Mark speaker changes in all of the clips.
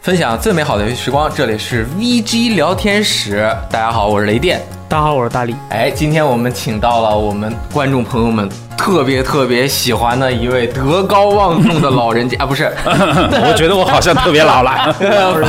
Speaker 1: 分享最美好的游戏时光，这里是 VG 聊天室。大家好，我是雷电。
Speaker 2: 大家好，我是大力。
Speaker 1: 哎，今天我们请到了我们观众朋友们特别特别喜欢的一位德高望重的老人家 啊，不是，
Speaker 3: 我觉得我好像特别老了。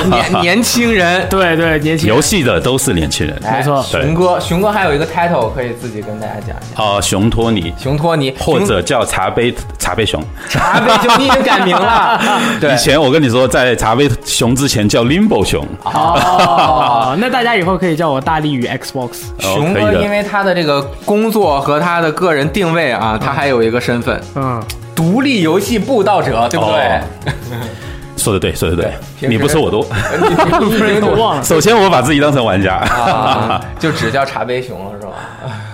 Speaker 1: 年年轻人。
Speaker 2: 对对，年轻人
Speaker 3: 游戏的都是年轻人。
Speaker 1: 哎
Speaker 2: 没错
Speaker 1: 熊哥，熊哥还有一个 title 可以自己跟大家讲一下，
Speaker 3: 哦，熊托尼，
Speaker 1: 熊托尼
Speaker 3: 或者叫茶杯茶杯熊。
Speaker 1: 茶杯熊，你已经改名了，对
Speaker 3: 以，前我跟你说，在茶杯熊之前叫 Limbo 熊。
Speaker 1: 哦。
Speaker 2: 哦，那大家以后可以叫我大力与 Xbox。
Speaker 3: 哦
Speaker 1: 熊
Speaker 3: 可
Speaker 1: 哥
Speaker 3: 以
Speaker 1: 因
Speaker 3: 的。
Speaker 1: 为他的这个工作和他的个人定位啊，他还有一个身份，
Speaker 2: 嗯，
Speaker 1: 独立游戏布道者，对不对
Speaker 3: 哦？说的对，说啊的
Speaker 1: 对
Speaker 3: 对，你不说我都。
Speaker 2: 嗯
Speaker 1: 你你
Speaker 2: 我
Speaker 1: 你
Speaker 2: 忘了。
Speaker 3: 首先，我把自己当成玩家，
Speaker 1: 啊，就只叫茶杯熊了是吧？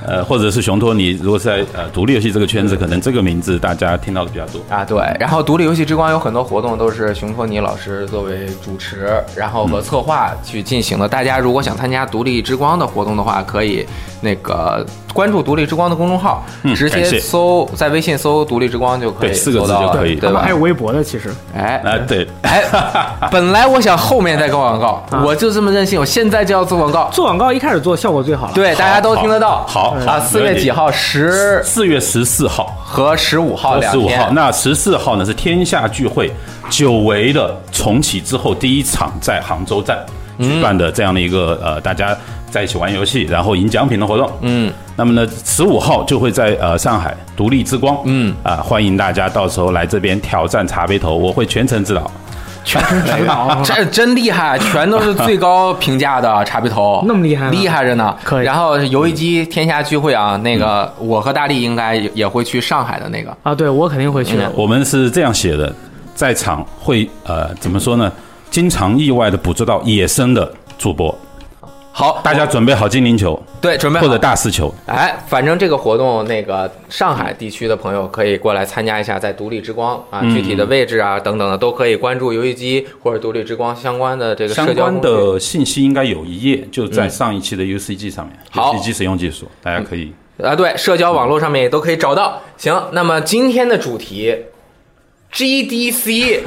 Speaker 3: 呃，或者是熊托尼。如果是在呃独立游戏这个圈子，可能这个名字大家听到的比较多。
Speaker 1: 啊，对。然后独立游戏之光有很多活动都是熊托尼老师作为主持，然后和策划去进行的。大家如果想参加独立之光的活动的话，可以那个关注独立之光的公众号，
Speaker 3: 嗯
Speaker 1: 直
Speaker 3: 感
Speaker 1: 接
Speaker 3: 谢
Speaker 1: 搜在微信搜独立之光就可以
Speaker 3: 对
Speaker 1: 搜
Speaker 3: 四
Speaker 1: 到
Speaker 3: 个
Speaker 1: 了，
Speaker 3: 字就可以
Speaker 1: 对
Speaker 2: 他们
Speaker 1: 吧
Speaker 2: 还有？微博的，其实
Speaker 1: 哎，
Speaker 3: 啊，对，
Speaker 1: 哎，本来我想后面再搞广告，我就这么任性，我现在就要做广告。
Speaker 2: 做广告一开始做效果最好了。，
Speaker 1: 对，大家都
Speaker 3: 好
Speaker 1: 听得到。
Speaker 3: 好好
Speaker 1: 啊，四
Speaker 3: 没
Speaker 1: 月
Speaker 3: 问题
Speaker 1: 几号？十
Speaker 3: 四月十四号。
Speaker 1: 和十五号
Speaker 3: 二
Speaker 1: 两
Speaker 3: 十五
Speaker 1: 天。。
Speaker 3: 号，那十四号呢是天下聚会，久违的重启之后第一场在杭州站举办的这样的一个、呃，大家在一起玩游戏，然后赢奖品的活动。嗯，那么呢，十五号就会在呃上海独立之光。嗯啊、欢迎大家到时候来这边挑战茶杯头，我会全程指导。
Speaker 2: 全程指导
Speaker 1: 这啊真厉害，全都是最高评价的茶杯头，
Speaker 2: 那么厉害吗
Speaker 1: 厉害着呢。
Speaker 2: 可以
Speaker 1: 然后游戏机天下聚会啊，那个我和大力应该也也会去上海的那个。
Speaker 2: 啊，对我肯定回去的。
Speaker 3: 我们是这样写的，在场会呃怎么说呢？经常意外的捕捉到野生的主播，
Speaker 1: 好，哦
Speaker 3: 大家准备好精灵球
Speaker 1: 对准备好
Speaker 3: 或者大师球。
Speaker 1: 哎，反正这个活动，那个上海地区的朋友可以过来参加一下，在独立之光啊，具体的位置啊等等的都可以关注游戏机或者独立之光相关的这个
Speaker 3: 相
Speaker 1: 社交
Speaker 3: 关
Speaker 1: 工具。
Speaker 3: 的信息应该有一页，就在上一期的 UCG 上面。
Speaker 1: 好
Speaker 3: u c g 使用技术，大家可以。
Speaker 1: 啊，对，社交网络上面也都可以找到。行，那么今天的主题，GDC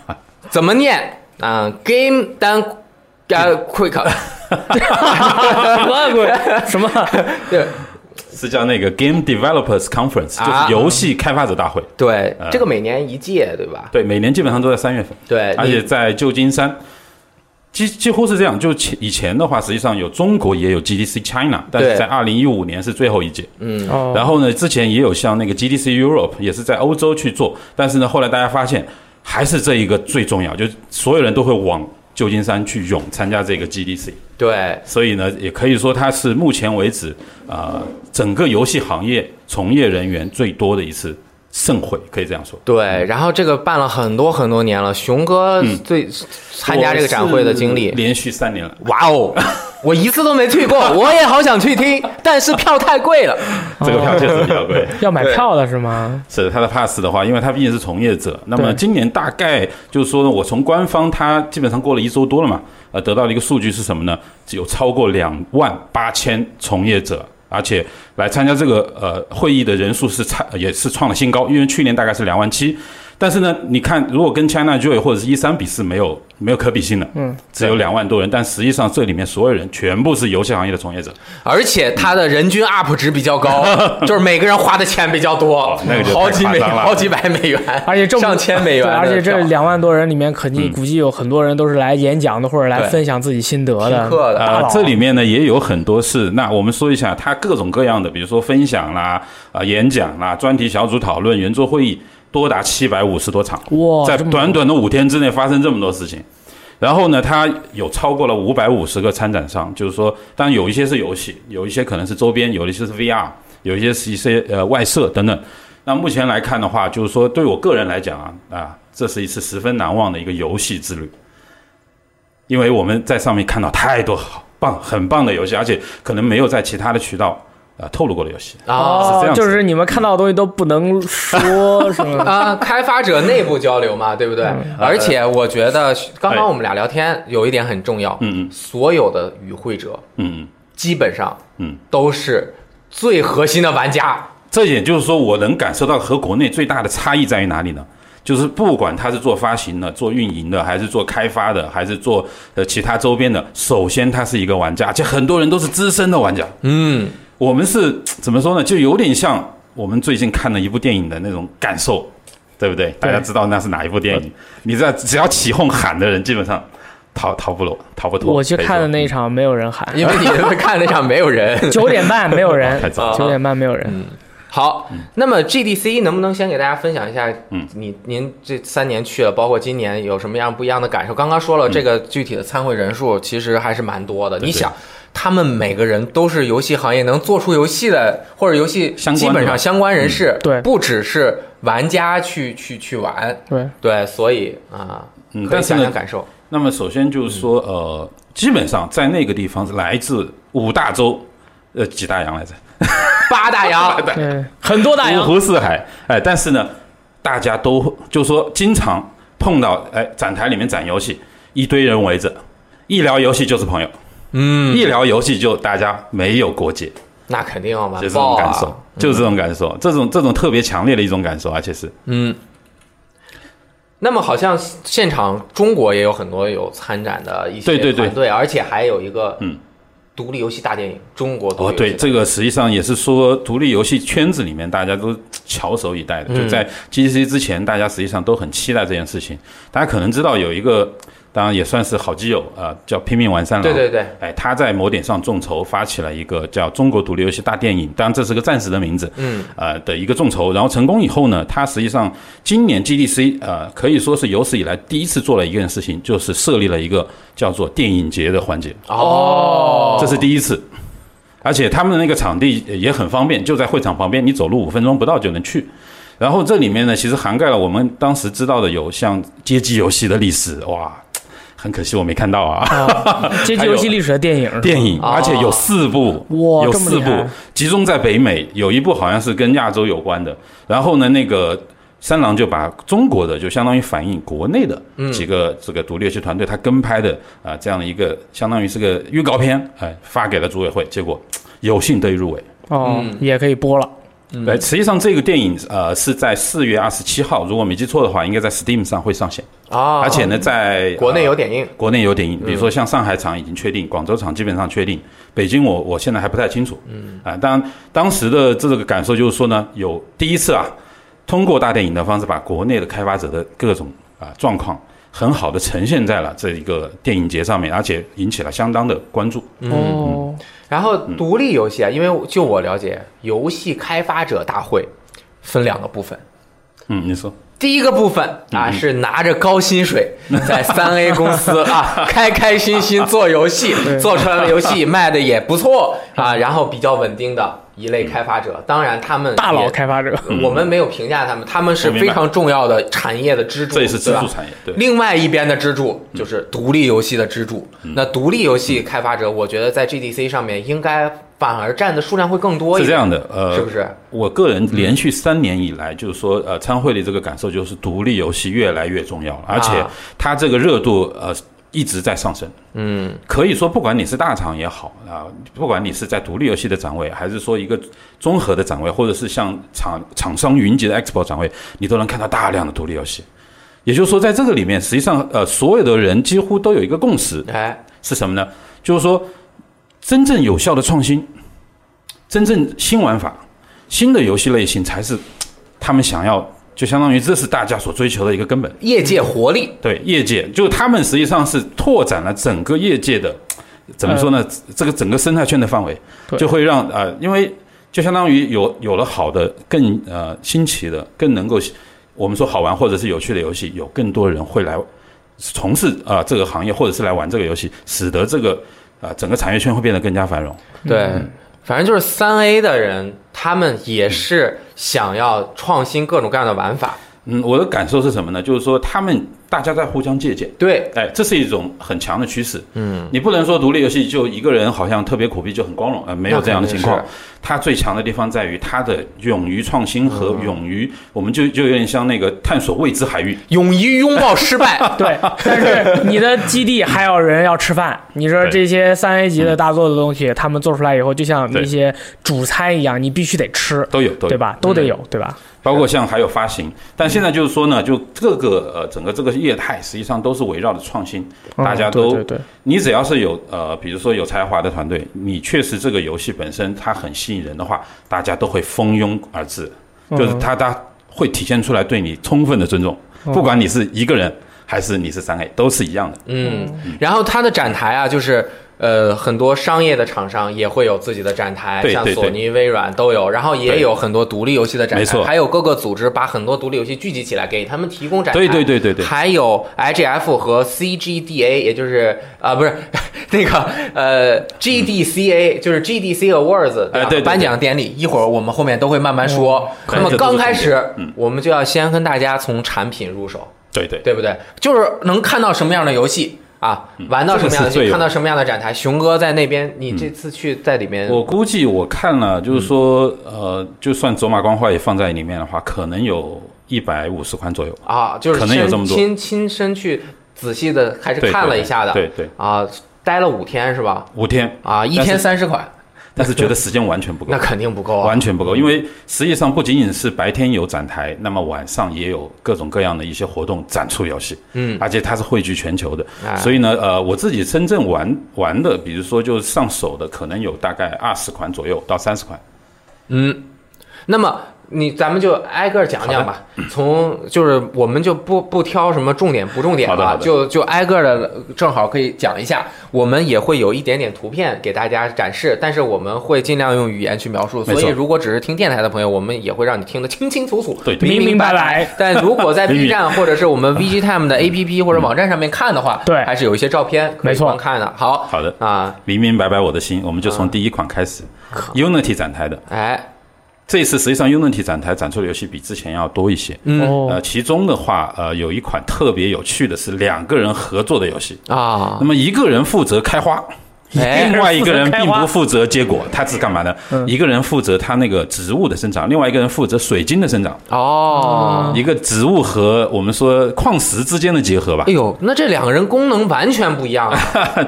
Speaker 1: 怎么念啊、g a m e 单呃 Quick，
Speaker 2: 什么
Speaker 1: 嗯
Speaker 2: 鬼？什么？
Speaker 1: 对
Speaker 3: 是叫那个 Game Developers Conference，
Speaker 1: 啊
Speaker 3: 就是游戏开发者大会。
Speaker 1: 对，
Speaker 3: 嗯
Speaker 1: 这个每年一届，对吧？
Speaker 3: 对，每年基本上都在三月份。
Speaker 1: 对
Speaker 3: 而且在旧金山，几几乎是这样。就前以前的话，实际上有中国也有 GDC China，但
Speaker 1: 对嗯
Speaker 3: 是在二零一五年是最后一届。
Speaker 2: 哦
Speaker 3: 然后呢，之前也有像那个 GDC Europe，也是在欧洲去做，但是呢，后来大家发现还是这一个最重要，就是所有人都会往旧金山去涌参加这个 GDC。
Speaker 1: 对，
Speaker 3: 所以呢，也可以说它是目前为止啊、呃整个游戏行业从业人员最多的一次盛会，可以这样说。
Speaker 1: 对，然后这个办了很多很多年了，熊哥最、参加这个展会的经
Speaker 3: 嗯我
Speaker 1: 历
Speaker 3: 是，连续三年了，
Speaker 1: 哇哦， 我一次都没去过，我也好想去听，但是票太贵了。
Speaker 3: 这个票确实比较贵。
Speaker 2: 要买票的是吗？
Speaker 3: 是他的 pass 的话，因为他毕竟是从业者，那么
Speaker 2: 对
Speaker 3: 今年大概就是说呢，我从官方他基本上过了一周多了嘛，呃，得到的一个数据是什么呢？有超过两万八千从业者，而且来参加这个呃会议的人数是差也是创了新高，因为去年大概是两万七。但是呢，你看，如果跟 China Joy 或者是一三比是没有没有可比性的，嗯，只有两万多人，但实际上这里面所有人全部是游戏行业的从业者，
Speaker 1: 而且它的人均 UP 值比较 高，就是每个人花的钱比较多
Speaker 3: 哦那个，就
Speaker 1: 好几
Speaker 3: 太夸
Speaker 1: 美
Speaker 3: 张了
Speaker 1: 好几百美元，
Speaker 2: 而且这么
Speaker 1: 上千美元
Speaker 2: 对
Speaker 1: 的票，嗯
Speaker 2: 而且这两万多人里面，肯定估计有很多人都是来演讲的，或者来
Speaker 1: 对
Speaker 2: 分享自己心得
Speaker 1: 听
Speaker 2: 的。
Speaker 1: 课的。
Speaker 2: 大
Speaker 3: 啊
Speaker 2: 佬，
Speaker 3: 这里面呢也有很多是，那我们说一下它各种各样的，比如说分享啦、啊、演讲啦、专题小组讨论、圆桌会议，多达七百五十多场，
Speaker 2: 哇
Speaker 3: 在
Speaker 2: 这么多
Speaker 3: 短短的五天之内发生这么多事情。然后呢，它有超过了五百五十个参展商，就是说，当然有一些是游戏，有一些可能是周边，有一些是 VR，有一些是一些呃外设等等。那目前来看的话，就是说，对我个人来讲啊，啊，这是一次十分难忘的一个游戏之旅。因为我们在上面看到太多好棒、很棒的游戏，而且可能没有在其他的渠道啊、呃透露过的游戏。
Speaker 1: 啊
Speaker 2: 哦
Speaker 3: 是这样子
Speaker 2: 就是你们看到的东西都不能说， 是吗？
Speaker 1: 啊，开发者内部交流嘛，对不对？
Speaker 3: 嗯
Speaker 1: 而且我觉得刚刚我们俩聊天有一点很重要，
Speaker 3: 嗯嗯
Speaker 1: 所有的与会者
Speaker 3: 嗯，
Speaker 1: 基本上
Speaker 3: 嗯
Speaker 1: 都是最核心的玩家，
Speaker 3: 这也就是说，我能感受到和国内最大的差异在于哪里呢？就是不管他是做发行的、做运营的，还是做开发的，还是做呃其他周边的，首先他是一个玩家，而且很多人都是资深的玩家。
Speaker 1: 嗯，
Speaker 3: 我们是怎么说呢？就有点像我们最近看了一部电影的那种感受，对不对？大家知道那是哪一部电影？你知道，只要起哄喊的人，基本上逃逃不了，逃不脱。
Speaker 2: 我去
Speaker 3: 可以
Speaker 2: 看
Speaker 3: 说嗯
Speaker 2: 的那一场没有人喊，
Speaker 1: 因为你们看那场没有人。啊
Speaker 2: 九点半没有人
Speaker 3: 太 早
Speaker 1: 了，
Speaker 2: 九点半没有
Speaker 1: 嗯
Speaker 2: 人。
Speaker 1: 好，那么 GDC 能不能先给大家分享一下？
Speaker 3: 嗯，
Speaker 1: 你您这三年去了，包括今年有什么样不一样的感受？刚刚说了，这个具体的参会人数其实还是蛮多的。
Speaker 3: 嗯对
Speaker 1: 你想，他们每个人都是游戏行业能做出游戏的，或者游戏
Speaker 3: 相关
Speaker 1: 基
Speaker 3: 的嗯
Speaker 1: 本上相关人士，
Speaker 2: 对
Speaker 1: 不只是玩家去去去玩，
Speaker 2: 对，
Speaker 1: 对，所以啊，
Speaker 3: 嗯
Speaker 1: 可以
Speaker 3: 但是
Speaker 1: 讲
Speaker 3: 呢
Speaker 1: 讲感受。
Speaker 3: 那么首先就是说，呃，基本上在那个地方是来自五大洲，呃，几大洋来着？
Speaker 1: 八大洋，
Speaker 2: 对，很多大
Speaker 1: 哦
Speaker 3: 五
Speaker 2: 洋，
Speaker 3: 湖四海。哎，但是呢，大家都就说经常碰到，哎，展台里面展游戏，一堆人围着，一聊游戏就是朋友，
Speaker 1: 嗯，
Speaker 3: 一聊游戏就大家没有国界，
Speaker 1: 那肯定完
Speaker 3: 就这
Speaker 1: 爆
Speaker 3: 种
Speaker 1: 啊
Speaker 3: 感受，就是这种感受，这种这种特别强烈的一种感受，而且是
Speaker 1: 嗯，那么好像现场中国也有很多有参展的一些
Speaker 3: 对对对
Speaker 1: 团队，而且还有一个
Speaker 3: 嗯
Speaker 1: 独立游戏大电影，中国独
Speaker 3: 哦，
Speaker 1: 立游戏
Speaker 3: 对，这个实际上也是说，独立游戏圈子里面大家都翘首以待的。
Speaker 1: 嗯
Speaker 3: 就在 GDC 之前，大家实际上都很期待这件事情。大家可能知道有一个，当然也算是好基友啊、呃叫拼命完善郎。
Speaker 1: 对对对，
Speaker 3: 哎，他在某点上众筹发起了一个叫“中国独立游戏大电影”，当然这是个暂时的名字，
Speaker 1: 嗯，
Speaker 3: 呃的一个众筹。然后成功以后呢，他实际上今年 GDC 呃可以说是有史以来第一次做了一件事情，就是设立了一个叫做电影节的环节。
Speaker 1: 哦，
Speaker 3: 这是第一次。而且他们的那个场地呃也很方便，就在会场旁边，你走路五分钟不到就能去。然后这里面呢，其实涵盖了我们当时知道的有像街机游戏的历史，哇，很可惜我没看到啊。
Speaker 2: 啊，街机游戏历史的电影，
Speaker 3: 电影，
Speaker 1: 哦
Speaker 3: 而且有四部，
Speaker 2: 啊哇
Speaker 3: 有
Speaker 2: 这么
Speaker 3: 四
Speaker 2: 厉
Speaker 3: 部
Speaker 2: 害，
Speaker 3: 集中在北美，有一部好像是跟亚洲有关的。然后呢，那个三郎就把中国的就相当于反映国内的
Speaker 1: 嗯
Speaker 3: 几个这个独立游戏团队他跟拍的啊、这样的一个相当于是个预告片，哎、发给了组委会，结果有幸得以入围。
Speaker 2: 哦，也可以播了。
Speaker 1: 嗯
Speaker 3: 哎、实际上这个电影呃是在四月二十七号，如果没记错的话，应该在 Steam 上会上线，
Speaker 1: 啊，
Speaker 3: 而且呢，啊在呃
Speaker 1: 国内
Speaker 3: 有。
Speaker 1: 有点硬，
Speaker 3: 国内有点硬，比如说像上海场已经确定，广州场基本上确定，北京我我现在还不太清楚。嗯，啊，当当时的这个感受就是说呢，有第一次啊，通过大电影的方式，把国内的开发者的各种啊状况很好的呈现在了这一个电影节上面，而且引起了相当的关注。
Speaker 2: 哦，
Speaker 1: 然后独立游戏啊，因为就我了解，啊游戏开发者大会分两个部分。
Speaker 3: 嗯，你说
Speaker 1: 第一个部分
Speaker 3: 嗯
Speaker 1: 啊，是拿着高薪 水在三 A 公司啊，开开心心做游戏，做出来的游戏卖的也不错 啊，然后比较稳定的一类开发者，当然他们
Speaker 2: 大佬
Speaker 1: 也
Speaker 2: 开发者，
Speaker 1: 我们没有评价他们，他们是
Speaker 3: 嗯我明
Speaker 1: 非
Speaker 3: 白
Speaker 1: 常重要的产业的支柱，
Speaker 3: 这也是支
Speaker 1: 对吧
Speaker 3: 柱产业，对，嗯
Speaker 1: 另外一边的支柱就是独立游戏的支柱。那独立游戏开发者，我觉得在 GDC 上面应该反而占的数量会更多一
Speaker 3: 是这
Speaker 1: 点，
Speaker 3: 样的，呃，
Speaker 1: 是不是？
Speaker 3: 我个人连续三年以来，就是说，呃，参会的这个感受就是独立游戏越来越重要了，而且
Speaker 1: 啊
Speaker 3: 它这个热度，呃，一直在上升。
Speaker 1: 嗯，
Speaker 3: 可以说，不管你是大厂也好啊，不管你是在独立游戏的展位，还是说一个综合的展位，或者是像厂厂商云集的 Expo 展位，你都能看到大量的独立游戏。也就是说，在这个里面，实际上，呃，所有的人几乎都有一个共识，
Speaker 1: 哎，
Speaker 3: 是什么呢？就是说，真正有效的创新，真正新玩法、新的游戏类型，才是他们想要，就相当于这是大家所追求的一个根本。
Speaker 1: 业界活力，
Speaker 3: 对业界，就他们实际上是拓展了整个业界的，怎么说呢？这个整个生态圈的范围，
Speaker 2: 对
Speaker 3: 就会让呃，因为就相当于有有了好的、更呃新奇的、更能够我们说好玩或者是有趣的游戏，有更多人会来从事啊、呃这个行业，或者是来玩这个游戏，使得这个啊、呃整个产业圈会变得更加繁荣。
Speaker 1: 对，
Speaker 3: 嗯
Speaker 1: 反正就是三 A 的人，他们也是想要创新各种各样的玩法。
Speaker 3: 嗯，我的感受是什么呢？就是说他们大家在互相借鉴。
Speaker 1: 对，
Speaker 3: 哎，这是一种很强的趋势。嗯，你不能说独立游戏就一个人好像特别苦逼就很光荣，呃，没有这样的情
Speaker 1: 那
Speaker 3: 况
Speaker 1: 肯。
Speaker 3: 它最强的地方在于它的勇于创新和勇于，我们就就有点像那个探索未知海域。
Speaker 1: 勇于拥抱失败。
Speaker 4: 对，但是你的基地还有人要吃饭。你说
Speaker 3: 对
Speaker 4: 这些三 A 级的大作的东西，他们做出来以后，就像
Speaker 3: 对
Speaker 4: 一些主餐一样，你必须得吃，
Speaker 3: 都有，都有
Speaker 4: 对，吧？都得有，对吧？
Speaker 3: 包括像还有发行，但现在就是说呢，就各个呃整个这个业态实际上都是围绕着创新，
Speaker 4: 嗯
Speaker 3: 大家都
Speaker 4: 对对对，
Speaker 3: 你只要是有呃，比如说有才华的团队，你确实这个游戏本身它很吸引人的话，大家都会蜂拥而至，就是它它会体现出来对你充分的尊重，不管你是一个人还是你是三 A，都是一样的。
Speaker 1: 嗯，然后它的展台啊，就是。呃，很多商业的厂商也会有自己的展台，
Speaker 3: 对
Speaker 1: 像
Speaker 3: 对对
Speaker 1: 索尼、微软都有，然后也
Speaker 3: 对
Speaker 1: 有很多独立游戏的展台，
Speaker 3: 没错
Speaker 1: 还有各个组织把很多独立游戏聚集起来，给他们提供展台。
Speaker 3: 对对对对对
Speaker 1: 还有 IGF 和 CGDA，也就是啊、不是 那个呃 GDCA，、就是 GDC Awards 的
Speaker 3: 哎对对对
Speaker 1: 颁奖典礼，一会儿我们后面都会慢慢说。
Speaker 3: 嗯
Speaker 1: 那
Speaker 3: 对这
Speaker 1: 么
Speaker 3: 都是
Speaker 1: 刚开
Speaker 3: 重
Speaker 1: 始
Speaker 3: 点，嗯
Speaker 1: 我们就要先跟大家从产品入手。
Speaker 3: 对对
Speaker 1: 对不对？就是能看到什么样的游戏啊，玩到什么样的游
Speaker 3: 嗯这个是最
Speaker 1: 戏，
Speaker 3: 有
Speaker 1: 看到什么样的展台。熊哥在那边，你这次去在里面，
Speaker 3: 我估计我看了，
Speaker 1: 嗯
Speaker 3: 就是说呃，就算走马观花也放在里面的话，可能有一百五十款左右。
Speaker 1: 啊，就是
Speaker 3: 可能有这么
Speaker 1: 亲
Speaker 3: 多
Speaker 1: 亲亲身去仔细的还是
Speaker 3: 对
Speaker 1: 看了一下的，
Speaker 3: 对对，对
Speaker 1: 啊，待了五天是吧？
Speaker 3: 五天，
Speaker 1: 啊，一
Speaker 3: 但是
Speaker 1: 天三十款，
Speaker 3: 但是觉得时间完全不够
Speaker 1: 那。肯定不够啊。
Speaker 3: 完全不够，因为实际上不仅仅是白天有展台，那么晚上也有各种各样的一些活动展出游戏，
Speaker 1: 嗯，
Speaker 3: 而且它是汇聚全球的，
Speaker 1: 啊
Speaker 3: 所以呢，呃，我自己真正玩玩的，比如说就是上手的，可能有大概二十款左右到三十款，
Speaker 1: 那么你咱们就挨个讲讲吧，从就是我们就不不挑什么重点不重点
Speaker 3: 好的好
Speaker 1: 了，
Speaker 3: 的
Speaker 1: 就就挨个的正好可以讲一下。我们也会有一点点图片给大家展示，但是我们会尽量用语言去描述。
Speaker 3: 没
Speaker 1: 所
Speaker 3: 错
Speaker 1: 以如果只是听电台的朋友，我们也会让你听得清清楚楚、
Speaker 3: 对对
Speaker 1: 明白
Speaker 4: 明明白白。
Speaker 1: 但如果在
Speaker 3: 明
Speaker 1: B
Speaker 3: 明
Speaker 1: 站或者是我们 VGTime
Speaker 3: 嗯
Speaker 1: 的 APP 或者网站上面看的话，
Speaker 4: 对
Speaker 1: 还是有一些照片可以
Speaker 4: 没错
Speaker 1: 观看的。好，
Speaker 3: 好的
Speaker 1: 啊，
Speaker 3: 明明白白我的心，我们就从第一款开始、u n i t y 展台的，
Speaker 1: 哎，
Speaker 3: 这一次实际上 Unity 展台展出的游戏比之前要多一些，
Speaker 1: 嗯
Speaker 3: 呃，
Speaker 4: 哦，
Speaker 3: 其中的话，呃，有一款特别有趣的是两个人合作的游戏，
Speaker 1: 啊
Speaker 3: 那，么一个人负责开花。
Speaker 1: 哎
Speaker 3: 另外一个人
Speaker 4: 负责开
Speaker 3: 并
Speaker 4: 花
Speaker 3: 不负责结果，他是干嘛的？一个人负责他那个植物的生长，另外一个人负责水晶的生长，
Speaker 1: 哦，
Speaker 3: 一个植物和我们说矿石之间的结合吧
Speaker 1: 哎。呦，那这两个人功能完全不一样啊。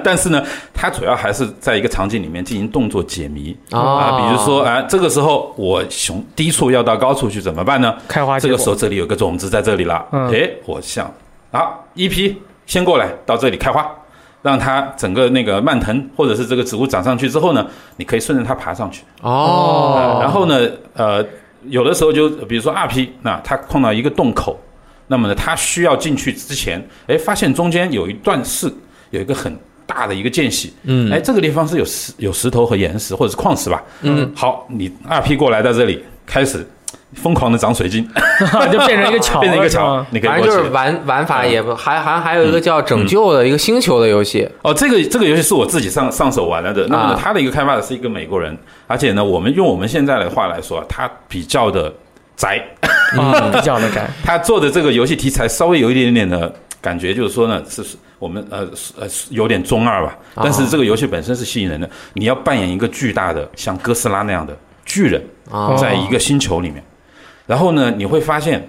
Speaker 3: 但是呢，它主要还是在一个场景里面进行动作解谜
Speaker 1: 哦
Speaker 3: 啊，比如说啊，这个时候我从低处要到高处去怎么办呢？
Speaker 4: 开花
Speaker 3: 这
Speaker 4: 结果
Speaker 3: 个时候这里有个种子在这里了，
Speaker 4: 嗯
Speaker 3: 哎，我想啊，一批先过来到这里开花，让它整个那个蔓藤或者是这个植物长上去之后呢，你可以顺着它爬上去。
Speaker 1: 哦，
Speaker 3: 然后呢，呃，有的时候就比如说二批，那它碰到一个洞口，那么呢，它需要进去之前，哎，发现中间有一段是有一个很。大的一个间隙，嗯，哎，这个地方是有石有石头和岩石或者是矿石吧，嗯，好，你二批过来到这里开始疯狂的长水晶，
Speaker 4: 就变成一个桥了，
Speaker 3: 变成一个
Speaker 4: 是
Speaker 3: 桥
Speaker 4: 吗，
Speaker 3: 你可以
Speaker 1: 反
Speaker 3: 过
Speaker 1: 正
Speaker 3: 去嗯
Speaker 1: 就是玩玩法也不还还还有一个叫拯救的一个星球的游戏，
Speaker 3: 哦，这个这个游戏是我自己上上手玩了的。那么呢
Speaker 1: 啊，
Speaker 3: 它的一个开发者是一个美国人，而且呢，我们用我们现在的话来说啊，他比较的宅，
Speaker 4: 啊，比较 的感，
Speaker 3: 他做的这个游戏题材稍微有一点点的感觉，就是说呢，是是我们呃是呃是有点中二吧，
Speaker 1: 啊
Speaker 3: 但是这个游戏本身是吸引人的。你要扮演一个巨大的像哥斯拉那样的巨人，
Speaker 4: 嗯
Speaker 1: 啊
Speaker 4: 哦
Speaker 3: 在一个星球里面，然后呢，你会发现。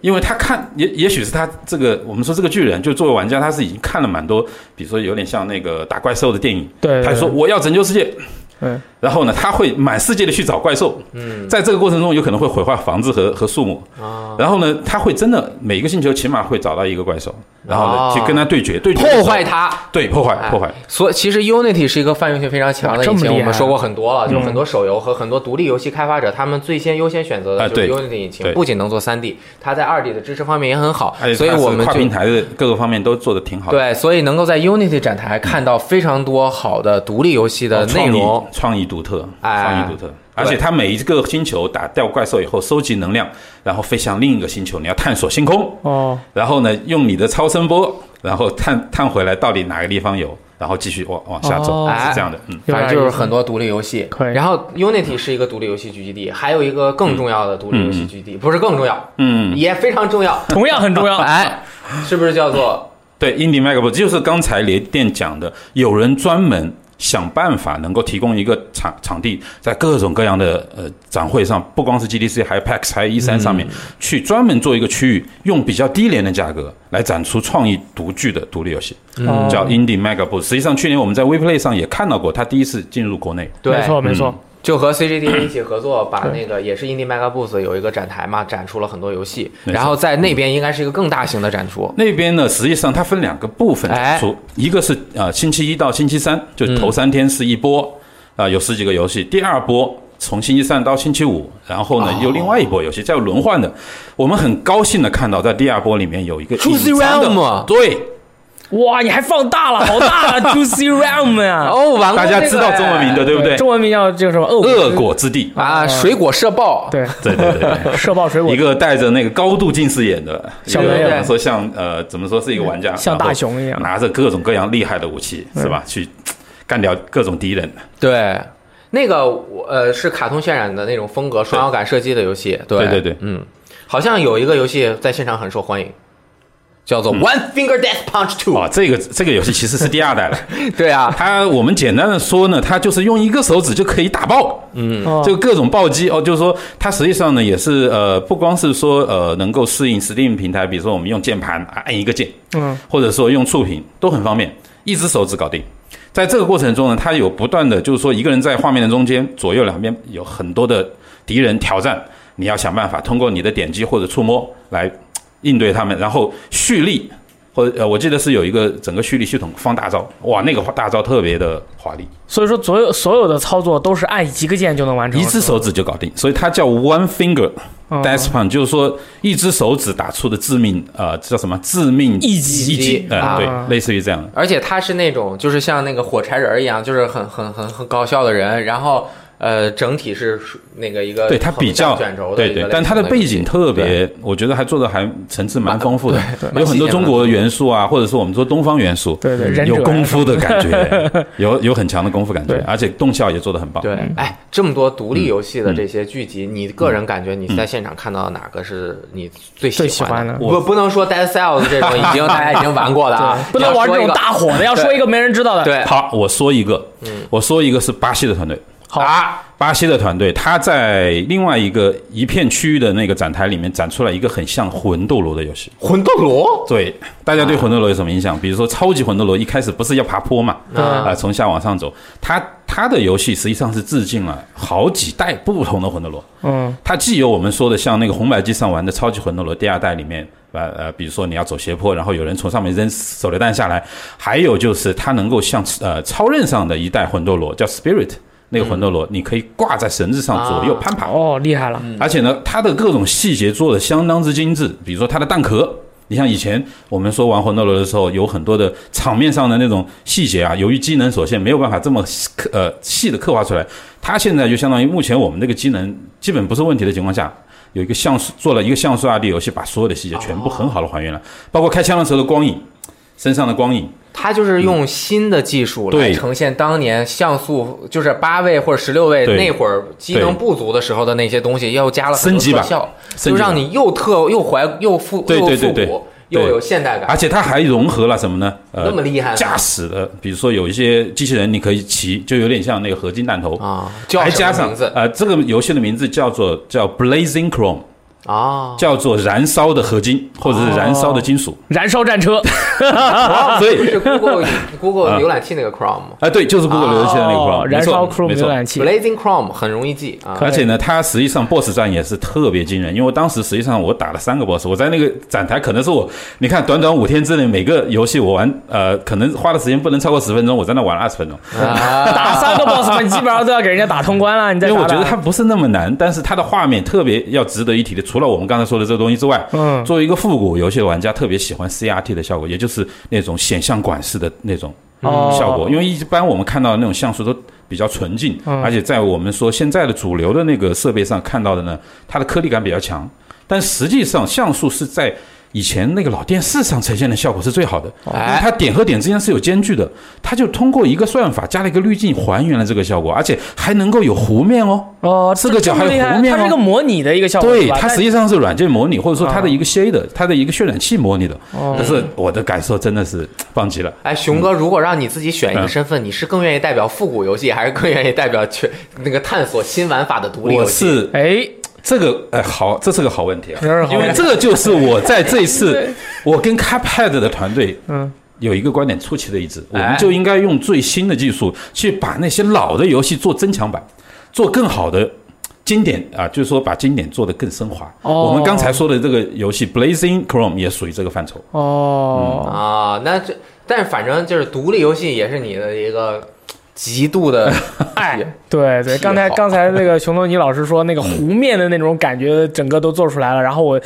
Speaker 3: 因为他看 也也许是他这个，我们说这个巨人，就作为玩家，他是已经看了蛮多，比如说有点像那个打怪兽的电影，
Speaker 4: 对，
Speaker 3: 他说我要拯救世界，
Speaker 4: 嗯，
Speaker 3: 然后呢，他会满世界的去找怪兽，嗯，在这个过程中有可能会毁坏房子和和树木，啊，然后呢，他会真的每一个星球起码会找到一个怪兽，然后呢
Speaker 1: 哦
Speaker 3: 去跟他对决，对决的时候
Speaker 1: 破坏，它。
Speaker 3: 对破坏
Speaker 1: 哎
Speaker 3: 破坏，
Speaker 1: 所以其实 Unity 是一个泛用性非常强的，
Speaker 4: 哇这
Speaker 1: 以
Speaker 4: 么
Speaker 1: 前我
Speaker 4: 厉害嗯
Speaker 1: 们说过很多了，就是很多手游和很多独立游戏开发者，他们最先优先选择
Speaker 3: 啊
Speaker 1: 的就是
Speaker 3: 对
Speaker 1: Unity 引擎，
Speaker 3: 对
Speaker 1: 不仅能做 3D，它在 2D 的支持方面也很好
Speaker 3: 而，
Speaker 1: 所
Speaker 3: 且
Speaker 1: 以
Speaker 3: 它
Speaker 1: 我
Speaker 3: 是
Speaker 1: 们
Speaker 3: 跨
Speaker 1: 就
Speaker 3: 平台的各个方面都做的挺好的，
Speaker 1: 对，所以能够在 Unity 展台看到非常多好的独立游戏的呃
Speaker 3: 哦
Speaker 1: 内
Speaker 3: 创意
Speaker 1: 容，
Speaker 3: 创意独特，
Speaker 1: 哎
Speaker 3: 创意独特。而
Speaker 1: 对
Speaker 3: 且它每一个星球打掉怪兽以后，收集能量，然后飞向另一个星球，你要探索星空，
Speaker 4: 哦，
Speaker 3: 然后呢，用你的超声波，然后探探回来到底哪个地方有，然后继续往往下走，
Speaker 4: 哦
Speaker 3: 是这样的，嗯。
Speaker 1: 反正就是
Speaker 4: 有点意思
Speaker 1: 很多独立游戏
Speaker 4: 可。以
Speaker 1: 然后 Unity 是一个独立游戏聚集地，还有一个更重要的独立游戏聚集地，不是更重要，
Speaker 3: 嗯，
Speaker 1: 也非常重要。
Speaker 4: 同样很重要，
Speaker 1: 哎，是不是叫 做
Speaker 3: 对，Indie Magazine 就是刚才雷电讲的，有人专门想办法能够提供一个场场地，在各种各样的呃展会上，不光是 GDC，还有 PAX，还有 E 3上面、去专门做一个区域，用比较低廉的价格来展出创意独具的独立游戏，
Speaker 4: 哦
Speaker 3: 叫 Indie Magazine。实际上，去年我们在 WePlay 上也看到过，它第一次进入国内。
Speaker 1: 对？
Speaker 4: 没错
Speaker 3: 嗯
Speaker 4: 没错，
Speaker 1: 就和 CGD 一起合作，把那个也是 Indie Mega Booth 有一个展台嘛，展出了很多游戏，
Speaker 3: 没错
Speaker 1: 然后在那边应该是一个更大型的展出。
Speaker 3: 那边呢，实际上它分两个部分
Speaker 1: 哎
Speaker 3: 出，一个是呃星期一到星期三，就
Speaker 4: 嗯
Speaker 3: 头三天是一波，啊、有十几个游戏；第二波从星期三到星期五，然后
Speaker 4: 哦
Speaker 3: 呢又另外一波游戏再轮换的。我们很高兴的看到，在第二波里面有一个
Speaker 1: Juicy
Speaker 3: 隐藏的
Speaker 1: Realm
Speaker 3: 对，
Speaker 4: 哦哇，你还放大了，好大了，Juicy Realm 呀！
Speaker 1: 哦，玩过
Speaker 3: 嗯大家
Speaker 1: 这个
Speaker 3: 知道中文名的嗯
Speaker 1: 哎
Speaker 3: 对不对？
Speaker 4: 中文名叫这个什么？
Speaker 3: 恶
Speaker 4: 恶之
Speaker 3: 果之 地，
Speaker 1: 啊，水果社爆，
Speaker 4: 对，
Speaker 3: 对对对对。
Speaker 4: 社爆水果
Speaker 3: 一，个戴着那个高度近视眼的
Speaker 4: 小
Speaker 3: 一个
Speaker 4: 朋友
Speaker 3: 怎么说像呃，怎么说是一个玩家，
Speaker 4: 像大熊一样
Speaker 3: 然后拿着各种各样厉害的武器，是吧？去干掉各种敌人。
Speaker 1: 对，那个我呃是卡通渲染的那种风格，双摇杆射击的游戏。对
Speaker 3: 对对对
Speaker 1: 嗯，好像有一个游戏在现场很受欢迎，叫
Speaker 3: 嗯
Speaker 1: 做 One Finger Death Punch Two、
Speaker 3: 哇，啊这个这个游戏其实是第二代了。
Speaker 1: 对啊，
Speaker 3: 它我们简单的说呢，它就是用一个手指就可以打爆，
Speaker 4: 哦
Speaker 3: 就各种暴击哦。就是说，它实际上呢也是呃，不光是说呃能够适应 Steam 平台，比如说我们用键盘啊按一个键，
Speaker 4: 嗯，
Speaker 3: 或者说用触屏都很方便，一只手指搞定。在这个过程中呢，它有不断的，就是说一个人在画面的中间，左右两边有很多的敌人挑战，你要想办法通过你的点击或者触摸来应对他们，然后蓄力。或者呃，我记得是有一个整个蓄力系统放大招，哇，那个大招特别的华丽，
Speaker 4: 所以说所有所有的操作都是按一个键就能完成，
Speaker 3: 一只手指就搞定，所以它叫 one finger
Speaker 1: 哦
Speaker 4: 嗯
Speaker 3: death punch，、就是说一只手指打出的致命呃叫什么致命
Speaker 4: 一击
Speaker 3: 一击，呃、
Speaker 1: 啊
Speaker 3: 对，类似于这样的。
Speaker 1: 而且他是那种就是像那个火柴人儿一样，就是很很很很搞笑的人，然后。呃，整体是那个一个
Speaker 3: 对它
Speaker 1: 横
Speaker 3: 比
Speaker 1: 向
Speaker 3: 较
Speaker 1: 卷轴的
Speaker 3: 对
Speaker 1: 一个类型游
Speaker 3: 对
Speaker 1: 戏，，
Speaker 3: 但它的背景特别，我觉得还做的还层次蛮丰富的，
Speaker 1: 对
Speaker 3: 有很多中国元素啊，或者说我们说东方元素，
Speaker 4: 对对忍者
Speaker 3: 有功夫的感 觉，有有很强的功夫感觉
Speaker 4: 对，
Speaker 3: 而且动效也做得很棒。
Speaker 1: 对，哎，这么多独
Speaker 3: 嗯
Speaker 1: 立游戏的这些剧集，你个人感觉你在现场看到的哪个是你最
Speaker 4: 最喜
Speaker 1: 欢
Speaker 4: 欢的
Speaker 1: 我不能说 Dead Cells 这种已 经大家已经玩过了啊，
Speaker 4: 不能玩这种大火的，要说一个没人知道的。
Speaker 1: 你要说一个。对，
Speaker 3: 好，我说一个，
Speaker 1: 嗯
Speaker 3: 我说一个是巴西的团队，
Speaker 4: 好
Speaker 3: 啊，巴西的团队，他在另外一个一片区域的那个展台里面展出来一个很像魂斗罗的游戏。
Speaker 1: 魂斗罗
Speaker 3: 对，大家对魂斗罗有什么印象？比如说超级魂斗罗一开始不是要爬坡嘛，啊、从下往上走，它它的游戏实际上是致敬了好几代不同的魂斗罗。
Speaker 4: 嗯，
Speaker 3: 它既有我们说的像那个红白机上玩的超级魂斗罗第二代里面，呃呃，比如说你要走斜坡，然后有人从上面扔手榴弹下来，还有就是它能够像呃超任上的一代魂斗罗叫 Spirit 那个魂斗罗，你可以挂在绳子上左右
Speaker 1: 啊
Speaker 3: 攀爬。
Speaker 4: 哦，厉害了，
Speaker 1: 嗯
Speaker 3: 而且呢，它的各种细节做的相当之精致，比如说它的弹壳。你像以前我们说玩魂斗罗的时候，有很多的场面上的那种细节啊，由于机能所限，没有办法这么细刻呃细的刻画出来。它现在就相当于目前我们这个机能基本不是问题的情况下，有一个像素做了一个像素 2D 游戏，把所有的细节全部很好的还原了，包括开枪的时候的光影，身上的光影，
Speaker 1: 它就是用新的技术来
Speaker 3: 对
Speaker 1: 呈现当年像素，就是八位或者十六位
Speaker 3: 对
Speaker 1: 那会儿机能
Speaker 3: 对
Speaker 1: 不足的时候的那些东西，又加了很多
Speaker 3: 升级
Speaker 1: 特
Speaker 3: 版
Speaker 1: 效，
Speaker 3: 升级
Speaker 1: 就让
Speaker 3: 版
Speaker 1: 你又特又怀又复
Speaker 3: 对
Speaker 1: 又
Speaker 3: 对
Speaker 1: 复
Speaker 3: 对对
Speaker 1: 古又
Speaker 3: 对
Speaker 1: 有现代感
Speaker 3: 而。且它还融合了什么呢？呃，
Speaker 1: 啊那么厉害呢
Speaker 3: 驾驶的，比如说有一些机器人你可以骑，就有点像那个合金弹头
Speaker 1: 啊叫
Speaker 3: 还
Speaker 1: 什么
Speaker 3: 加上
Speaker 1: 名字
Speaker 3: 呃，这个游戏的名字叫做叫 Blazing Chrome，呃
Speaker 1: 啊，
Speaker 3: 叫做燃烧的合金或者
Speaker 4: 哦
Speaker 3: 是燃烧的金属。
Speaker 4: 燃烧战车，哦
Speaker 3: 所 以
Speaker 1: 是 Google Google
Speaker 3: 啊
Speaker 1: 浏览器那个 Chrome
Speaker 3: 啊、对，就是 Google 浏览器的那个 Chrome，、
Speaker 4: 哦燃烧 Chrome
Speaker 3: 没
Speaker 4: 浏
Speaker 3: 错。没
Speaker 4: 览
Speaker 3: 错
Speaker 4: 器，
Speaker 1: Blazing Chrome 很容易记啊。
Speaker 3: 而且呢，它实际上 BOSS 战也是特别惊人，因为当时实际上我打了三个 BOSS，我在那个展台可能是我，你看短短五天之内，每个游戏我玩，呃，可能花的时间不能超过十分钟，我在那玩了二十分钟。
Speaker 1: 啊，
Speaker 4: 打三个 boss 嘛，你基本上都要给人家打通关了。你再
Speaker 3: 因为我
Speaker 4: 打
Speaker 3: 觉得
Speaker 4: 打
Speaker 3: 它不是那么难，但是它的画面特别要值得一提的。除了我们刚才说的这东西之外，
Speaker 4: 嗯
Speaker 3: 作为一个复古游戏的玩家，特别喜欢 CRT 的效果，也就是那种显像管式的那种
Speaker 4: 哦
Speaker 3: 效果。因为一般我们看到的那种像素都比较纯净，
Speaker 4: 嗯
Speaker 3: 而且在我们说现在的主流的那个设备上看到的呢，它的颗粒感比较强，但实际上像素是在以前那个老电视上呈现的效果是最好的，因为
Speaker 1: 哎，
Speaker 3: 它点和点之间是有间距的，它就通过一个算法加了一个滤镜还原了这个效果，而且还能够有弧面哦。
Speaker 4: 哦，
Speaker 3: 这个角还
Speaker 4: 么
Speaker 3: 有
Speaker 4: 厉害
Speaker 3: 弧面
Speaker 4: 它是
Speaker 3: 哦
Speaker 4: 个模拟的一个效果，
Speaker 3: 对，
Speaker 4: 是吧
Speaker 3: 它
Speaker 4: 但
Speaker 3: 实际上是软件模拟，或者说它的一个 shade，、它的一个渲染器模拟的。
Speaker 4: 哦
Speaker 3: 但是我的感受真的是棒极了。
Speaker 1: 哎，熊哥，如果让你自己选一
Speaker 3: 嗯
Speaker 1: 个身份，你是更愿意代表复古游戏，还是更愿意代表去那个探索新玩法的独立游
Speaker 3: 我
Speaker 1: 戏？
Speaker 3: 是
Speaker 4: 哎，
Speaker 3: 这个，哎，好，这是个好问题啊
Speaker 4: 这是，好
Speaker 3: 因
Speaker 4: 问题
Speaker 3: 为这个就是我在这一次我跟 Cuphead 的团队
Speaker 4: 嗯，
Speaker 3: 有一个观点出奇的一致，我
Speaker 1: 哎
Speaker 3: 们就应该用最新的技术去把那些老的游戏做增强版，做更好的。经典啊，就是说把经典做得更升华。
Speaker 4: 哦
Speaker 3: 我们刚才说的这个游戏《Blazing Chrome》也属于这个范畴。
Speaker 4: 哦，
Speaker 1: 啊，那这但是反正就是独立游戏也是你的一个极度的
Speaker 3: 嗯啊
Speaker 4: 哎
Speaker 1: 爱，
Speaker 3: 哎
Speaker 4: 对对，
Speaker 1: 是
Speaker 4: 刚才
Speaker 1: 好
Speaker 4: 刚才那个熊托尼老师说那个
Speaker 3: 嗯
Speaker 4: 弧面的那种感觉，整个都做出来了，然后我。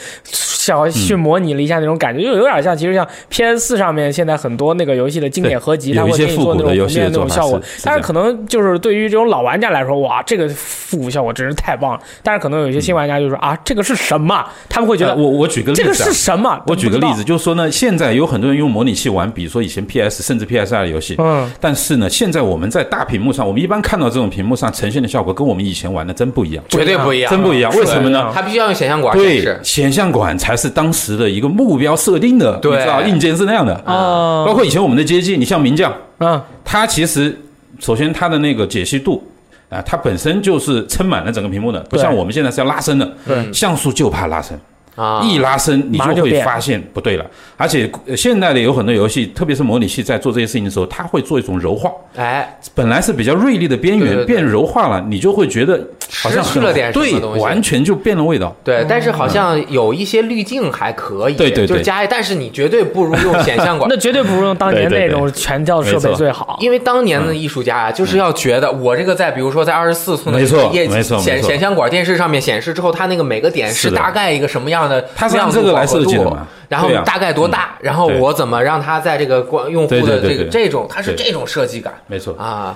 Speaker 4: 想去模拟了一下那种感觉，就有点像，其实像 PS 四上面现在很多那个游戏的经典合集，
Speaker 3: 对
Speaker 4: 它会
Speaker 3: 有一些
Speaker 4: 给你做那
Speaker 3: 复古
Speaker 4: 种
Speaker 3: 的游
Speaker 4: 弧
Speaker 3: 戏
Speaker 4: 面
Speaker 3: 的
Speaker 4: 那种
Speaker 3: 做法
Speaker 4: 效果
Speaker 3: 是是。
Speaker 4: 但是
Speaker 3: 这样
Speaker 4: 可能就是对于这种老玩家来说，哇，这个复古效果真是太棒了。但是可能有一些新玩家就说啊，这个是什么？他们会觉
Speaker 3: 呃
Speaker 4: 得
Speaker 3: 我我举个例子、啊，
Speaker 4: 这个是什么？
Speaker 3: 我举个
Speaker 4: 不知道
Speaker 3: 例子，，就是说呢，现在有很多人用模拟器玩，比如说以前 PS 甚至 PS 二的游戏，
Speaker 4: 嗯，
Speaker 3: 但是呢，现在我们在大屏幕上，我们一般看到这种屏幕上呈现的效果，跟我们以前玩的真不一样，
Speaker 1: 绝对不一样，啊
Speaker 3: 真不一样。为什么呢？
Speaker 1: 它必须要用显像管显
Speaker 3: 对
Speaker 1: 示，，
Speaker 3: 显像管才是当时的一个目标设定的，
Speaker 1: 对嗯
Speaker 3: 你知道硬件是那样的。
Speaker 4: 哦，
Speaker 3: 包括以前我们的街机，你像名将，
Speaker 4: 嗯，
Speaker 3: 它其实首先它的那个解析度啊，它本身就是撑满了整个屏幕的，不
Speaker 4: 对
Speaker 3: 像我们现在是要拉伸的，
Speaker 1: 对
Speaker 3: 像素就怕拉伸。
Speaker 1: 啊，
Speaker 3: 一拉伸，你
Speaker 4: 马上就
Speaker 3: 就会
Speaker 4: 变
Speaker 3: 发现不对了。而且呃现在的有很多游戏，特别是模拟器，在做这些事情的时候，它会做一种柔化。
Speaker 1: 哎，
Speaker 3: 本来是比较锐利的边
Speaker 1: 对对对
Speaker 3: 缘变柔化了，你就会觉得好像
Speaker 1: 失去
Speaker 3: 很
Speaker 1: 了点什么
Speaker 3: 对
Speaker 1: 东，西
Speaker 3: 完全就变了味道。
Speaker 1: 对，但是好像有一些滤镜还可以，
Speaker 3: 嗯对对对
Speaker 1: 就是加一，但是你绝对不如用显像 管
Speaker 4: 那。绝对不如用当年
Speaker 3: 对对
Speaker 4: 那
Speaker 3: 对
Speaker 4: 种全跳设备最好。
Speaker 1: 因为当年的艺术家啊，就是要觉得我这个在比如说在二十四寸的
Speaker 3: 没错
Speaker 1: 液
Speaker 3: 没错
Speaker 1: 显
Speaker 3: 没错
Speaker 1: 显像管电视上面显示之后，它那个每个点是
Speaker 3: 是的
Speaker 1: 大概一个什么样的
Speaker 3: 它是按
Speaker 1: 亮
Speaker 3: 这
Speaker 1: 度
Speaker 3: 个来
Speaker 1: 饱和
Speaker 3: 设计的
Speaker 1: 度
Speaker 3: 嘛
Speaker 1: 然后
Speaker 3: 对啊
Speaker 1: 大概多大，然后
Speaker 3: 对
Speaker 1: 我怎么让它在这个光用户
Speaker 3: 对对
Speaker 1: 的
Speaker 3: 对
Speaker 1: 这个
Speaker 3: 对
Speaker 1: 这种，它是
Speaker 3: 对
Speaker 1: 这种设计感
Speaker 3: 没错，
Speaker 1: 啊。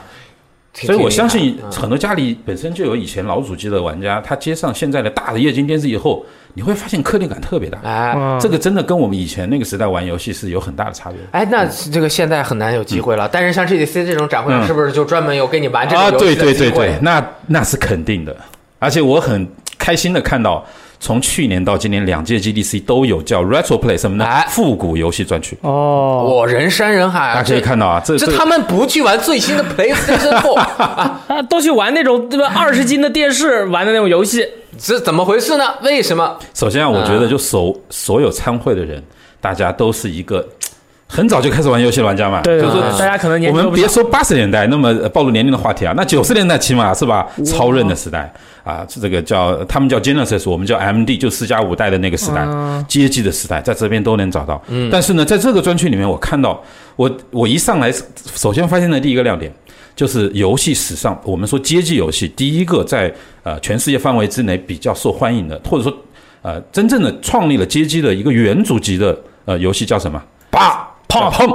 Speaker 1: 挺
Speaker 3: 所以
Speaker 1: 挺
Speaker 3: 我
Speaker 1: 厉
Speaker 3: 相
Speaker 1: 害
Speaker 3: 信
Speaker 1: 嗯
Speaker 3: 很多家里本身就有以前老主机的玩家，他接上现在的大的液晶电视以后，你会发现颗粒感特别大。
Speaker 1: 哎，
Speaker 4: 嗯
Speaker 3: 这个真的跟我们以前那个时代玩游戏是有很大的差别的。
Speaker 1: 哎，那这个现在很难有机会了。但是像 GDC 这种展会上，
Speaker 3: 嗯
Speaker 1: 是不是就专门有给你玩这
Speaker 3: 啊，
Speaker 1: 种游
Speaker 3: 对
Speaker 1: 戏的
Speaker 3: 对
Speaker 1: 机
Speaker 3: 对
Speaker 1: 会？
Speaker 3: 对，那那是肯定的。而且我很开心的看到，从去年到今年两届 GDC 都有叫 Retro Play 什么呢
Speaker 1: 哎？
Speaker 3: 复古游戏专区，
Speaker 4: 哦，
Speaker 1: 我人山人海
Speaker 3: 大
Speaker 1: 啊！
Speaker 3: 家可以看到啊，这
Speaker 1: 这，这他们不去玩最新的 PlayStation 4啊，
Speaker 4: 啊，都去玩那种对 吧？二十斤的电视玩的那种游戏，
Speaker 1: 这怎么回事呢？为什么？
Speaker 3: 首先啊，我
Speaker 4: 嗯
Speaker 3: 觉得就所所有参会的人，大家都是一个。很早就开始玩游戏的玩家嘛，
Speaker 4: 对
Speaker 3: 就
Speaker 4: 对
Speaker 3: 是
Speaker 4: 对，大家可能年
Speaker 3: 我
Speaker 4: 纪都
Speaker 3: 们
Speaker 4: 不
Speaker 3: 别
Speaker 4: 小。
Speaker 3: 说八十年代那么呃暴露年龄的话题啊，那九十年代起码是吧？超任的时代啊，这个叫他们叫 Genesis，我们叫 MD，就四加五代的那个时代，
Speaker 4: 啊
Speaker 3: 街机的时代，在这边都能找到。嗯，但是呢，在这个专区里面，我看到我我一上来首先发现的第一个亮点。就是游戏史上，我们说街机游戏第一个在呃全世界范围之内比较受欢迎的，或者说呃真正的创立了街机的一个元祖级的呃游戏叫什么？
Speaker 1: 爸，
Speaker 3: 碰碰，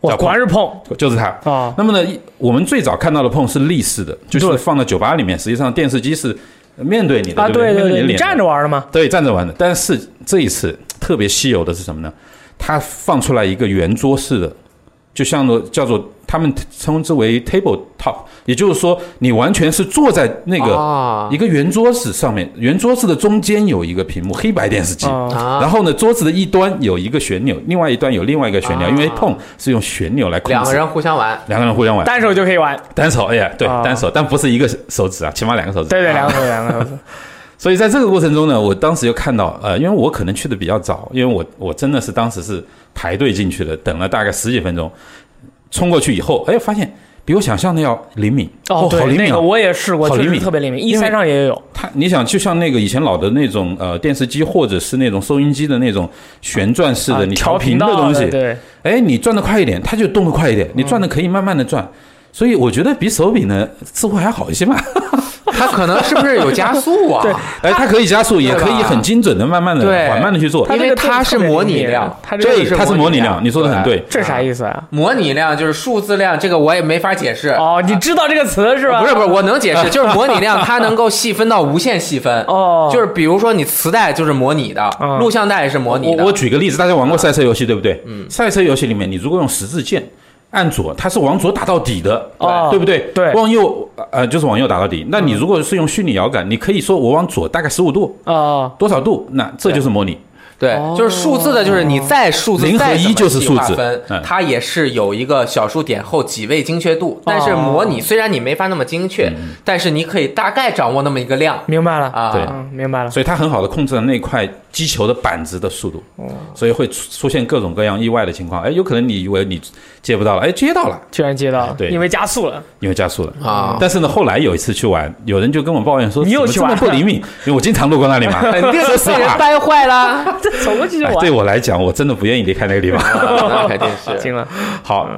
Speaker 4: 我
Speaker 3: 叫
Speaker 4: 果然是碰
Speaker 3: 就是它。
Speaker 4: 啊，
Speaker 3: 那么呢，一我们最早看到的碰是立式的，就是放到酒吧里面，实际上电视机是面对你的，
Speaker 4: 啊，
Speaker 3: 对不
Speaker 4: 对
Speaker 3: 面
Speaker 4: 对
Speaker 3: 对你
Speaker 4: 对，你
Speaker 3: 的脸的
Speaker 4: 站着，玩的吗？
Speaker 3: 对，站着玩的。但是这一次特别稀有的是什么呢？它放出来一个圆桌式的，就像做叫做他们称之为 table top，也就是说你完全是坐在那个
Speaker 1: 啊
Speaker 3: 一个圆桌子上面，圆桌子的中间有一个屏幕，黑白电视机。
Speaker 4: 啊，
Speaker 1: 啊，
Speaker 3: 然后呢，桌子的一端有一个旋钮，另外一端有另外一个旋钮，因为
Speaker 1: 啊
Speaker 3: 碰是用旋钮来控制。
Speaker 1: 两个人互相 玩，
Speaker 3: 两个人互相玩，
Speaker 4: 单手就可以玩，
Speaker 3: 单手，哎呀，对
Speaker 4: 啊，
Speaker 3: 单手，但不是一个手指啊，起码两个手指。
Speaker 4: 对对，两个手两个 手，
Speaker 3: 所以在这个过程中呢，我当时就看到，呃，因为我可能去的比较早，因为我我真的是当时是排队进去的，等了大概十几分钟，冲过去以后，哎，发现比我想象的要灵敏，好
Speaker 4: 哦对，
Speaker 3: 灵
Speaker 4: 那
Speaker 3: 敏
Speaker 4: 个
Speaker 3: 啊！
Speaker 4: 我也试过，
Speaker 3: 好
Speaker 4: 确
Speaker 3: 灵
Speaker 4: 实
Speaker 3: 敏
Speaker 4: 特别灵敏，一
Speaker 3: 因为
Speaker 4: 三上也有，
Speaker 3: 它，你想，就像那个以前老的那种呃电视机或者是那种收音机的那种呃旋转式
Speaker 4: 啊
Speaker 3: 的，你
Speaker 4: 调
Speaker 3: 频的
Speaker 4: 道
Speaker 3: 东西，
Speaker 4: 对，嗯
Speaker 3: 哎，你转的快一点，它就动得快一点，你转的可以慢慢的转，所以我觉得比手柄呢似乎还好一些嘛。
Speaker 1: 它可能是不是有加速 啊？
Speaker 3: 哎，它可以加速，也
Speaker 1: 对
Speaker 3: 可以
Speaker 1: 吧
Speaker 3: 很精准的慢慢的、
Speaker 1: 对
Speaker 3: 缓慢的去做
Speaker 4: 它。
Speaker 1: 因为它是模拟量，
Speaker 4: 它啊这个
Speaker 1: 这
Speaker 3: 对，
Speaker 1: 个
Speaker 3: 它是模拟量，你说的很对。
Speaker 4: 这啥意思啊？
Speaker 1: 模拟量就是数字量，这个我也没法解释。
Speaker 4: 哦，你知道这个词哦是吧？
Speaker 1: 不是不是，我能解 释，就是模拟量它能够细分到无限细分。
Speaker 4: 哦
Speaker 1: 就是比如说你磁带就是模拟的
Speaker 4: 嗯，
Speaker 1: 录像带也是模拟
Speaker 3: 我
Speaker 1: 的。
Speaker 3: 我举个例子，大家玩过赛车游戏对不对？嗯，赛车游戏里面，你如果用十字键按左，它是往左打到底的，
Speaker 4: 哦
Speaker 3: 对不对？
Speaker 4: 对
Speaker 3: 往右呃就是往右打到底。那你如果是用虚拟摇杆，你可以说我往左大概十五度
Speaker 4: 哦，
Speaker 3: 多少度，那这就是模拟。
Speaker 1: 对，就是数字的，就是你再数字
Speaker 3: 哦零和
Speaker 1: 再怎
Speaker 3: 一
Speaker 1: 么
Speaker 3: 就是
Speaker 1: 细
Speaker 3: 数
Speaker 1: 划
Speaker 3: 字
Speaker 1: 分
Speaker 3: 嗯
Speaker 1: 它也是有一个小数点后几位精确度。但是模拟虽然你没法那么精确，但是你可以大概掌握那么一个量
Speaker 4: 明白了，
Speaker 1: 啊。
Speaker 3: 嗯对
Speaker 4: 嗯，明白了。
Speaker 3: 所以它很好的控制了那块击球的板子的速度，所以会出出现各种各样意外的情况。哎，有可能你以为你接不到了，哎，接到了，
Speaker 4: 居然接到了，
Speaker 3: 对
Speaker 4: 因为加速了，
Speaker 3: 因为加速了
Speaker 1: 啊
Speaker 3: 但是呢，后来有一次去玩，有人就跟我抱怨说，
Speaker 4: 你又
Speaker 3: 怎么
Speaker 4: 去玩
Speaker 3: 这么不灵敏，因为我经常路过那里嘛。
Speaker 1: 肯定
Speaker 3: 说实
Speaker 1: 是被人
Speaker 3: 话，
Speaker 1: 掰坏啦。
Speaker 4: 这走过去就
Speaker 3: 哎
Speaker 4: 完，
Speaker 3: 对我来讲，我真的不愿意离开那个地 方。
Speaker 1: 那肯定是。
Speaker 4: 惊了。哎
Speaker 3: 好。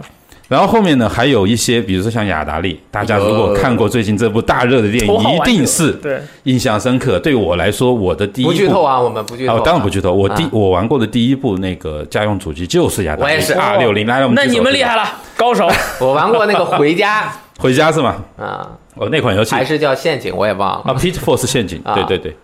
Speaker 3: 然后后面呢，还有一些，比如说像雅达利，大家如果看过最近这部大热的电影，
Speaker 4: 头好玩
Speaker 3: 一定是
Speaker 4: 对，
Speaker 3: 印象深刻。对我来说，我的第一
Speaker 1: 不
Speaker 3: 部
Speaker 1: 剧透啊，我们不剧透、
Speaker 3: 啊，我当然不剧透。我第、
Speaker 1: 啊
Speaker 3: 我玩过的第一部那个家用主机就是雅达
Speaker 1: 我
Speaker 3: 利
Speaker 1: 也是
Speaker 3: 二六零，来了，我们
Speaker 4: 那
Speaker 3: 举手
Speaker 4: 你们厉害
Speaker 3: 吧，
Speaker 4: 了，高手。
Speaker 1: 我玩过那个回 家
Speaker 3: 回家是吗？
Speaker 1: 啊，
Speaker 3: 哦，那款游戏
Speaker 1: 还是叫陷阱，我也忘
Speaker 3: 啊
Speaker 1: 了。
Speaker 3: ，Pitfall 是陷阱，
Speaker 1: 啊
Speaker 3: 对对对。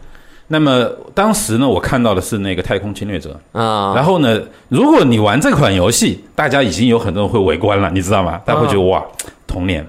Speaker 3: 那么当时呢，我看到的是那个太空侵略者。
Speaker 1: 嗯，
Speaker 3: 然后呢，如果你玩这款游戏，大家已经有很多人会围观了，你知道吗？大家会觉得哇，童年。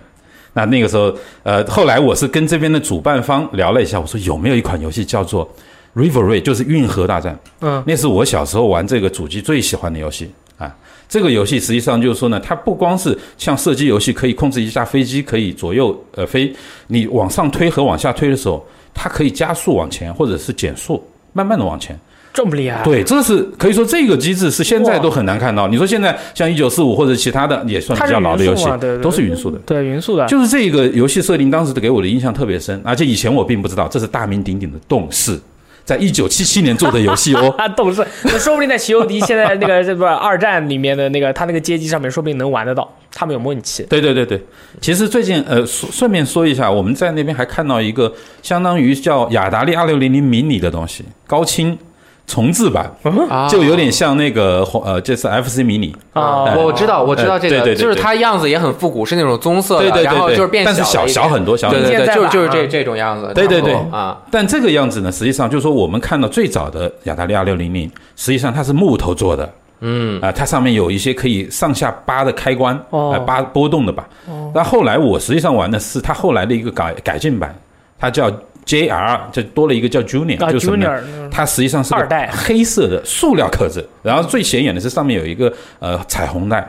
Speaker 3: 那那个时候，呃，后来我是跟这边的主办方聊了一下，我说有没有一款游戏叫做 Rivalry，就是运河大战。
Speaker 4: 嗯，
Speaker 3: 那是我小时候玩这个主机最喜欢的游戏啊。这个游戏实际上就是说呢，它不光是像射击游戏可以控制一架飞机可以左右呃飞，你往上推和往下推的时候，它可以加速往前或者是减速，慢慢的往前。
Speaker 4: 这么厉害，
Speaker 3: 对，这是可以说这个机制是现在
Speaker 4: 啊哇
Speaker 3: 都很难看到。你说现在像一九四五或者其他的也算
Speaker 4: 它
Speaker 3: 比
Speaker 4: 是
Speaker 3: 较老的游
Speaker 4: 匀
Speaker 3: 戏
Speaker 4: 速嘛对对，对
Speaker 3: 都是匀速的。啊
Speaker 4: 对，匀速的，。
Speaker 3: 就是这个游戏设定，当时给我的印象特别深，而且以前我并不知道这是大名鼎鼎的动视，在一九七七年做的游戏哦
Speaker 4: 啊，懂事。那说不定在奇欧迪现在那个这不二战里面的那个他那个街机上面，说不定能玩得到。他们有模拟器，
Speaker 3: 对对对对，其实最近呃，顺顺便说一下，我们在那边还看到一个相当于叫雅达利二六零零迷你的东西，高清重制版，
Speaker 1: 啊
Speaker 3: 就有点像那个红呃，这次 FC 迷你，
Speaker 4: 哦
Speaker 3: 啊
Speaker 1: 我我知道，我知道这
Speaker 3: 呃
Speaker 1: 个，
Speaker 3: 对对对
Speaker 1: 就是它样子也很复古，是那种棕色
Speaker 3: 对
Speaker 1: 的，
Speaker 3: 对对
Speaker 1: 然后
Speaker 3: 对
Speaker 1: 就是变
Speaker 3: 但是
Speaker 1: 小了一
Speaker 3: 小
Speaker 1: 点
Speaker 3: 小很多小很
Speaker 1: 对
Speaker 3: 多
Speaker 1: 对
Speaker 4: 现在
Speaker 1: 对，就是
Speaker 4: 吧
Speaker 1: 就是
Speaker 4: 啊
Speaker 1: 这这种样子。
Speaker 3: 对对
Speaker 1: 差不多
Speaker 3: 对
Speaker 1: 啊，
Speaker 3: 但这个样子呢，实际上就是说我们看到最早的雅达利亚六零零，实际上它是木头做的。嗯啊、它上面有一些可以上下扒的开关，
Speaker 4: 哦
Speaker 3: 呃扒波动的吧。哦，那后来我实际上玩的是它后来的一个改改进版，它叫 JR，就多了一个叫 Junior，、
Speaker 4: 啊
Speaker 3: 就是什么呢
Speaker 4: ，Junior，嗯
Speaker 3: 它实际上是个
Speaker 4: 二代
Speaker 3: 黑色的塑料壳子，然后最显眼的是上面有一个呃彩虹带，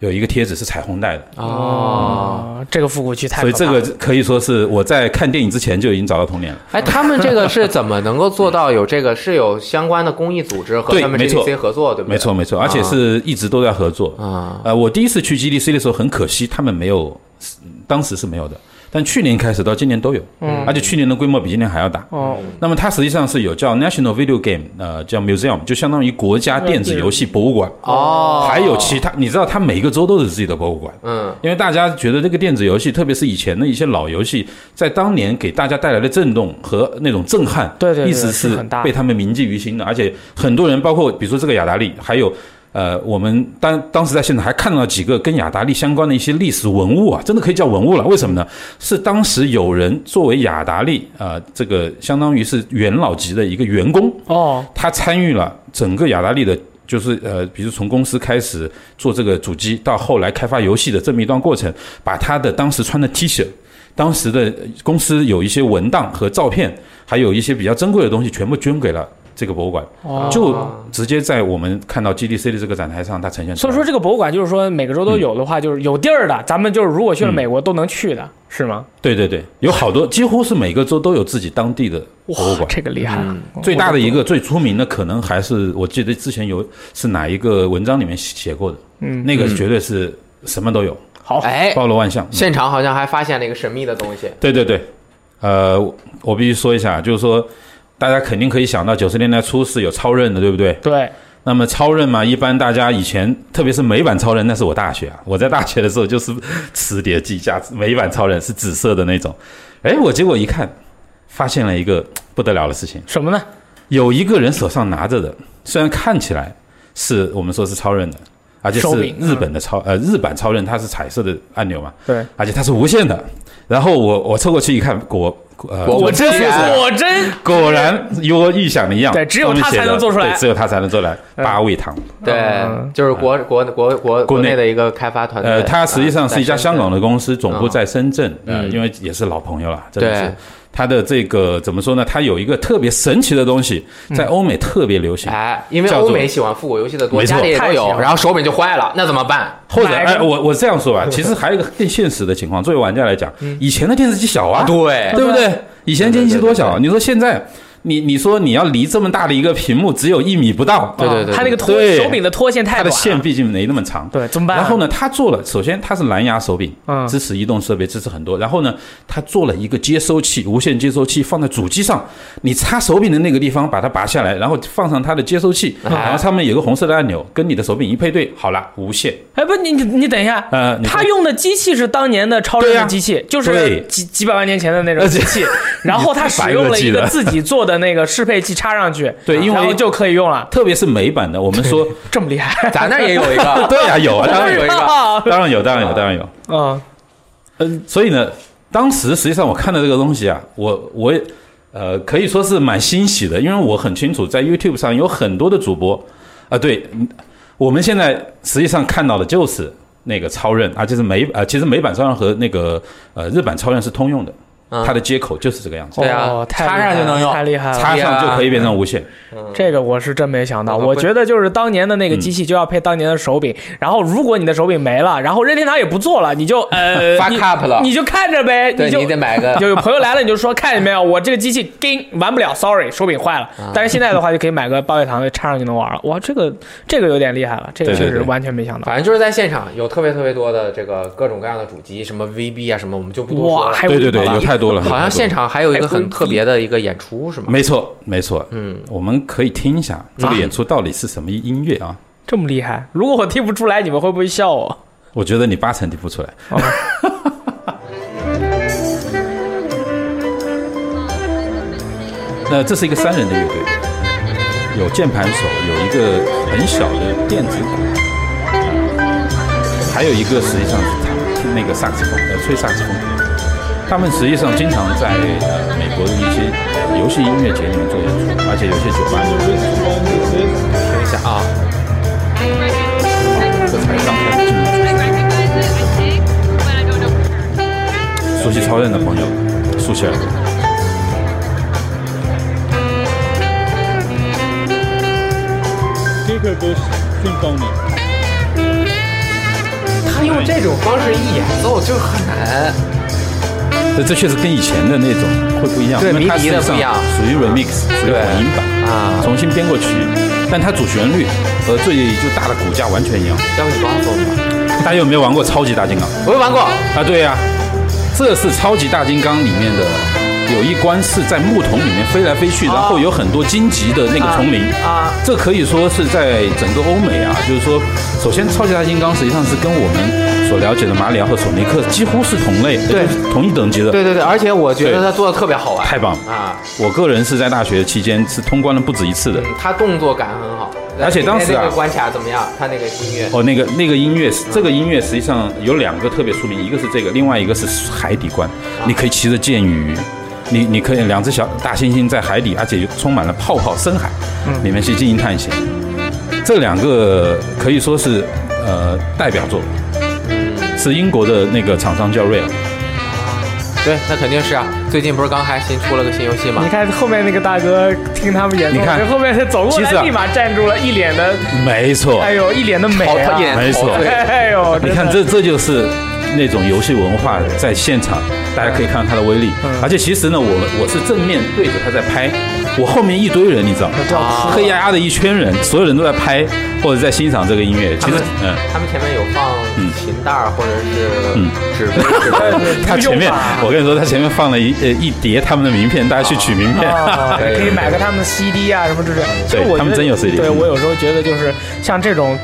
Speaker 3: 有一个贴纸是彩虹带的，
Speaker 1: 哦。
Speaker 4: 啊，这个复古区啊太
Speaker 3: 所以
Speaker 4: 可
Speaker 3: 这
Speaker 4: 怕
Speaker 3: 个
Speaker 4: 了
Speaker 3: 可以说是我在看电影之前就已经找到童年了。
Speaker 1: 哎，他们这个是怎么能够做到有这个？是有相关的公益组织和
Speaker 3: 对
Speaker 1: 他们
Speaker 3: 没错
Speaker 1: GDC 合作，对不对？
Speaker 3: 没错，没错，而且是一直都在合作。
Speaker 1: 啊
Speaker 3: 呃，我第一次去 GDC 的时候，很可惜他们没有，当时是没有的。但去年开始到今年都有，
Speaker 1: 嗯
Speaker 3: 而且去年的规模比今年还要大。
Speaker 4: 哦，
Speaker 3: 那么它实际上是有叫 National Video Game，呃，叫 Museum，就相当于国家电子游戏博物馆。
Speaker 1: 哦，
Speaker 3: 还有其他，你知道它每个州都有自己的博物馆。
Speaker 1: 嗯，
Speaker 3: 因为大家觉得这个电子游戏，特别是以前的一些老游戏，在当年给大家带来的震动和那种震撼，
Speaker 4: 对对对
Speaker 3: 一直
Speaker 4: 是很大
Speaker 3: 被他们铭记于心的。而且很多人，包括比如说这个雅达利，还有呃，我们当当时在现场还看到几个跟雅达利相关的一些历史文物啊，真的可以叫文物了。为什么呢？是当时有人作为雅达利啊、呃这个相当于是元老级的一个员工，
Speaker 4: 哦，
Speaker 3: 他参与了整个雅达利的，就是呃，比如从公司开始做这个主机，到后来开发游戏的这么一段过程，把他的当时穿的 T 恤。当时的呃公司有一些文档和照片，还有一些比较珍贵的东西，全部捐给了这个博物馆，
Speaker 4: 哦
Speaker 3: 就直接在我们看到 GDC 的这个展台上，它呈现出
Speaker 4: 所
Speaker 3: 来。
Speaker 4: 以说这个博物馆就是说每个州都有的话，就是有地儿的，咱们就是如果去了美国都能去
Speaker 3: 嗯
Speaker 4: 的，是吗？
Speaker 3: 对对对，有好多，几乎是每个州都有自己当地的博物馆。嗯
Speaker 4: 这个厉害了，
Speaker 3: 最大的一个最出名的，可能还是我记得之前有是哪一个文章里面写过的，嗯，那个绝对是什么都有，
Speaker 4: 好，
Speaker 1: 哎，
Speaker 3: 包罗万象。嗯
Speaker 1: 现场好像还发现了一个神秘的东西，
Speaker 3: 对对对，呃，我我必须说一下，就是说大家肯定可以想到九十年代初是有超任的，对不对？
Speaker 4: 对，
Speaker 3: 那么超任嘛，一般大家以前，特别是美版超任，那是我大学啊，我在大学的时候就是磁碟机加美版超任是紫色的那种，哎，我结果一看，发现了一个不得了的事情，
Speaker 4: 什么呢？
Speaker 3: 有一个人手上拿着的，虽然看起来是我们说是超任的，而且
Speaker 4: 手
Speaker 3: 是
Speaker 4: 柄嗯
Speaker 3: 日本的超呃日版超任，它是彩色的按钮嘛，
Speaker 4: 对，
Speaker 3: 而且它是无线的。然后我我凑过去一看，果呃
Speaker 5: 果我真
Speaker 4: 是我真
Speaker 3: 果然如我预想的一样，
Speaker 4: 对只有
Speaker 3: 上面
Speaker 4: 它
Speaker 3: 写
Speaker 4: 才
Speaker 3: 的
Speaker 4: 能做出来嗯
Speaker 3: 对，只有它才能做出来八味堂。
Speaker 5: 对，就是国国国国
Speaker 3: 嗯国内
Speaker 5: 内的一个开发团队。
Speaker 3: 呃，它实际上是一家
Speaker 5: 在深圳
Speaker 3: 香港的公司，总部在深圳，呃，
Speaker 5: 嗯
Speaker 3: 因为也是老朋友了，真的
Speaker 5: 对
Speaker 3: 是。它的这个怎么说呢？它有一个特别神奇的东西，
Speaker 4: 嗯
Speaker 3: 在欧美特别流行，
Speaker 5: 哎，因为
Speaker 3: 叫做
Speaker 5: 欧美喜欢复古游戏的多，
Speaker 3: 没错
Speaker 5: 家里也都
Speaker 4: 太喜
Speaker 5: 有，
Speaker 4: 欢
Speaker 5: 然后手柄就坏了，那怎么办？
Speaker 3: 或者
Speaker 4: 买
Speaker 3: 哎，我我这样说吧，其实还有一个更现实的情况，作为玩家来讲，以前的电视机小啊，
Speaker 5: 对
Speaker 3: 对不对？以前电视机多小
Speaker 5: 对对
Speaker 3: 啊？你说现在，你你说你要离这么大的一个屏幕只有一米不到，
Speaker 5: 对对对对
Speaker 4: 他那个拖
Speaker 3: 对
Speaker 4: 手柄的拖线太
Speaker 3: 它
Speaker 4: 短
Speaker 3: 的
Speaker 4: 了，
Speaker 3: 线毕竟没那么长。
Speaker 4: 对，怎么办？
Speaker 3: 然后？呢，它做了，首先它是蓝牙手柄
Speaker 4: 嗯，
Speaker 3: 支持移动设备，支持很多。然后呢，它做了一个接收器，无线接收器放在主机上，你插手柄的那个地方把它拔下来，然后放上它的接收器，然后上面有个红色的按钮，跟你的手柄一配对，好了，无线。
Speaker 4: 哎，不，你你你等一下，
Speaker 3: 呃你说
Speaker 4: 他用的机器是当年的超人
Speaker 3: 对
Speaker 4: 的
Speaker 3: 呀
Speaker 4: 机器，就
Speaker 3: 对
Speaker 4: 是几几百万年前的那种机器， 然后他使用了一个自己做的那个适配器插上去，
Speaker 3: 对因为
Speaker 4: 然后就可以用了，
Speaker 3: 特别是美版的，我们说，
Speaker 4: 这么厉害？
Speaker 5: 咱那儿也有 一个，
Speaker 3: 对呀、有啊，当然有
Speaker 5: 有一个
Speaker 4: 个，
Speaker 3: 当然有，当然有，当然有。 呃
Speaker 4: 嗯，
Speaker 3: 所以呢，当时实际上我看到这个东西啊，我我也呃可以说是蛮欣喜的，因为我很清楚在 YouTube 上有很多的主播啊、对，嗯我们现在实际上看到的就是那个超任，而且是美啊，其实美版超任和那个呃日版超任是通用的，
Speaker 5: 嗯
Speaker 3: 它的接口就是这个样子。
Speaker 5: 对啊
Speaker 4: 哦太厉
Speaker 5: 插
Speaker 4: 害
Speaker 5: 上就能用
Speaker 4: 太厉害了。哎
Speaker 3: 插
Speaker 5: 啊
Speaker 3: 上就可以变成无线，
Speaker 4: 这个我是真没想到，
Speaker 5: 我
Speaker 4: 我
Speaker 5: 不
Speaker 4: 觉得就是当年的那个机器就要配当年的手柄，然后如果你的手柄没了，然后任天堂也不做了，你就 呃
Speaker 5: 发
Speaker 4: 你
Speaker 5: cup 了
Speaker 4: 你就看着呗，
Speaker 5: 对
Speaker 4: 就
Speaker 5: 你得 买个
Speaker 4: 就有朋友来了你就说看见没有，我这个机器叮玩不了，sorry，手柄坏了。
Speaker 3: 啊
Speaker 4: 但是现在的话就可以买个八味堂插上就能玩了，哇，这个这个有点厉害了，这个
Speaker 3: 对对
Speaker 4: 确实
Speaker 3: 对
Speaker 4: 完全没想到。
Speaker 5: 反正就是在现场有特别特别多的这个各种各样的主机，什么 VB 啊哎什么，我们就不多说
Speaker 4: 哇，
Speaker 5: 了。
Speaker 4: 还有
Speaker 3: 对对对，
Speaker 4: 好吧
Speaker 3: 有太多了。有
Speaker 5: 好
Speaker 3: 太多
Speaker 5: 像
Speaker 3: 了
Speaker 5: 现场还有一个
Speaker 4: 还有
Speaker 5: 很特别的一个演出是吗？
Speaker 3: 没错没错，
Speaker 5: 嗯，啊
Speaker 3: 我们可以听一下这个演出到底是什么音乐啊？
Speaker 4: 这么厉害，如果我听不出来，你们会不会笑我？
Speaker 3: 我觉得你八成听不出来。 那这是一个三人的乐队，有键盘手，有一个很小的电子鼓，还有一个实际上是弹听那个萨克斯风，呃，吹萨克斯风。他们实际上经常在呃美国的一些游戏音乐节里面做演出，而且有些酒吧有些呃
Speaker 5: 听一下啊，
Speaker 3: 这才上台进入。熟悉超人的朋友，竖起来。
Speaker 6: Speaker Bush Symphony。
Speaker 5: 他用这种方式一演奏就很难。
Speaker 3: 这这确实跟以前的那种会不一样，
Speaker 5: 对
Speaker 3: 因为它
Speaker 5: 迷笛的
Speaker 3: 实际上
Speaker 5: 不一样
Speaker 3: 属于 remix，属于
Speaker 5: 对
Speaker 3: 混音版
Speaker 5: 啊
Speaker 3: 重新编过曲，但它主旋律和最就大的骨架完全一样。
Speaker 5: 要不你帮我做吧？
Speaker 3: 大家有没有玩过超级大金刚？
Speaker 5: 我没玩过，
Speaker 3: 啊，对呀、这是超级大金刚里面的有一关是在木桶里面飞来飞去，然后有很多荆棘的那个丛林
Speaker 5: 啊啊啊
Speaker 3: 这可以说是在整个欧美啊，就是说，首先超级大金刚实际上是跟我们所了解的马里奥和索尼克几乎是同类，
Speaker 5: 对，
Speaker 3: 同一等级的，
Speaker 5: 对对对，而且我觉得
Speaker 3: 对
Speaker 5: 他做的特别好玩，
Speaker 3: 太棒了
Speaker 5: 啊！
Speaker 3: 我个人是在大学期间是通关了不止一次的。
Speaker 5: 他动作感很好，
Speaker 3: 而且当时啊
Speaker 5: 那个关卡怎么样？他那个音乐，
Speaker 3: 哦，那个那个音乐，这个音乐实际上有两个特别出名，一个是这个，另外一个是海底关，你可以骑着剑鱼，你你可以两只小大猩猩在海底，而且充满了泡泡深海，
Speaker 4: 嗯
Speaker 3: 里面去进行探险。这两个可以说是呃代表作，是英国的那个厂商叫瑞尔。
Speaker 5: 对，那肯定是啊。最近不是刚还新出了个新游戏吗
Speaker 4: 你？看后面那个大哥听他们演奏，
Speaker 3: 你看
Speaker 4: 后面他走过
Speaker 3: 其实
Speaker 4: 来
Speaker 3: 啊
Speaker 4: 立马站住了，一脸的
Speaker 3: 没错，
Speaker 4: 哎呦，一脸的美
Speaker 5: 好
Speaker 4: 啊！
Speaker 5: 讨厌，
Speaker 3: 嗯没错
Speaker 5: 陶醉
Speaker 4: 哎呦，
Speaker 3: 你
Speaker 4: 真的
Speaker 3: 看这这就是那种游戏文化在现场，大家可以看到它的威力。
Speaker 4: 嗯
Speaker 3: 而且其实呢，我我是正面对着它在拍，我后面一堆人，你知道吗？
Speaker 5: 啊
Speaker 3: 黑压压的一圈人，所有人都在拍或者在欣赏这个音乐。其实
Speaker 5: 他们，
Speaker 3: 嗯，
Speaker 5: 他们前面有放琴带儿或者
Speaker 3: 嗯
Speaker 5: 是纸杯之类的。
Speaker 3: 他前面
Speaker 4: 用吧，
Speaker 3: 我跟你说，他前面放了一呃一叠他们的名片，大家去取名片。
Speaker 4: 啊，
Speaker 5: 对
Speaker 4: 可以
Speaker 5: 对
Speaker 3: 嗯
Speaker 4: 买个他们的 CD 啊什么之类的。其实我觉得
Speaker 3: 哎他们真有 CD
Speaker 4: 对
Speaker 3: 嗯
Speaker 4: 我有时候觉得就是像这种。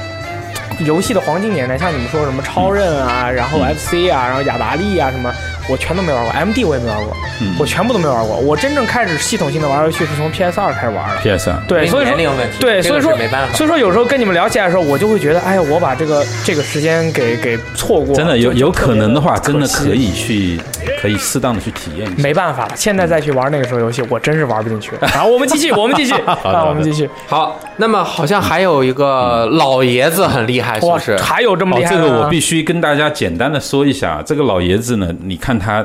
Speaker 4: 游戏的黄金年代，像你们说什么超任啊，
Speaker 3: 嗯
Speaker 4: 然后 FC 啊，然后雅达利啊什么，我全都没玩过，MD 我也没玩过，
Speaker 3: 嗯
Speaker 4: 我全部都没玩过。我真正开始系统性的玩游戏是从 PS 二开始玩的。
Speaker 3: P.S. 啊，
Speaker 4: 对，
Speaker 5: 因为
Speaker 4: 所以说
Speaker 5: 年龄问题
Speaker 4: 对，
Speaker 5: 这个
Speaker 4: 所以说
Speaker 5: 是没办法
Speaker 4: 所以说有时候跟你们聊起来的时候，我就会觉得，哎呀，我把这个这个时间给给错过，
Speaker 3: 真的有
Speaker 4: 就
Speaker 3: 有可能的话，真的
Speaker 4: 惜
Speaker 3: 可以去，可以适当的去体验一下。
Speaker 4: 没办法了。现在再去玩那个时候游戏，我真是玩不进 去。然后我们继续，我们继 续，
Speaker 3: 的
Speaker 4: 啊，我们继续。
Speaker 5: 好，那么好像还有一个老爷子很厉害，是
Speaker 4: 哇
Speaker 5: 不是，？
Speaker 4: 还有这么
Speaker 3: 哦
Speaker 4: 厉，害
Speaker 3: 这
Speaker 4: 的啊
Speaker 3: 个
Speaker 4: 吗？
Speaker 3: 我必须跟大家简单的说一下，这个老爷子呢，你看他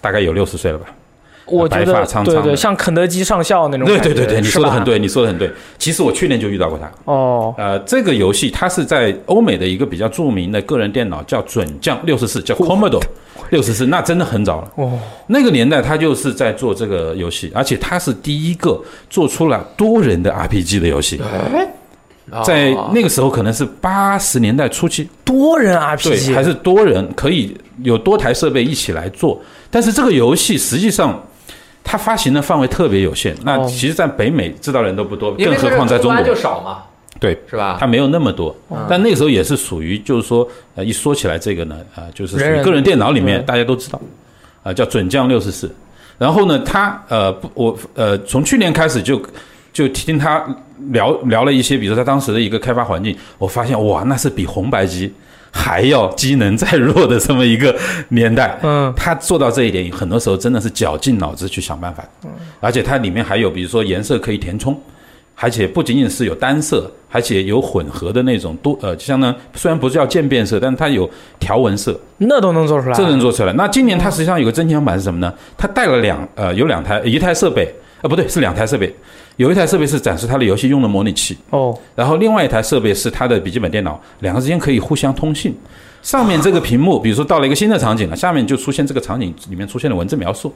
Speaker 3: 大概有六十岁了吧？
Speaker 4: 我觉
Speaker 3: 白发
Speaker 4: 得
Speaker 3: 苍苍
Speaker 4: 对对，
Speaker 3: 的
Speaker 4: 像肯德基上校那种
Speaker 3: 对
Speaker 4: 感觉，
Speaker 3: 对对对，你
Speaker 4: 是
Speaker 3: 说的
Speaker 4: 吧
Speaker 3: 很。对，你说的很对。其实我去年就遇到过他。
Speaker 4: 哦，
Speaker 3: 呃，这个游戏它是在欧美的一个比较著名的个人电脑叫准将六十四，叫 Commodore 六十四，那真的很早了。
Speaker 4: 哦，
Speaker 3: 那个年代他就是在做这个游戏，而且他是第一个做出了多人的 RPG 的游戏，
Speaker 5: 哦
Speaker 3: 在那个时候可能是八十年代初期，
Speaker 4: 多人
Speaker 3: 对，
Speaker 4: RPG
Speaker 3: 还是多人可以有多台设备一起来做。但是这个游戏实际上。它发行的范围特别有限，那
Speaker 4: 哦
Speaker 3: 其实，在北美制造人都不多，
Speaker 5: 因
Speaker 3: 更
Speaker 5: 为
Speaker 3: 何况在中
Speaker 5: 它
Speaker 3: 国
Speaker 5: 是出。关就少嘛，
Speaker 3: 对，
Speaker 5: 是吧
Speaker 3: 它？没有那么多，但那个时候也是属于，就是说，呃，一说起来这个呢，啊、就是属
Speaker 4: 人
Speaker 3: 于
Speaker 4: 人
Speaker 3: 个人电脑里面
Speaker 4: 对
Speaker 3: 大家都知道，啊、叫准将六十四。然后呢，他呃，不我呃，从去年开始就就听他聊聊了一些，比如说他当时的一个开发环境，我发现哇，那是比红白机还要机能再弱的这么一个年代。
Speaker 4: 嗯
Speaker 3: 他做到这一点，很多时候真的是绞尽脑汁去想办法。嗯，而且它里面还有，比如说颜色可以填充，而且不仅仅是有单色，而且有混合的那种多呃，就相当虽然不是叫渐变色，但是它有条纹色，
Speaker 4: 那都能做出来，啊
Speaker 3: 这能做出来。那今年它实际上有个增强版是什么呢？它带了两呃有两台，一台设备呃不对是两台设备，有一台设备是展示它的游戏用的模拟器，
Speaker 4: 哦，
Speaker 3: 然后另外一台设备是它的笔记本电脑，两个之间可以互相通信。上面这个屏幕，比如说到了一个新的场景了，下面就出现这个场景里面出现了文字描述，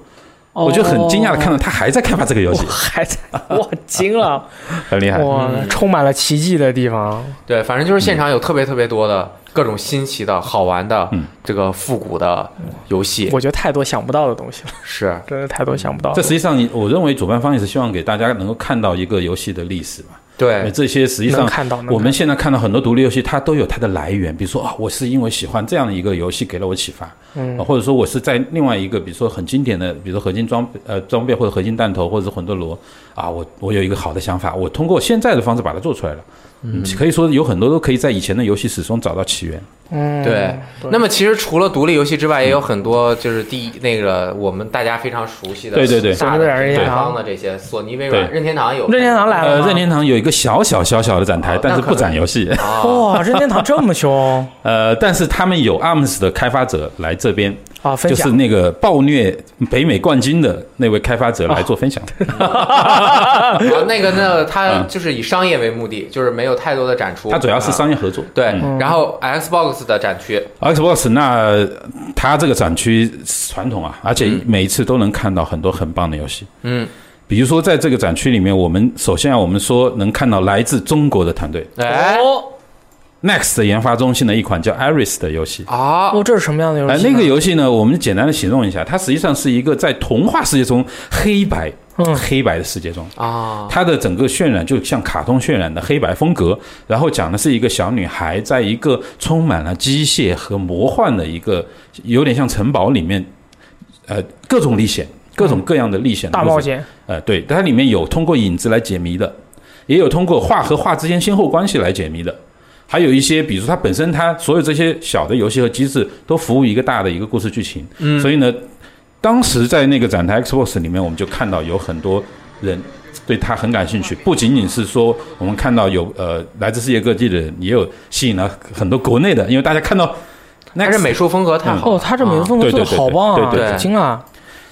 Speaker 3: 我就很惊讶的看到他还在开发这个游
Speaker 4: 我
Speaker 3: 戏，
Speaker 4: 还在，我惊了，
Speaker 3: 很 厉害。嗯
Speaker 4: 哇，充满了奇迹的地方。
Speaker 5: 对，反正就是现场有特别特别多的各种新奇的、好玩的、
Speaker 3: 嗯
Speaker 5: 这个复古的游戏，
Speaker 4: 我觉得太多想不到的东西了，
Speaker 5: 是
Speaker 4: 真的太多想不到的。
Speaker 3: 这实际上，我认为主办方也是希望给大家能够看到一个游戏的历史吧。呃
Speaker 1: 哎
Speaker 5: 对，
Speaker 3: 这些实际上
Speaker 4: 能看到能看到
Speaker 3: 我们现在看到很多独立游戏，它都有它的来源。比如说啊，我是因为喜欢这样的一个游戏给了我启发，嗯，或者说我是在另外一个，比如说很经典的，比如说合金装呃装备或者合金弹头或者是魂斗罗啊，我我有一个好的想法，我通过现在的方式把它做出来了。嗯，可以说有很多都可以在以前的游戏史中找到起源。
Speaker 4: 嗯，
Speaker 5: 对，那么其实除了独立游戏之外，
Speaker 3: 嗯
Speaker 5: 也有很多就是第一那个我们大家非常熟悉的，
Speaker 3: 对对对
Speaker 4: 索
Speaker 5: 大
Speaker 4: 尼微软
Speaker 5: 的
Speaker 4: 任天堂
Speaker 5: 方的这些，索尼、微软、
Speaker 3: 对
Speaker 5: 任天堂有
Speaker 4: 任天
Speaker 1: 啊
Speaker 4: 堂来了
Speaker 3: 呃，
Speaker 4: 吗
Speaker 3: 任天堂有一个小小小小的展台
Speaker 5: 哦，
Speaker 3: 但是
Speaker 5: 那可
Speaker 3: 不展
Speaker 5: 能
Speaker 3: 游戏。
Speaker 5: 啊，
Speaker 4: 哇，任天堂这么凶
Speaker 3: 呃，但是他们有 ARMS 的开发者来这边，
Speaker 4: 啊！分
Speaker 3: 就是
Speaker 4: 享
Speaker 3: 那个暴虐北美冠军的那位开发者来做分 享。
Speaker 5: 然后那个 呢，它就是以商业为目的，就是没有太多的展出，
Speaker 3: 嗯他主要是
Speaker 5: 啊
Speaker 3: 商业合作。嗯
Speaker 5: 对，然后 Xbox 的展区，
Speaker 3: Xbox 那它这个展区传统啊，而且每一次都能看到很多很棒的游戏。
Speaker 5: 嗯，
Speaker 3: 比如说在这个展区里面，我们首先啊，我们说能看到来自中国的团队
Speaker 5: 哎，
Speaker 4: 哦，
Speaker 3: Next 研发中心的一款叫 Iris 的游戏。
Speaker 5: 啊，
Speaker 4: 哦，这是什么样的游
Speaker 3: 呃，
Speaker 4: 戏呢？
Speaker 3: 那个游戏呢，我们简单的形容一下，它实际上是一个在童话世界中黑白、
Speaker 4: 嗯
Speaker 3: 黑白的世界中，
Speaker 1: 哦
Speaker 5: 啊，
Speaker 3: 它的整个渲染就像卡通渲染的黑白风格，然后讲的是一个小女孩在一个充满了机械和魔幻的一个，有点像城堡里面，呃，各种历险，各种各样的历险、
Speaker 4: 大冒，险，
Speaker 3: 呃，对，它里面有通过影子来解谜的，也有通过画和画之间先后关系来解谜的。还有一些，比如说它本身它所有这些小的游戏和机制都服务一个大的一个故事剧情，嗯，所以呢，当时在那个展台 Xbox 里面，我们就看到有很多人对它很感兴趣，不仅仅是说我们看到有呃来自世界各地的人，也有吸引了很多国内的，因为大家看到
Speaker 5: 但是美术风格太好了，
Speaker 4: 哦，他这美术风
Speaker 3: 啊对
Speaker 4: 格做的
Speaker 3: 对对
Speaker 4: 好棒啊，
Speaker 3: 对
Speaker 5: 对对
Speaker 4: 惊啊！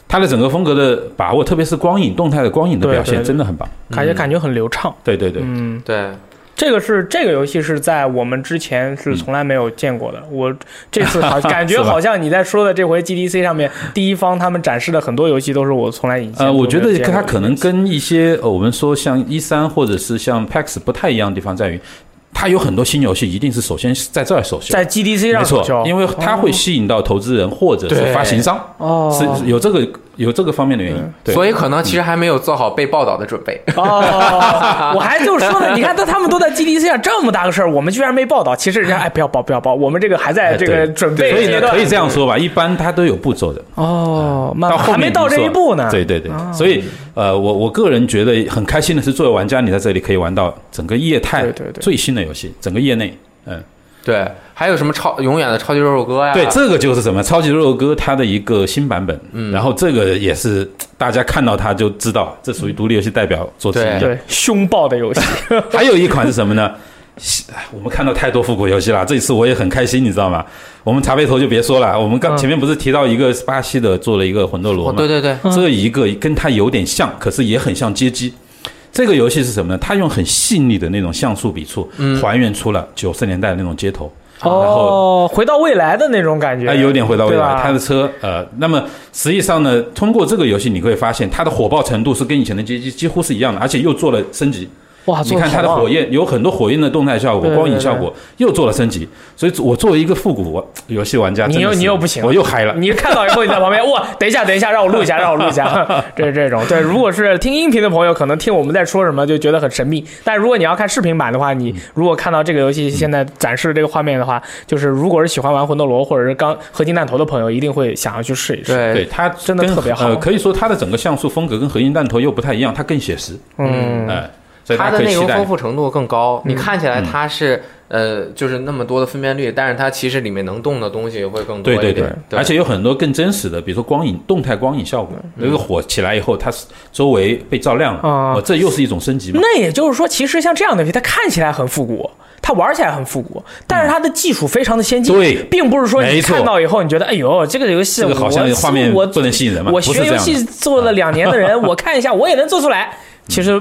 Speaker 3: 它的整个风格的把握，特别是光影动态的光影的
Speaker 4: 对
Speaker 3: 表
Speaker 4: 对
Speaker 3: 现，
Speaker 4: 对
Speaker 3: 真的很棒。
Speaker 4: 感觉感觉很流畅。
Speaker 3: 对对对，
Speaker 4: 嗯，
Speaker 5: 对，
Speaker 4: 这个是这个游戏是在我们之前是从来没有见过的。我这次 好感
Speaker 3: 嗯
Speaker 4: 觉
Speaker 3: 是吧
Speaker 4: 好像你在说的这回 GDC 上面第一方他们展示的很多游戏都是我从来以前
Speaker 3: 呃，我
Speaker 4: 都
Speaker 3: 觉
Speaker 4: 没有
Speaker 3: 得
Speaker 4: 见过
Speaker 3: 它
Speaker 4: 的
Speaker 3: 可能跟一些呃我们说像一三或者是像 PAX 不太一样的地方在于，它有很多新游戏一定是首先在这儿首秀，
Speaker 4: 在 GDC
Speaker 3: 没
Speaker 4: 上
Speaker 3: 错
Speaker 4: 首秀，
Speaker 3: 因为它会吸引到投资人或者是
Speaker 5: 对
Speaker 3: 发行商，
Speaker 4: 哦
Speaker 3: 是有这个有这个方面的原因。对，
Speaker 5: 所以可能其实还没有做好被报道的准备。
Speaker 4: 哦，我还就说呢，你看他他们都在 GDC 上这么大个事儿，我们居然没报道。其实人家哎，不要报，不要报，我们这个还在
Speaker 3: 哎
Speaker 4: 这个
Speaker 3: 对
Speaker 4: 准
Speaker 3: 所
Speaker 4: 备
Speaker 3: 以
Speaker 4: 阶
Speaker 3: 呢
Speaker 4: 段。
Speaker 3: 可以这样说吧，一般它都有步骤的。
Speaker 4: 哦，慢
Speaker 3: 到
Speaker 4: 慢
Speaker 3: 后面
Speaker 4: 还没到这一步呢。嗯
Speaker 3: 对对对，所以呃，我我个人觉得很开心的是，作为玩家，你在这里可以玩到整个业态
Speaker 4: 对对对
Speaker 3: 最新的游戏，整个业内，嗯，
Speaker 5: 对，还有什么超永远的超级肉肉
Speaker 1: 啊
Speaker 5: 哥呀？
Speaker 3: 对，这个就是什么超级肉肉哥它的一个新版本，嗯，然后这个也是大家看到它就知道，这属于独立游戏代表做之一
Speaker 5: 对
Speaker 3: 了。
Speaker 4: 对，凶暴的游戏，
Speaker 3: 还有一款是什么呢？西哎我们看到太多复古游戏了，这一次我也很开心，你知道吗？我们茶杯头就别说了，我们刚
Speaker 4: 嗯
Speaker 3: 前面不是提到一个巴西的做了一个魂斗罗
Speaker 5: 哦，
Speaker 3: 吗？
Speaker 5: 对对对，
Speaker 3: 这一个跟它有点像，可是也很像街机。这个游戏是什么呢？它用很细腻的那种像素笔触，还原出了九十年代的那种街头，然后
Speaker 4: 哦，回到未来的那种感觉，
Speaker 3: 哎，有点回到未
Speaker 4: 对吧
Speaker 3: 来。它的车，呃，那么实际上呢，通过这个游戏你会发现，它的火爆程度是跟以前的街机几乎是一样的，而且又做了升级。
Speaker 4: 哇，
Speaker 3: 你看它的火
Speaker 4: 焰，
Speaker 3: 焰有很多火焰的动态效果、
Speaker 4: 对对
Speaker 3: 光影效果，又做了升级。所以我作为一个复古玩游戏玩家，
Speaker 4: 你
Speaker 3: 真的
Speaker 4: 又
Speaker 3: 是
Speaker 4: 你又不行嗯
Speaker 3: 我又嗨了。
Speaker 4: 你看到以后你在旁边，哇，等一下，等一下，让我录一下，让我录一下，这这种对。如果是听音频的朋友，可能听我们在说什么就觉得很神秘，但如果你要看视频版的话，你如果看到这个游戏现在展示的这个画面的话，就是如果是喜欢玩魂斗罗或者是刚合金弹头的朋友，一定会想要去试一试。
Speaker 3: 对
Speaker 5: 对，
Speaker 3: 它
Speaker 4: 真的
Speaker 3: 跟
Speaker 4: 特别好
Speaker 3: 呃，可以说它的整个像素风格跟合金弹头又不太一样，它更写实。
Speaker 4: 嗯，
Speaker 3: 哎，所以大
Speaker 5: 它
Speaker 3: 家可
Speaker 5: 的
Speaker 3: 以
Speaker 5: 内
Speaker 3: 期
Speaker 5: 容
Speaker 3: 待
Speaker 5: 丰。富程度更高。你看起来它是呃，就是那么多的分辨率，但是它其实里面能动的东西会更多
Speaker 3: 对
Speaker 5: 一
Speaker 3: 对
Speaker 5: 点。
Speaker 3: 对，而且有很多更真实的，比如说光影、动态光影效
Speaker 4: 嗯
Speaker 3: 果，那个火起来以后，它是周围被照亮了，
Speaker 4: 啊
Speaker 3: 哦，这又是一种升级嘛。
Speaker 4: 那也就是说，其实像这样的游戏，它看起来很复古，它玩起来很复古，但是它的技术非常的先
Speaker 3: 嗯
Speaker 4: 进，
Speaker 3: 对
Speaker 4: 并不是说你
Speaker 3: 没错
Speaker 4: 看到以后你觉得，哎呦，这个游戏
Speaker 3: 这个好像
Speaker 4: 我
Speaker 3: 画面
Speaker 4: 我
Speaker 3: 不能吸引人嘛，
Speaker 4: 我
Speaker 3: 不是
Speaker 4: 学
Speaker 3: 这
Speaker 4: 游
Speaker 3: 样
Speaker 4: 戏
Speaker 3: 的。啊嗯
Speaker 4: 做了两年的人，我看一下我也能做出来。其实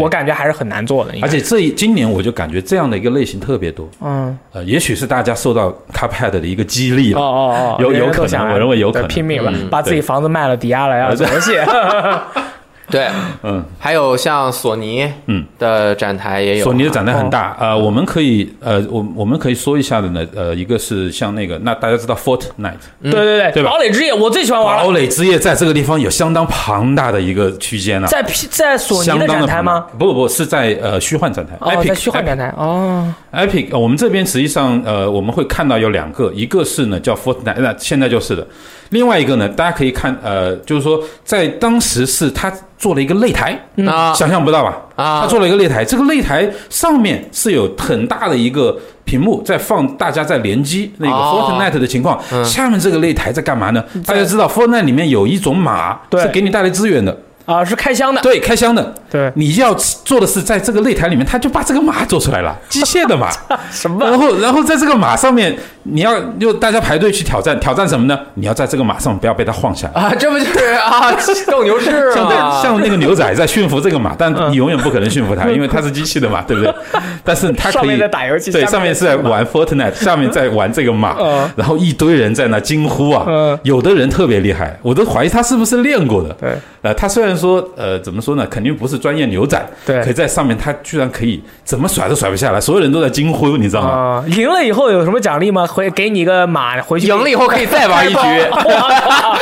Speaker 4: 我感觉还是很难做的，应该
Speaker 3: 而且这一今年我就感觉这样的一个类型特别多，
Speaker 4: 嗯，
Speaker 3: 呃，也许是大家受到 Cuphead 的一个激励
Speaker 4: 哦
Speaker 3: 了，
Speaker 4: 哦哦，
Speaker 3: 有
Speaker 4: 人人
Speaker 3: 有可
Speaker 4: 都想
Speaker 3: 能
Speaker 4: 来
Speaker 3: 我认为有
Speaker 4: 对
Speaker 3: 可能
Speaker 4: 拼命了，
Speaker 3: 嗯
Speaker 4: 把自己
Speaker 3: 对
Speaker 4: 房子卖了，抵押了，要做游戏。
Speaker 5: 对，
Speaker 3: 嗯，
Speaker 5: 还有像索尼
Speaker 3: 嗯
Speaker 5: 的展台也
Speaker 4: 啊
Speaker 5: 有，啊
Speaker 3: 索尼的展台很
Speaker 4: 哦
Speaker 3: 大，呃，我们可以，呃，我我们可以说一下的呢，呃，一个是像那个，那大家知道 Fortnite，
Speaker 4: 对对对，
Speaker 3: 嗯对吧
Speaker 4: 堡垒之夜我最喜欢玩
Speaker 3: 堡
Speaker 4: 了，
Speaker 3: 垒之夜在这个地方有相当庞大的一个区间啊，
Speaker 4: 在 P 在索尼
Speaker 3: 相当
Speaker 4: 展台
Speaker 3: 庞大
Speaker 4: 吗？？
Speaker 3: 不不不，是在呃虚幻展台
Speaker 4: 哦，
Speaker 3: ，Epic
Speaker 4: 在虚幻展台哦，
Speaker 3: Epic，呃我们这边实际上呃，我们会看到有两个，一个是呢叫 Fortnite，那现在就是的；另外一个呢，大家可以看呃，就是说在当时是他做了一个擂台，
Speaker 4: 嗯
Speaker 5: 啊
Speaker 3: 想象不到吧？
Speaker 5: 啊
Speaker 3: 他做了一个擂台，这个擂台上面是有很大的一个屏幕在放大家在联机那个
Speaker 5: 哦
Speaker 3: Fortnite 的情况，
Speaker 5: 嗯
Speaker 3: 下面这个擂台在干嘛呢？大家知道 Fortnite 里面有一种马
Speaker 4: 对
Speaker 3: 是给你带来资源的，
Speaker 4: 啊是开箱 的，
Speaker 3: 对，开箱的。
Speaker 4: 对
Speaker 3: 你要做的是在这个擂台里面，他就把这个马做出来 了，机械的马。
Speaker 4: 什么
Speaker 3: 然后，然后在这个马上面，你要就大家排队去挑战，挑战什么呢？你要在这个马上不要被它晃下来。
Speaker 5: 啊，这不就是啊 斗牛士
Speaker 4: 啊
Speaker 3: 像
Speaker 5: 吗？
Speaker 3: 像那个牛仔在驯服这个马，但
Speaker 4: 嗯
Speaker 3: 你永远不可能驯服 它，因为它是机器的嘛，对不对？但是它
Speaker 4: 上
Speaker 3: 可
Speaker 4: 面
Speaker 3: 以
Speaker 4: 在打游戏
Speaker 3: 对，
Speaker 4: 下
Speaker 3: 上
Speaker 4: 面
Speaker 3: 面是在玩 Fortnite，下面在玩这个马
Speaker 4: 嗯，
Speaker 3: 然后一堆人在那惊呼啊
Speaker 4: 嗯，
Speaker 3: 有的人特别厉害，我都怀疑他是不是练过的。
Speaker 4: 对，
Speaker 3: 呃，他虽然说呃怎么说呢，肯定不是专业牛仔，
Speaker 4: 对
Speaker 3: 可在上面他居然可以怎么甩都甩不下来，所有人都在惊呼，你知道吗？
Speaker 4: 啊？赢了以后有什么奖励吗？回给你一个马，回去
Speaker 5: 赢了以后可以再玩一 局，
Speaker 4: 哇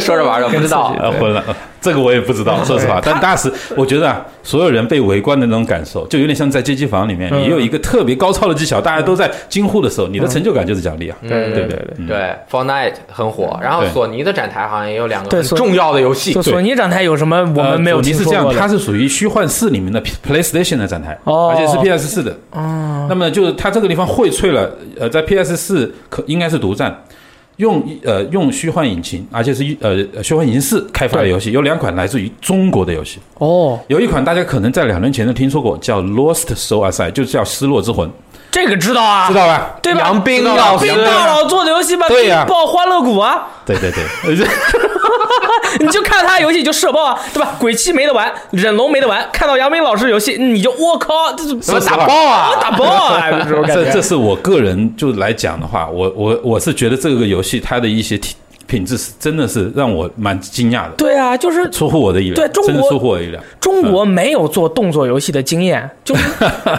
Speaker 5: 说着玩着不知道
Speaker 3: 呃，混了，呃这个我也不知道，说实话。 但当时我觉得啊，所有人被围观的那种感受，就有点像在街机房里面，
Speaker 4: 嗯
Speaker 3: 你有一个特别高超的技巧，大家都在惊呼的时候，你的成就感就是奖励啊，
Speaker 5: 嗯
Speaker 4: 对
Speaker 3: 对
Speaker 4: 对
Speaker 3: 不
Speaker 4: 对对。
Speaker 3: 嗯
Speaker 5: 对，Fortnite 很火，然后
Speaker 3: 对
Speaker 5: 索尼的展台好像也有两个
Speaker 4: 对
Speaker 5: 很
Speaker 4: 索
Speaker 5: 重要的 游戏
Speaker 4: 就，索尼展台有什么我
Speaker 3: 呃
Speaker 4: 们没有
Speaker 3: 索尼
Speaker 4: 听
Speaker 3: 是这
Speaker 4: 说
Speaker 3: 样
Speaker 4: 过，的？
Speaker 3: 它是属于虚幻四里面的 PlayStation 的展台，
Speaker 4: 哦
Speaker 3: 而且是 PS 四的。哦，那么就是它这个地方荟萃了，呃，在 PS 四可应该是独占，用呃用虚幻引擎，而且是呃呃虚幻引擎四开发的游戏，有两款来自于中国的游戏。
Speaker 4: 哦，
Speaker 3: 有一款大家可能在两年前就听说过，叫《Lost Soul Aside》，就叫《失落之魂》。
Speaker 4: 这个知道啊，
Speaker 3: 知道吧？
Speaker 4: 对吧？
Speaker 5: 杨斌
Speaker 4: 杨
Speaker 5: 老师
Speaker 4: 斌大佬做的游戏吧，
Speaker 3: 对呀
Speaker 4: 爆欢乐谷啊，
Speaker 3: 对对 对，
Speaker 4: 你就看他游戏你就社爆啊，对吧？鬼泣没得玩，忍龙没得玩，看到杨斌老师游戏你就我靠，这
Speaker 5: 怎
Speaker 4: 怎
Speaker 5: 么
Speaker 4: 么
Speaker 5: 打爆啊？
Speaker 4: 打爆啊？这种感
Speaker 3: 这
Speaker 4: 觉
Speaker 3: 这。是我个人就来讲的话，我我我是觉得这个游戏它的一些体品质是真的是让我蛮惊讶的，
Speaker 4: 对啊，就是
Speaker 3: 出乎我的意料，
Speaker 4: 对中国
Speaker 3: 真的出乎我的意料。
Speaker 4: 中国没有做动作游戏的经 验，就是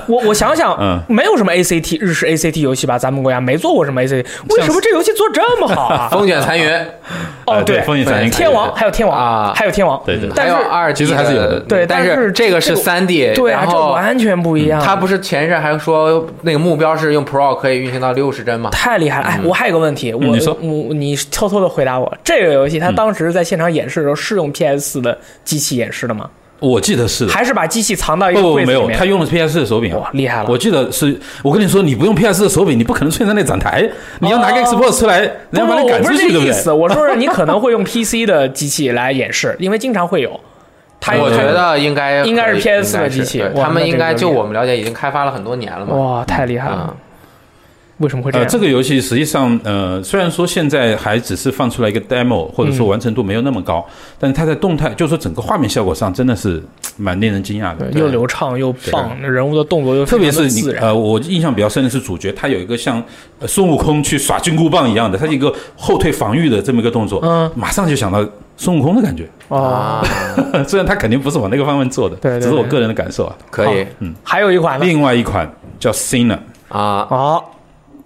Speaker 4: 我我想想，
Speaker 3: 嗯
Speaker 4: 没有什么 ACT 日式 ACT 游戏吧，咱们国家没做过什么 ACT，为什么这游戏做这么好啊？
Speaker 5: 风卷残云，
Speaker 4: 哦，
Speaker 3: 呃对风云
Speaker 5: 残云
Speaker 4: 天王还有天
Speaker 5: 啊
Speaker 4: 王，还有天王，
Speaker 3: 对对对
Speaker 4: 但是
Speaker 5: 还有二 D
Speaker 3: 其实还是有的
Speaker 4: 对但
Speaker 5: 但
Speaker 4: 是
Speaker 5: 这个
Speaker 4: 这个
Speaker 5: 是三 D，
Speaker 4: 对啊
Speaker 5: 然，
Speaker 4: 这
Speaker 5: 后嗯
Speaker 4: 完全不一样。
Speaker 5: 他不是前一阵还说那个目标是用 Pro 可以运行到六十帧吗？
Speaker 4: 太厉害了！哎，我还有个问题，我
Speaker 3: 嗯你说嗯
Speaker 4: 我你偷偷的回答我，这个游戏它当时在现场演示的时候是用 PS 四的机器演示的吗？
Speaker 3: 我记得是的，
Speaker 4: 还是把机器藏到一
Speaker 3: 不
Speaker 4: 个
Speaker 3: 不不
Speaker 4: 柜子
Speaker 3: 没
Speaker 4: 里
Speaker 3: 有，他
Speaker 4: 面？
Speaker 3: 用的是 PS 的手柄啊，
Speaker 4: 哇厉害了
Speaker 3: 我记得是，我跟你说，你不用 PS 的手柄，你不可能出现在那展台，你要拿个
Speaker 4: 哦
Speaker 3: Xbox 出来，人家
Speaker 4: 不
Speaker 3: 把
Speaker 4: 不，
Speaker 3: 你
Speaker 4: 我
Speaker 3: 赶
Speaker 4: 不
Speaker 3: 出
Speaker 4: 是
Speaker 3: 去，
Speaker 4: 这
Speaker 3: 对
Speaker 4: 个
Speaker 3: 不
Speaker 4: 意
Speaker 3: 对？
Speaker 4: 思，我说是你可能会用 PC 的机器来演示，因为经常会 有。他
Speaker 5: 我觉得应该
Speaker 4: 应该是
Speaker 5: 可以
Speaker 4: PS4
Speaker 5: 应该
Speaker 4: 的机器
Speaker 5: 对
Speaker 4: 哇
Speaker 5: 他们
Speaker 4: 那
Speaker 5: 应
Speaker 4: 这
Speaker 5: 该
Speaker 4: 个
Speaker 5: 就
Speaker 4: 厉害
Speaker 5: 我们了解已经开发了很多年了嘛。
Speaker 4: 哇，太厉害了！
Speaker 5: 嗯，
Speaker 4: 为什么会这
Speaker 3: 呃，
Speaker 4: 样？
Speaker 3: 这个游戏实际上，呃，虽然说现在还只是放出来一个 demo，或者
Speaker 4: 嗯
Speaker 3: 说完成度没有那么高，但是它在动态，就是说整个画面效果上，真的是蛮令人惊讶的。
Speaker 4: 又流畅又棒，人物的动作又
Speaker 3: 特别是
Speaker 4: 非常地
Speaker 3: 你
Speaker 4: 自然。
Speaker 3: 呃，我印象比较深的是主角他有一个像呃孙悟空去耍金箍棒一样的，他一个后退防御的这么一个动作，
Speaker 4: 嗯，
Speaker 3: 马上就想到孙悟空的感觉。
Speaker 4: 哦，
Speaker 5: 啊，
Speaker 3: 虽然他肯定不是往那个方面做的，
Speaker 4: 对对
Speaker 3: 只是我
Speaker 4: 对
Speaker 3: 个人的感受啊。
Speaker 5: 可以
Speaker 4: 还有一款呢。
Speaker 3: 另外一款叫 Sinner，
Speaker 5: 啊，嗯
Speaker 4: 哦，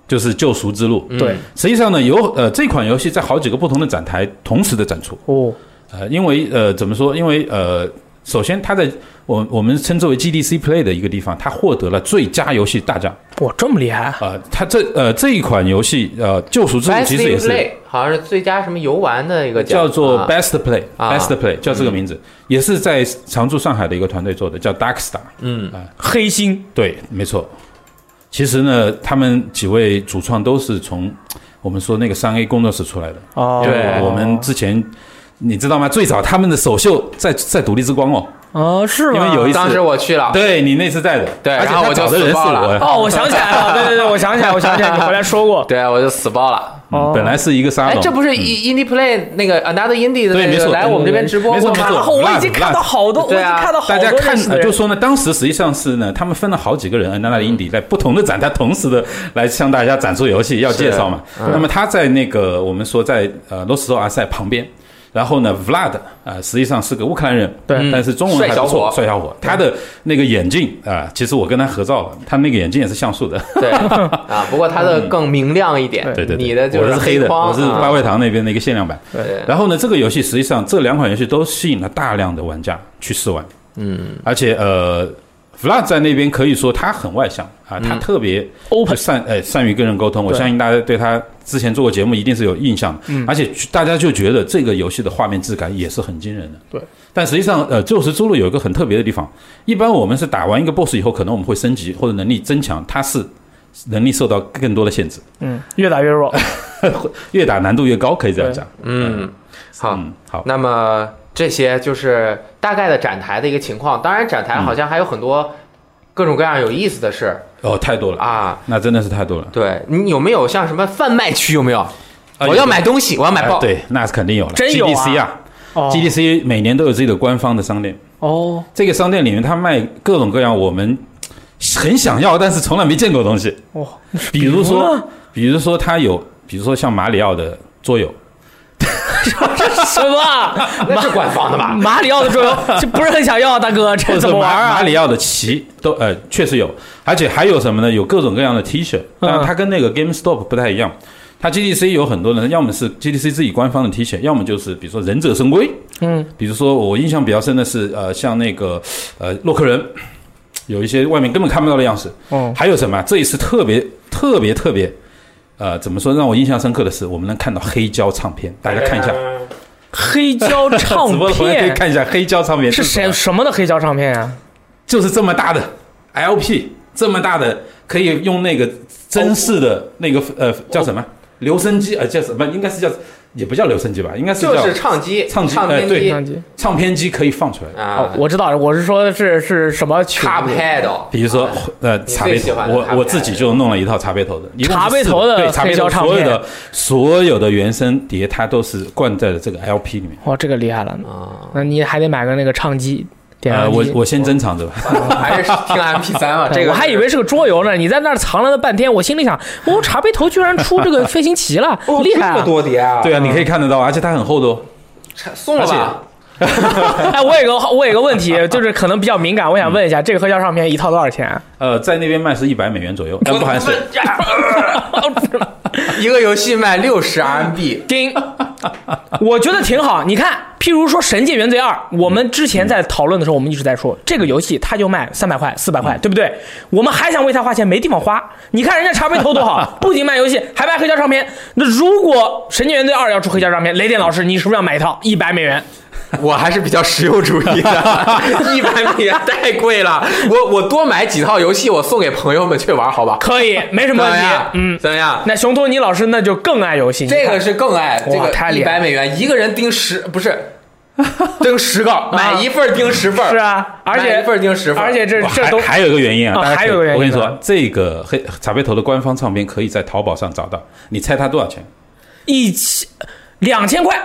Speaker 3: 就是救赎之路。
Speaker 4: 对，
Speaker 3: 实际上呢，有呃这款游戏在好几个不同的展台同时的展出。
Speaker 4: 哦，
Speaker 3: 呃，因为呃，怎么说？因为呃，首先它在我我们称之为 GDC Play 的一个地方，它获得了最佳游戏大奖。
Speaker 4: 哇，这么厉害！
Speaker 3: 呃，它这呃这一款游戏呃，《救赎之路
Speaker 5: Best》
Speaker 3: 其实
Speaker 5: in
Speaker 3: 也是
Speaker 5: Play 好像是最佳什么游玩的一个奖
Speaker 3: 叫做
Speaker 5: 啊
Speaker 3: Best Play，Best、
Speaker 5: 啊
Speaker 3: Play 叫这个名字，也是在常驻上海的一个团队做的，叫 Darkstar。
Speaker 4: 黑心
Speaker 3: 对，没错。其实呢，他们几位主创都是从我们说那个三 A 工作室出来的。
Speaker 4: 哦
Speaker 5: 对
Speaker 3: 我们之前你知道吗？最早他们的首秀在在独立之光哦，
Speaker 4: 啊，是吗？
Speaker 3: 因为有一次
Speaker 5: 当时我去了，
Speaker 3: 对你那次在的，
Speaker 5: 对
Speaker 3: 而且
Speaker 5: 然后
Speaker 3: 他
Speaker 5: 我就
Speaker 3: 找的人
Speaker 5: 死
Speaker 3: 是
Speaker 5: 爆了
Speaker 3: 我，
Speaker 4: 哦，我想起来了，对对对，我想起来，我想起来，你回来 说过。
Speaker 5: 对我就死爆了。
Speaker 4: 哦
Speaker 3: 本来是一个沙
Speaker 5: 哎
Speaker 3: 龙，，
Speaker 5: 这不是 In- Indie Play 那个 Another Indie
Speaker 3: 嗯
Speaker 5: 的
Speaker 3: 对
Speaker 5: 那
Speaker 3: 没
Speaker 5: 个
Speaker 3: 错
Speaker 5: 来我们这边直播
Speaker 3: 没
Speaker 5: 过
Speaker 3: 错
Speaker 5: 吗？
Speaker 3: 没错
Speaker 4: 然后我已经看到好多，我已
Speaker 5: 对
Speaker 4: 经
Speaker 5: 啊
Speaker 4: 看到好
Speaker 3: 大
Speaker 4: 多
Speaker 3: 家看呃
Speaker 4: 认识的，人
Speaker 3: 就说呢，当时实际上是呢，他们分了好几个人，呃那那里 indie 在不同的展台同时的来向大家展出游戏，要介绍嘛。
Speaker 4: 嗯
Speaker 3: 那么他在那个我们说在呃罗斯托阿塞旁边。然后呢，Vlad 啊、实际上是个乌克兰人，
Speaker 4: 对
Speaker 3: 但是中文还不错，
Speaker 5: 帅
Speaker 3: 帅小伙。他的那个眼镜啊、其实我跟他合照了，他那个眼镜也是像素的，
Speaker 5: 对啊，不过它的更明亮一点，
Speaker 3: 嗯对对对，
Speaker 5: 你的就
Speaker 3: 我是黑的，
Speaker 5: 框
Speaker 3: 我是
Speaker 5: 啊
Speaker 3: 八味堂那边的一个限量版。
Speaker 5: 对
Speaker 3: 然后呢，这个游戏实际上这两款游戏都吸引了大量的玩家去试玩，嗯，而且呃，Vlad 在那边可以说他很外向啊，
Speaker 5: 嗯
Speaker 3: 他特别
Speaker 4: open
Speaker 3: 善呃善于跟人沟通，我
Speaker 4: 对
Speaker 3: 相信大家对他之前做过节目一定是有印象的，
Speaker 5: 嗯
Speaker 3: 而且大家就觉得这个游戏的画面质感也是很惊人的，
Speaker 4: 对。
Speaker 3: 但实际上，呃，救赎之路有一个很特别的地方，一般我们是打完一个 BOSS 以后，可能我们会升级或者能力增强，它是能力受到更多的限制，
Speaker 4: 嗯，越打越弱。
Speaker 3: 越打难度越高，可以这样讲。
Speaker 5: 嗯，好，
Speaker 3: 嗯，好，
Speaker 5: 那么这些就是大概的展台的一个情况。当然，展台
Speaker 3: 嗯
Speaker 5: 好像还有很多各种各样有意思的事
Speaker 3: 哦，太多了，
Speaker 5: 啊。
Speaker 3: 那真的是太多了。
Speaker 5: 对你有没有像什么贩卖区有没有？
Speaker 3: 啊
Speaker 5: 我要买东西，我要买
Speaker 3: 哎
Speaker 5: 报。
Speaker 3: 对，那是肯定有了。
Speaker 4: 真有啊
Speaker 3: GDC 啊
Speaker 4: 哦
Speaker 3: ，GDC 每年都有自己的官方的商店，
Speaker 4: 哦，
Speaker 3: 这个商店里面它卖各种各样我们很想要但是从来没见过的东西，
Speaker 4: 哇，
Speaker 3: 比如
Speaker 4: 比如
Speaker 3: 说
Speaker 4: 呢，
Speaker 3: 比如说它有，比如说像马里奥的桌游，
Speaker 4: 什么？
Speaker 5: 那是官方的吧？
Speaker 4: 马里奥的桌游，这不是很想要，大哥，
Speaker 3: 或
Speaker 4: 这
Speaker 3: 者
Speaker 4: 怎
Speaker 3: 是
Speaker 4: 么玩
Speaker 3: 马马
Speaker 4: 啊？
Speaker 3: 里奥的棋都呃确实有，而且还有什么呢？有各种各样的 T 恤，当
Speaker 4: 嗯
Speaker 3: 然它跟那个 GameStop 不太一样。它 GDC 有很多人，要么是 GDC 自己官方的 T 恤，要么就是比如说忍者神龟，
Speaker 4: 嗯，
Speaker 3: 比如说我印象比较深的是，呃，像那个呃洛克人，有一些外面根本看不到的样式。
Speaker 4: 嗯，
Speaker 3: 还有什么啊？这一次特别特别特别，呃，怎么说让我印象深刻的是，我们能看到黑胶唱片， 大家看一下，
Speaker 4: 黑胶
Speaker 3: 直
Speaker 4: 唱
Speaker 3: 播的朋友可以
Speaker 4: 片
Speaker 3: 看一下黑胶唱片
Speaker 4: 是
Speaker 3: 什么
Speaker 4: 谁什么的黑胶唱片啊？
Speaker 3: 就是这么大的 LP，这么大的，可以用那个真式的那个呃叫什么留声机呃叫什么，应该是叫也不叫留声机吧，应该是
Speaker 5: 就
Speaker 3: 叫
Speaker 5: 是唱机，
Speaker 3: 唱机
Speaker 5: 唱
Speaker 3: 哎
Speaker 5: 片
Speaker 3: 对
Speaker 5: 机
Speaker 4: 相机
Speaker 3: 唱片机可以放出来。
Speaker 5: 啊
Speaker 4: 哦，我知道了，我是说是是什么曲
Speaker 5: ，Cup
Speaker 4: 子？
Speaker 5: Head，
Speaker 3: 比如说，呃，
Speaker 5: 最
Speaker 3: 茶杯
Speaker 5: 喜
Speaker 3: 头，
Speaker 5: 欢的茶
Speaker 3: 我
Speaker 5: 杯
Speaker 3: 我自己就弄了一套茶杯头的，一共是
Speaker 4: 茶杯头的
Speaker 3: 四个对茶
Speaker 4: 黑
Speaker 3: 杯
Speaker 4: 胶
Speaker 3: 头
Speaker 4: 唱
Speaker 3: 所
Speaker 4: 片
Speaker 3: 有的所有的原声碟，它都是灌在了这个 LP 里面。
Speaker 4: 哇，这个厉害了，
Speaker 5: 啊，
Speaker 4: 那你还得买个那个唱机，点
Speaker 3: 呃，
Speaker 4: 唱
Speaker 3: 我
Speaker 4: 机。啊
Speaker 3: 我先珍藏着吧。
Speaker 5: 嗯还是听 MP 三 吧。这个
Speaker 4: 我还以为是个桌游呢，你在那儿藏了那半天，我心里想，哦，茶杯头居然出这个飞行棋了，
Speaker 1: 哦
Speaker 4: 厉害
Speaker 5: 哦这么
Speaker 4: 啊！
Speaker 5: 多碟啊，
Speaker 3: 对啊，你可以看得到，而且它很厚的哦。
Speaker 5: 送了吧。
Speaker 4: 哎，我有个我有个问题，就是可能比较敏感，我想问一下，这个黑胶唱片一套多少钱？啊
Speaker 3: 呃，在那边卖是一百美元左右，但不含税。
Speaker 5: 一个游戏卖六十 RMB，
Speaker 4: 丁，我觉得挺好。你看，譬如说《神界原罪二》，我们之前在讨论的时候，我们一直在说这个游戏它就卖三百块、四百
Speaker 5: 嗯
Speaker 4: 块，对不对？我们还想为它花钱，没地方花。你看人家茶杯头多 好，不仅卖游戏，还卖黑胶唱片。那如果《神界原罪二》要出黑胶唱片，雷电老师，你是不是要买一套一百美元？
Speaker 5: 我还是比较实用主义的，一 百美元太贵了。我我多买几套游戏，我送给朋友们去玩，好吧？
Speaker 4: 可 以，没什
Speaker 5: 怎
Speaker 4: 么
Speaker 5: 么
Speaker 4: 问题
Speaker 5: 样？。
Speaker 4: 嗯，
Speaker 5: 怎么样？
Speaker 4: 那熊托尼老师那就更爱游戏。你看
Speaker 5: 这个是更爱，这
Speaker 4: 哇
Speaker 5: 个
Speaker 4: 太
Speaker 5: 一
Speaker 4: 厉害
Speaker 5: 百美元一个人盯十，不是 盯十个，买一份儿盯十份儿，
Speaker 4: 啊是啊，而
Speaker 5: 买
Speaker 4: 且
Speaker 5: 一份儿盯十份儿，
Speaker 4: 而且这
Speaker 3: 哇
Speaker 4: 这
Speaker 3: 哦还
Speaker 4: 都
Speaker 3: 还有一个原因啊，
Speaker 4: 哦
Speaker 3: 大家可以
Speaker 4: 还有一个原因
Speaker 3: 我跟你说
Speaker 4: 呢，
Speaker 3: 这个黑茶杯头的官方唱片可以在淘宝上找到，你猜它多少钱？
Speaker 4: 一千两千块，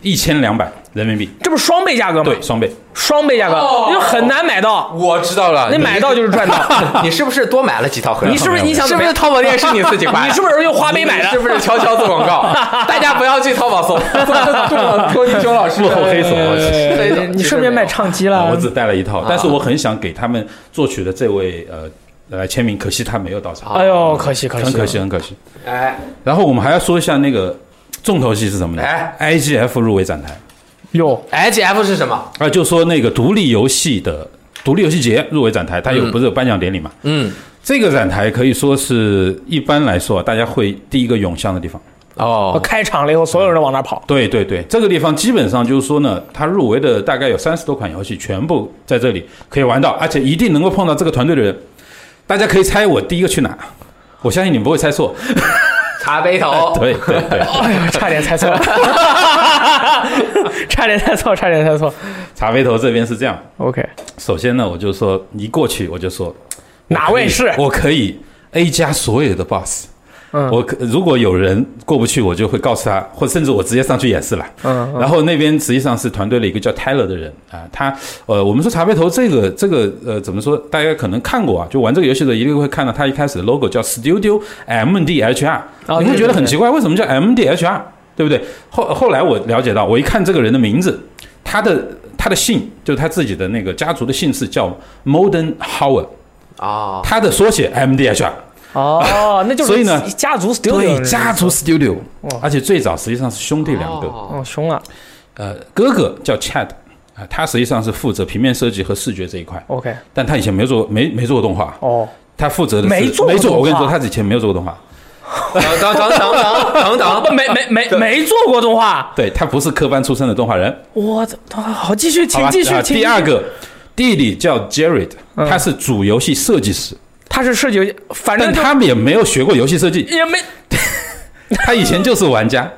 Speaker 3: 一千两百人民币，
Speaker 4: 这不是双倍价格吗？
Speaker 3: 对，双倍。
Speaker 4: 双倍价格，
Speaker 5: 哦
Speaker 4: 你就很难买到。
Speaker 5: 我知道了，
Speaker 4: 你买到就是赚到。
Speaker 5: 你是不是多买了几套盒？
Speaker 4: 你是不是你想
Speaker 5: 是
Speaker 4: 怎么
Speaker 5: 不是
Speaker 4: 样？
Speaker 5: 淘宝店是你自己花 的？
Speaker 4: 你是不是用花呗买的？
Speaker 5: 你是不是悄悄做广告？大家不要去淘宝搜，中托尼熊老师
Speaker 3: 幕后黑手啊其实
Speaker 5: 对对
Speaker 4: 对，你顺便卖唱机了
Speaker 3: 啊我。只带了一套，但是我很想给他们作曲的这位呃来签名，可惜他没有到场，
Speaker 4: 哎呦，可惜可
Speaker 3: 啊
Speaker 4: 惜，
Speaker 3: 很可惜，。很可惜。
Speaker 5: 哎，
Speaker 3: 然后我们还要说一下那个重头戏是什么呢
Speaker 5: 哎
Speaker 3: ？IGF 入围展台哦
Speaker 4: 哟，
Speaker 5: HF 是什么？
Speaker 3: 啊，就说那个独立游戏的独立游戏节入围展台，它有不是有颁奖典礼嘛？
Speaker 5: 嗯，
Speaker 3: 这个展台可以说是一般来说啊大家会第一个涌向的地方。
Speaker 4: 我
Speaker 5: 哦，
Speaker 4: 开场了以后，所有人往 那跑。
Speaker 3: 对对对，这个地方基本上就是说呢，它入围的大概有三十多款游戏，全部在这里可以玩到，而且一定能够碰到这个团队的人。大家可以猜我第一个去哪，我相信你们不会猜错。
Speaker 5: 茶杯头，
Speaker 3: 对对对，
Speaker 4: 哎呦，差点猜 错，差点猜错，差点猜错。
Speaker 3: 茶杯头这边是这样。
Speaker 4: OK，
Speaker 3: 首先呢，我就说一过去我就说
Speaker 4: 哪位是？
Speaker 3: 我可以 A 加所有的 boss。
Speaker 4: 嗯
Speaker 3: 我可如果有人过不去，我就会告诉他，或甚至我直接上去演示了。
Speaker 4: 嗯
Speaker 3: 然后那边实际上是团队的一个叫 Tyler 的人啊，他呃，我们说茶杯头这个这个呃怎么说？大家可能看过啊，就玩这个游戏的一定会看到他一开始的 logo 叫 Studio MDHR，、
Speaker 4: 哦
Speaker 3: 你会觉得
Speaker 4: 对对
Speaker 3: 很
Speaker 4: 对
Speaker 3: 奇怪，为什么叫 MDHR？对不对？后后来我了解到，我一看这个人的名字，他的他的姓就是他自己的那个家族的姓氏叫 Modern Howard，
Speaker 5: 哦，
Speaker 3: 他的缩写 MDHR。
Speaker 4: 哦，那就是
Speaker 3: 所以呢
Speaker 4: 家族 studio
Speaker 3: 对
Speaker 4: 人，
Speaker 3: 家族 Studio，
Speaker 4: 哇
Speaker 3: 而且最早实际上是兄弟两个，
Speaker 5: 哦
Speaker 4: 哦，凶了。
Speaker 3: 呃，哥哥叫 Chad，啊，他实际上是负责平面设计和视觉这一块，
Speaker 4: OK，
Speaker 3: 但他以前没有做没没做过动画，
Speaker 4: 哦，
Speaker 3: 他负责的是
Speaker 4: 没做过
Speaker 3: 没做，我跟你说，
Speaker 4: 动画
Speaker 3: 他以前没有做过动画，
Speaker 5: 等等等等等等
Speaker 4: 不，
Speaker 5: 等，
Speaker 4: 没没没没做过动画，
Speaker 3: 对他不是科班出身的动画人，
Speaker 4: 我的好，继续，
Speaker 3: 好
Speaker 4: 请
Speaker 3: 吧？
Speaker 4: 继续
Speaker 3: 啊，
Speaker 4: 请
Speaker 3: 第
Speaker 4: 继
Speaker 3: 二
Speaker 4: 续
Speaker 3: 个弟弟叫 Jared，他是主游戏设计师，
Speaker 4: 他是设计，反
Speaker 3: 但
Speaker 4: 正就
Speaker 3: 他也没有学过游戏设计，
Speaker 4: 也没
Speaker 3: 他以前就是玩家，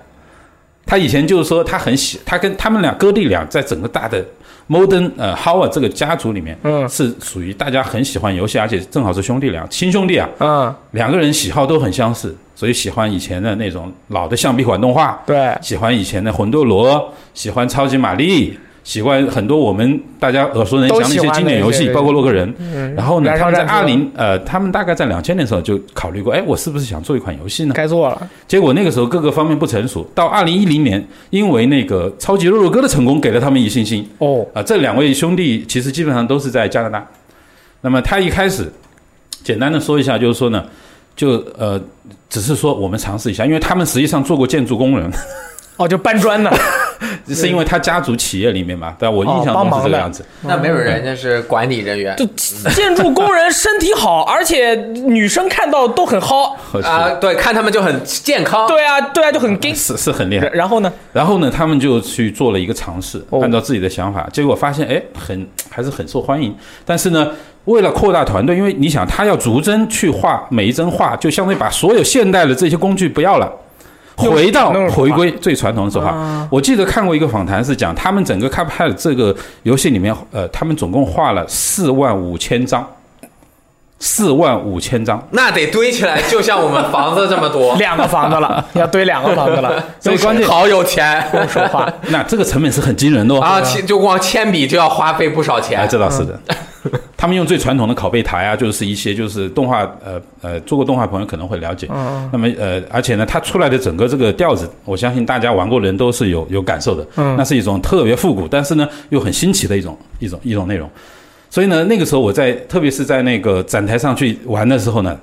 Speaker 3: 他以前就是说他很喜，他跟他们俩哥弟俩在整个大的 Modern 呃 Howard 这个家族里面，
Speaker 4: 嗯
Speaker 3: 是属于大家很喜欢游戏，而且正好是兄弟俩，亲兄弟啊，
Speaker 4: 嗯，
Speaker 3: 两个人喜好都很相似，所以喜欢以前的那种老的橡皮管动画，
Speaker 4: 对，
Speaker 3: 喜欢以前的魂斗罗，喜欢超级玛丽。喜欢很多我们大家耳熟能详的一
Speaker 4: 都喜
Speaker 3: 些
Speaker 4: 欢的
Speaker 3: 经典游
Speaker 4: 一
Speaker 3: 戏，
Speaker 4: 些嗯
Speaker 3: 包括洛克人。然后呢，
Speaker 4: 燃
Speaker 3: 他
Speaker 4: 烧
Speaker 3: 们在
Speaker 4: 战
Speaker 3: 二
Speaker 4: 士
Speaker 3: 零呃，他们大概在两千年的时候就考虑过，哎，我是不是想做一款游戏呢？
Speaker 4: 该做了。
Speaker 3: 结果那个时候各个方面不成熟，到二零一零年，因为那个超级肉肉哥的成功，给了他们以信心
Speaker 4: 哦，
Speaker 3: 啊、这两位兄弟其实基本上都是在加拿大。那么他一开始，简单的说一下，就是说呢，就呃，只是说我们尝试一下，因为他们实际上做过建筑工人，
Speaker 4: 哦，就搬砖的，
Speaker 3: 是因为他家族企业里面嘛，但我印象
Speaker 4: 哦帮
Speaker 3: 中
Speaker 4: 忙
Speaker 3: 是这个
Speaker 4: 的
Speaker 3: 样子。
Speaker 5: 那没准人家是管理人员
Speaker 4: 就建筑工人身体好，而且女生看到都很薅。
Speaker 3: 我去
Speaker 5: 啊，对，看他们就很健康，
Speaker 4: 对啊，对啊，就很 gay。
Speaker 3: 是是很厉害
Speaker 4: 然，然后呢？
Speaker 3: 然后呢，他们就去做了一个尝试，
Speaker 4: 哦
Speaker 3: 按照自己的想法，结果发现哎，很还是很受欢迎。但是呢，为了扩大团队，因为你想他要逐帧去画每一帧画，就相当于把所有现代的这些工具不要了。回到
Speaker 4: 那种
Speaker 3: 回归最传统的手法
Speaker 4: 啊。，
Speaker 3: 我记得看过一个访谈是讲，他们整个 Cuphead 这个游戏里面，呃，他们总共画了四万五千张，四万五千张。
Speaker 1: 那得堆起来，就像我们房子这么多
Speaker 4: 两个房子了，要堆两个房子了，
Speaker 3: 所以关键
Speaker 1: 好有钱
Speaker 4: 说话
Speaker 3: 那这个成本是很惊人的哦。
Speaker 1: 啊，其就光铅笔就要花费不少
Speaker 3: 哎，
Speaker 1: 钱。
Speaker 3: 这倒是的。 他们用最传统的拷贝台啊，就是一些就是动画，呃呃，做过动画朋友可能会了解。嗯、那么呃，而且呢，它出来的整个这个调子，我相信大家玩过的人都是有有感受的。嗯，那是一种特别复古，但是呢又很新奇的一种一种一种内容。所以呢，那个时候我在，特别是在那个展台上去玩的时候呢，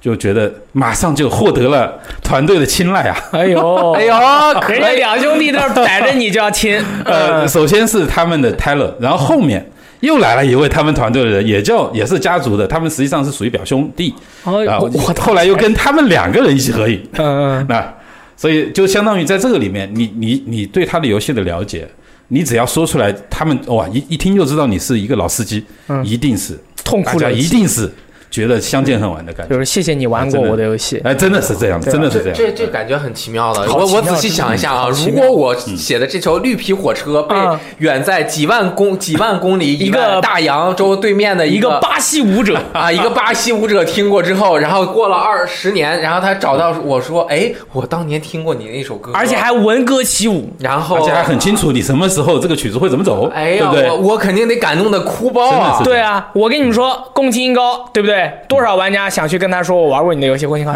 Speaker 3: 就觉得马上就获得了团队的青睐啊。
Speaker 4: 哎呦，
Speaker 1: 哎呦，可
Speaker 4: 人家
Speaker 1: 以，
Speaker 4: 两兄弟在那儿逮着你就要亲，嗯
Speaker 3: 呃，首先是他们的 Tyler，然后后面又来了一位他们团队的人，也叫也是家族的，他们实际上是属于表兄弟
Speaker 4: 哎
Speaker 3: 啊。
Speaker 4: 我我
Speaker 3: 后来又跟他们两个人一起合 影，
Speaker 4: 嗯，
Speaker 3: 那所以就相当于在这个里面，你你你对他的游戏的了解，你只要说出来，他们哇一一听就知道你是一个老司机，一定是
Speaker 4: 嗯痛
Speaker 3: 大
Speaker 4: 哭
Speaker 3: 家
Speaker 4: 流
Speaker 3: 一
Speaker 4: 涕，
Speaker 3: 定是觉得相见恨晚的感觉。
Speaker 4: 就是谢谢你玩过我的游戏，
Speaker 3: 哎，真的是这样，
Speaker 4: 啊
Speaker 3: 真的是这
Speaker 1: 这
Speaker 3: 样。
Speaker 1: 这这感觉很奇妙的。
Speaker 4: 好
Speaker 1: 我
Speaker 4: 奇
Speaker 1: 我
Speaker 4: 妙
Speaker 1: 仔细想一下啊，
Speaker 4: 真
Speaker 1: 如
Speaker 4: 的
Speaker 1: 果我写的这条绿皮火车被
Speaker 4: 嗯
Speaker 1: 远在几万公几万公里
Speaker 4: 一
Speaker 1: 以
Speaker 4: 个
Speaker 1: 外大洋洲对面的
Speaker 4: 一个巴西舞者，
Speaker 1: 啊，一个巴西舞者听过之后，然后过了二十年，然后他找到我说：“哎，我当年听过你那首歌，
Speaker 4: 而且还闻歌起舞，
Speaker 1: 然后
Speaker 3: 而且还很清楚你什么时候这个曲子会怎么走，
Speaker 1: 哎
Speaker 3: 对
Speaker 1: 呀，
Speaker 3: 不对
Speaker 1: 我？我肯定得感动的哭爆啊！
Speaker 3: 真的是
Speaker 4: 对啊，我跟你们说，共情音高，对不对？多少玩家想去跟他说我玩过你的游戏，共情高，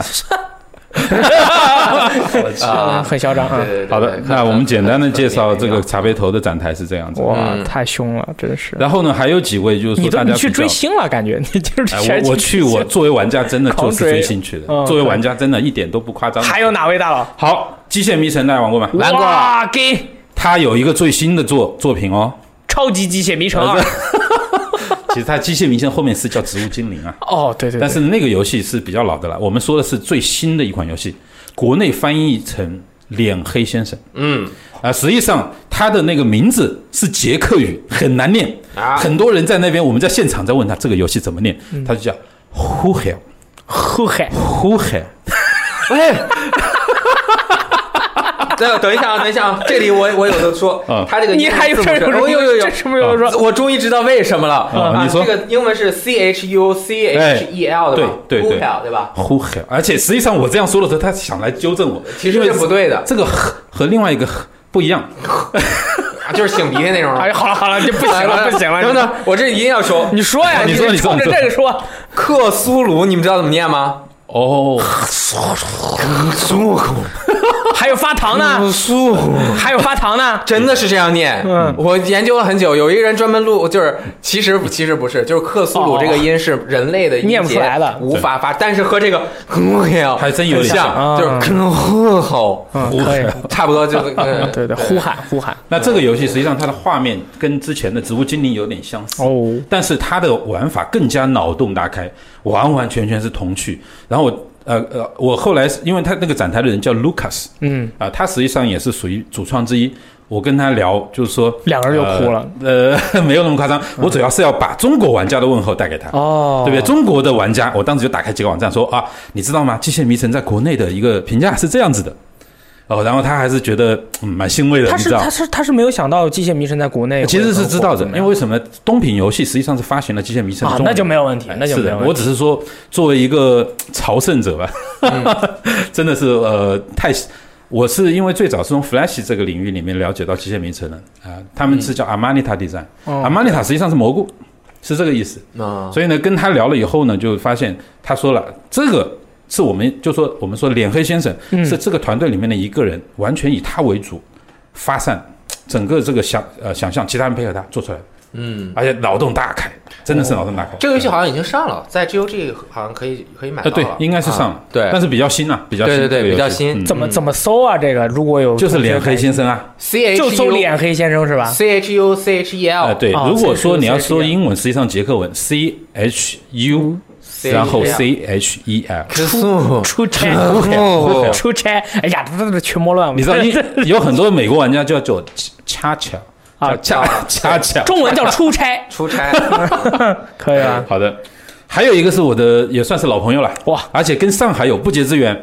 Speaker 3: 我去
Speaker 4: 嗯很嚣张啊！
Speaker 1: 对对对
Speaker 3: 好的
Speaker 1: 对，
Speaker 3: 那
Speaker 1: 很
Speaker 3: 我们简单的
Speaker 1: 很
Speaker 3: 介绍
Speaker 1: 很
Speaker 3: 这个茶杯头的展台是这样子。
Speaker 4: 哇
Speaker 1: 嗯，
Speaker 4: 太凶了，真是。
Speaker 3: 然后呢，还有几位就是
Speaker 4: 你
Speaker 3: 说
Speaker 4: 都
Speaker 3: 大
Speaker 4: 你
Speaker 3: 家
Speaker 4: 去
Speaker 3: 比较
Speaker 4: 追。星了，感觉 你就是
Speaker 3: 哎
Speaker 4: 全，
Speaker 3: 我我去，我作为玩家真的就
Speaker 4: 狂
Speaker 3: 是
Speaker 4: 追
Speaker 3: 追兴趣的，
Speaker 4: 嗯
Speaker 3: 作为玩家真的一点都不夸张。
Speaker 4: 还有哪位大佬？
Speaker 3: 好，《极限迷城》大家玩过吗？
Speaker 1: 玩过
Speaker 4: 哇，给
Speaker 3: 它有一个最新的作作品哦，
Speaker 4: 超级机械迷城二。
Speaker 3: 其实它《机械迷城》后面是叫《植物精灵》啊，
Speaker 4: 哦，对对，对
Speaker 3: 但是那个游戏是比较老的了。我们说的是最新的一款游戏，国内翻译成《脸黑先生》。
Speaker 1: 嗯
Speaker 3: 啊，实际上他的那个名字是捷克语，很难念。
Speaker 1: 啊
Speaker 3: 很多人在那边，我们在现场在问他这个游戏怎么念，他就叫 h u h e l
Speaker 4: 呼海
Speaker 3: h u h e l
Speaker 1: 那等一下啊，等一下啊，这里我我有的说
Speaker 3: 嗯，
Speaker 1: 他这个
Speaker 4: 你
Speaker 1: 英文
Speaker 4: 还有
Speaker 1: 字母
Speaker 4: 这
Speaker 1: 是
Speaker 4: 有什
Speaker 1: 哦
Speaker 4: 么？
Speaker 1: 有有有
Speaker 4: 这。什么有说？
Speaker 1: 我终于知道为什么了
Speaker 3: 啊你说
Speaker 1: 这个英文是 C H U C H E L 对吧？
Speaker 3: 对对对
Speaker 1: Hotel，对吧？
Speaker 3: h u h e l 而且实际上我这样说的时候，他想来纠正我，
Speaker 1: 其实
Speaker 3: 因为
Speaker 1: 是不对的，
Speaker 3: 这个和和另外一个和不一样。
Speaker 1: 啊就是擤鼻涕那种。
Speaker 4: 哎，好了好了，这不
Speaker 1: 不
Speaker 4: 行了不行了，
Speaker 1: 等等，我这一定要说
Speaker 4: 你说呀，
Speaker 3: 你说
Speaker 4: 得
Speaker 3: 你说
Speaker 4: 冲着
Speaker 3: 你说
Speaker 4: 这个 说，
Speaker 1: 克苏鲁，你们知道怎么念吗？
Speaker 3: 哦，
Speaker 1: 苏
Speaker 4: 还有发糖呢，
Speaker 1: 苏，
Speaker 3: 嗯
Speaker 4: 还有发 糖呢。
Speaker 1: 真的是这样念。
Speaker 4: 嗯
Speaker 1: 我研究了很久，有一个人专门录，就是其实其实不是，就是克苏鲁这个音是人类的音节
Speaker 4: 念不出来的
Speaker 1: 无法发，但是和这个
Speaker 3: 还真有点像
Speaker 1: 像，就是
Speaker 4: 嗯，可以，
Speaker 1: 差不多就是嗯
Speaker 4: 对对，呼喊呼喊。
Speaker 3: 那这个游戏实际上它的画面跟之前的《植物精灵》有点相似。
Speaker 4: 哦，
Speaker 3: 但是它的玩法更加脑洞大开，完完全全是童趣。然后我呃呃，我后来是因为他那个展台的人叫 Lucas，
Speaker 4: 嗯，
Speaker 3: 啊、他实际上也是属于主创之一。我跟他聊，就是说
Speaker 4: 两个人就哭了。
Speaker 3: 呃，呃没有那么夸张。我主要是要把中国玩家的问候带给他。
Speaker 4: 哦，
Speaker 3: 对不对？中国的玩家，我当时就打开几个网站说啊，你知道吗？《机械迷城》在国内的一个评价是这样子的，哦，然后他还是觉得、嗯、蛮欣慰的，
Speaker 4: 他
Speaker 3: 你知
Speaker 4: 是
Speaker 3: 道
Speaker 4: 他？是他是没有想到《机械迷城》在国内
Speaker 3: 其实是知道的，
Speaker 4: 会
Speaker 3: 因
Speaker 4: 很
Speaker 3: 为
Speaker 4: 火
Speaker 3: 为什么东品游戏实际上是发行了《机械迷城》
Speaker 4: 啊
Speaker 3: 中文，
Speaker 4: 那就没有问题，那就是没有
Speaker 3: 的，
Speaker 4: 问
Speaker 3: 我
Speaker 4: 题。
Speaker 3: 只是说作为一个朝圣者吧， 真的是呃太，我是因为最早是从 Flash 这个领域里面了解到机械迷城的啊、他们是叫 Amanita Design，Amanita、Amanita
Speaker 1: 嗯哦
Speaker 3: 实际上是蘑菇，是这个意思。
Speaker 1: 啊，
Speaker 3: 所以呢，跟他聊了以后呢，就发现他说了，这个是我们就说我们说脸黑先生、
Speaker 1: 嗯
Speaker 3: 是这个团队里面的一个人，完全以他为主，发散整个这个想呃想象，其他人配合他做出来，
Speaker 1: 嗯，哦
Speaker 3: 而且脑洞大开，真的是脑洞大开。
Speaker 1: 这个游戏好像已经上了，在 G O G 好像可以可以买
Speaker 3: 呃，
Speaker 1: 到
Speaker 3: 对
Speaker 1: 了，，
Speaker 3: 应该是
Speaker 1: 啊
Speaker 3: 上了，
Speaker 1: 对，
Speaker 3: 但是比较新啊，比较
Speaker 1: 对对
Speaker 3: 新，
Speaker 1: 对比
Speaker 3: 这个游戏
Speaker 1: 较新
Speaker 3: 嗯
Speaker 4: 怎么怎么搜啊？这个如果有
Speaker 3: 就是脸
Speaker 4: 同学
Speaker 3: 黑先生啊，
Speaker 1: C
Speaker 4: 就
Speaker 1: H
Speaker 4: 搜
Speaker 1: U
Speaker 4: 脸黑先生是吧？
Speaker 1: C H U C H E
Speaker 3: 呃，
Speaker 1: L
Speaker 3: 对，
Speaker 4: 哦
Speaker 3: 如果说
Speaker 4: CHU
Speaker 3: 你要说英文，实际上捷克文 C H U，然
Speaker 1: 嗯
Speaker 3: 后 C H E L。
Speaker 1: 克苏
Speaker 4: 出差
Speaker 1: 哦
Speaker 4: 出差，哎呀，这这群魔乱舞，
Speaker 3: 你知 道，英有很多美国玩家就叫做恰恰
Speaker 4: 啊
Speaker 3: 恰恰恰。
Speaker 4: 中文叫出差，
Speaker 1: 出差，
Speaker 4: 可以啊。
Speaker 3: 好的，还有一个是我的也算是老朋友了，
Speaker 4: 哇，
Speaker 3: 而且跟上海有不解之缘。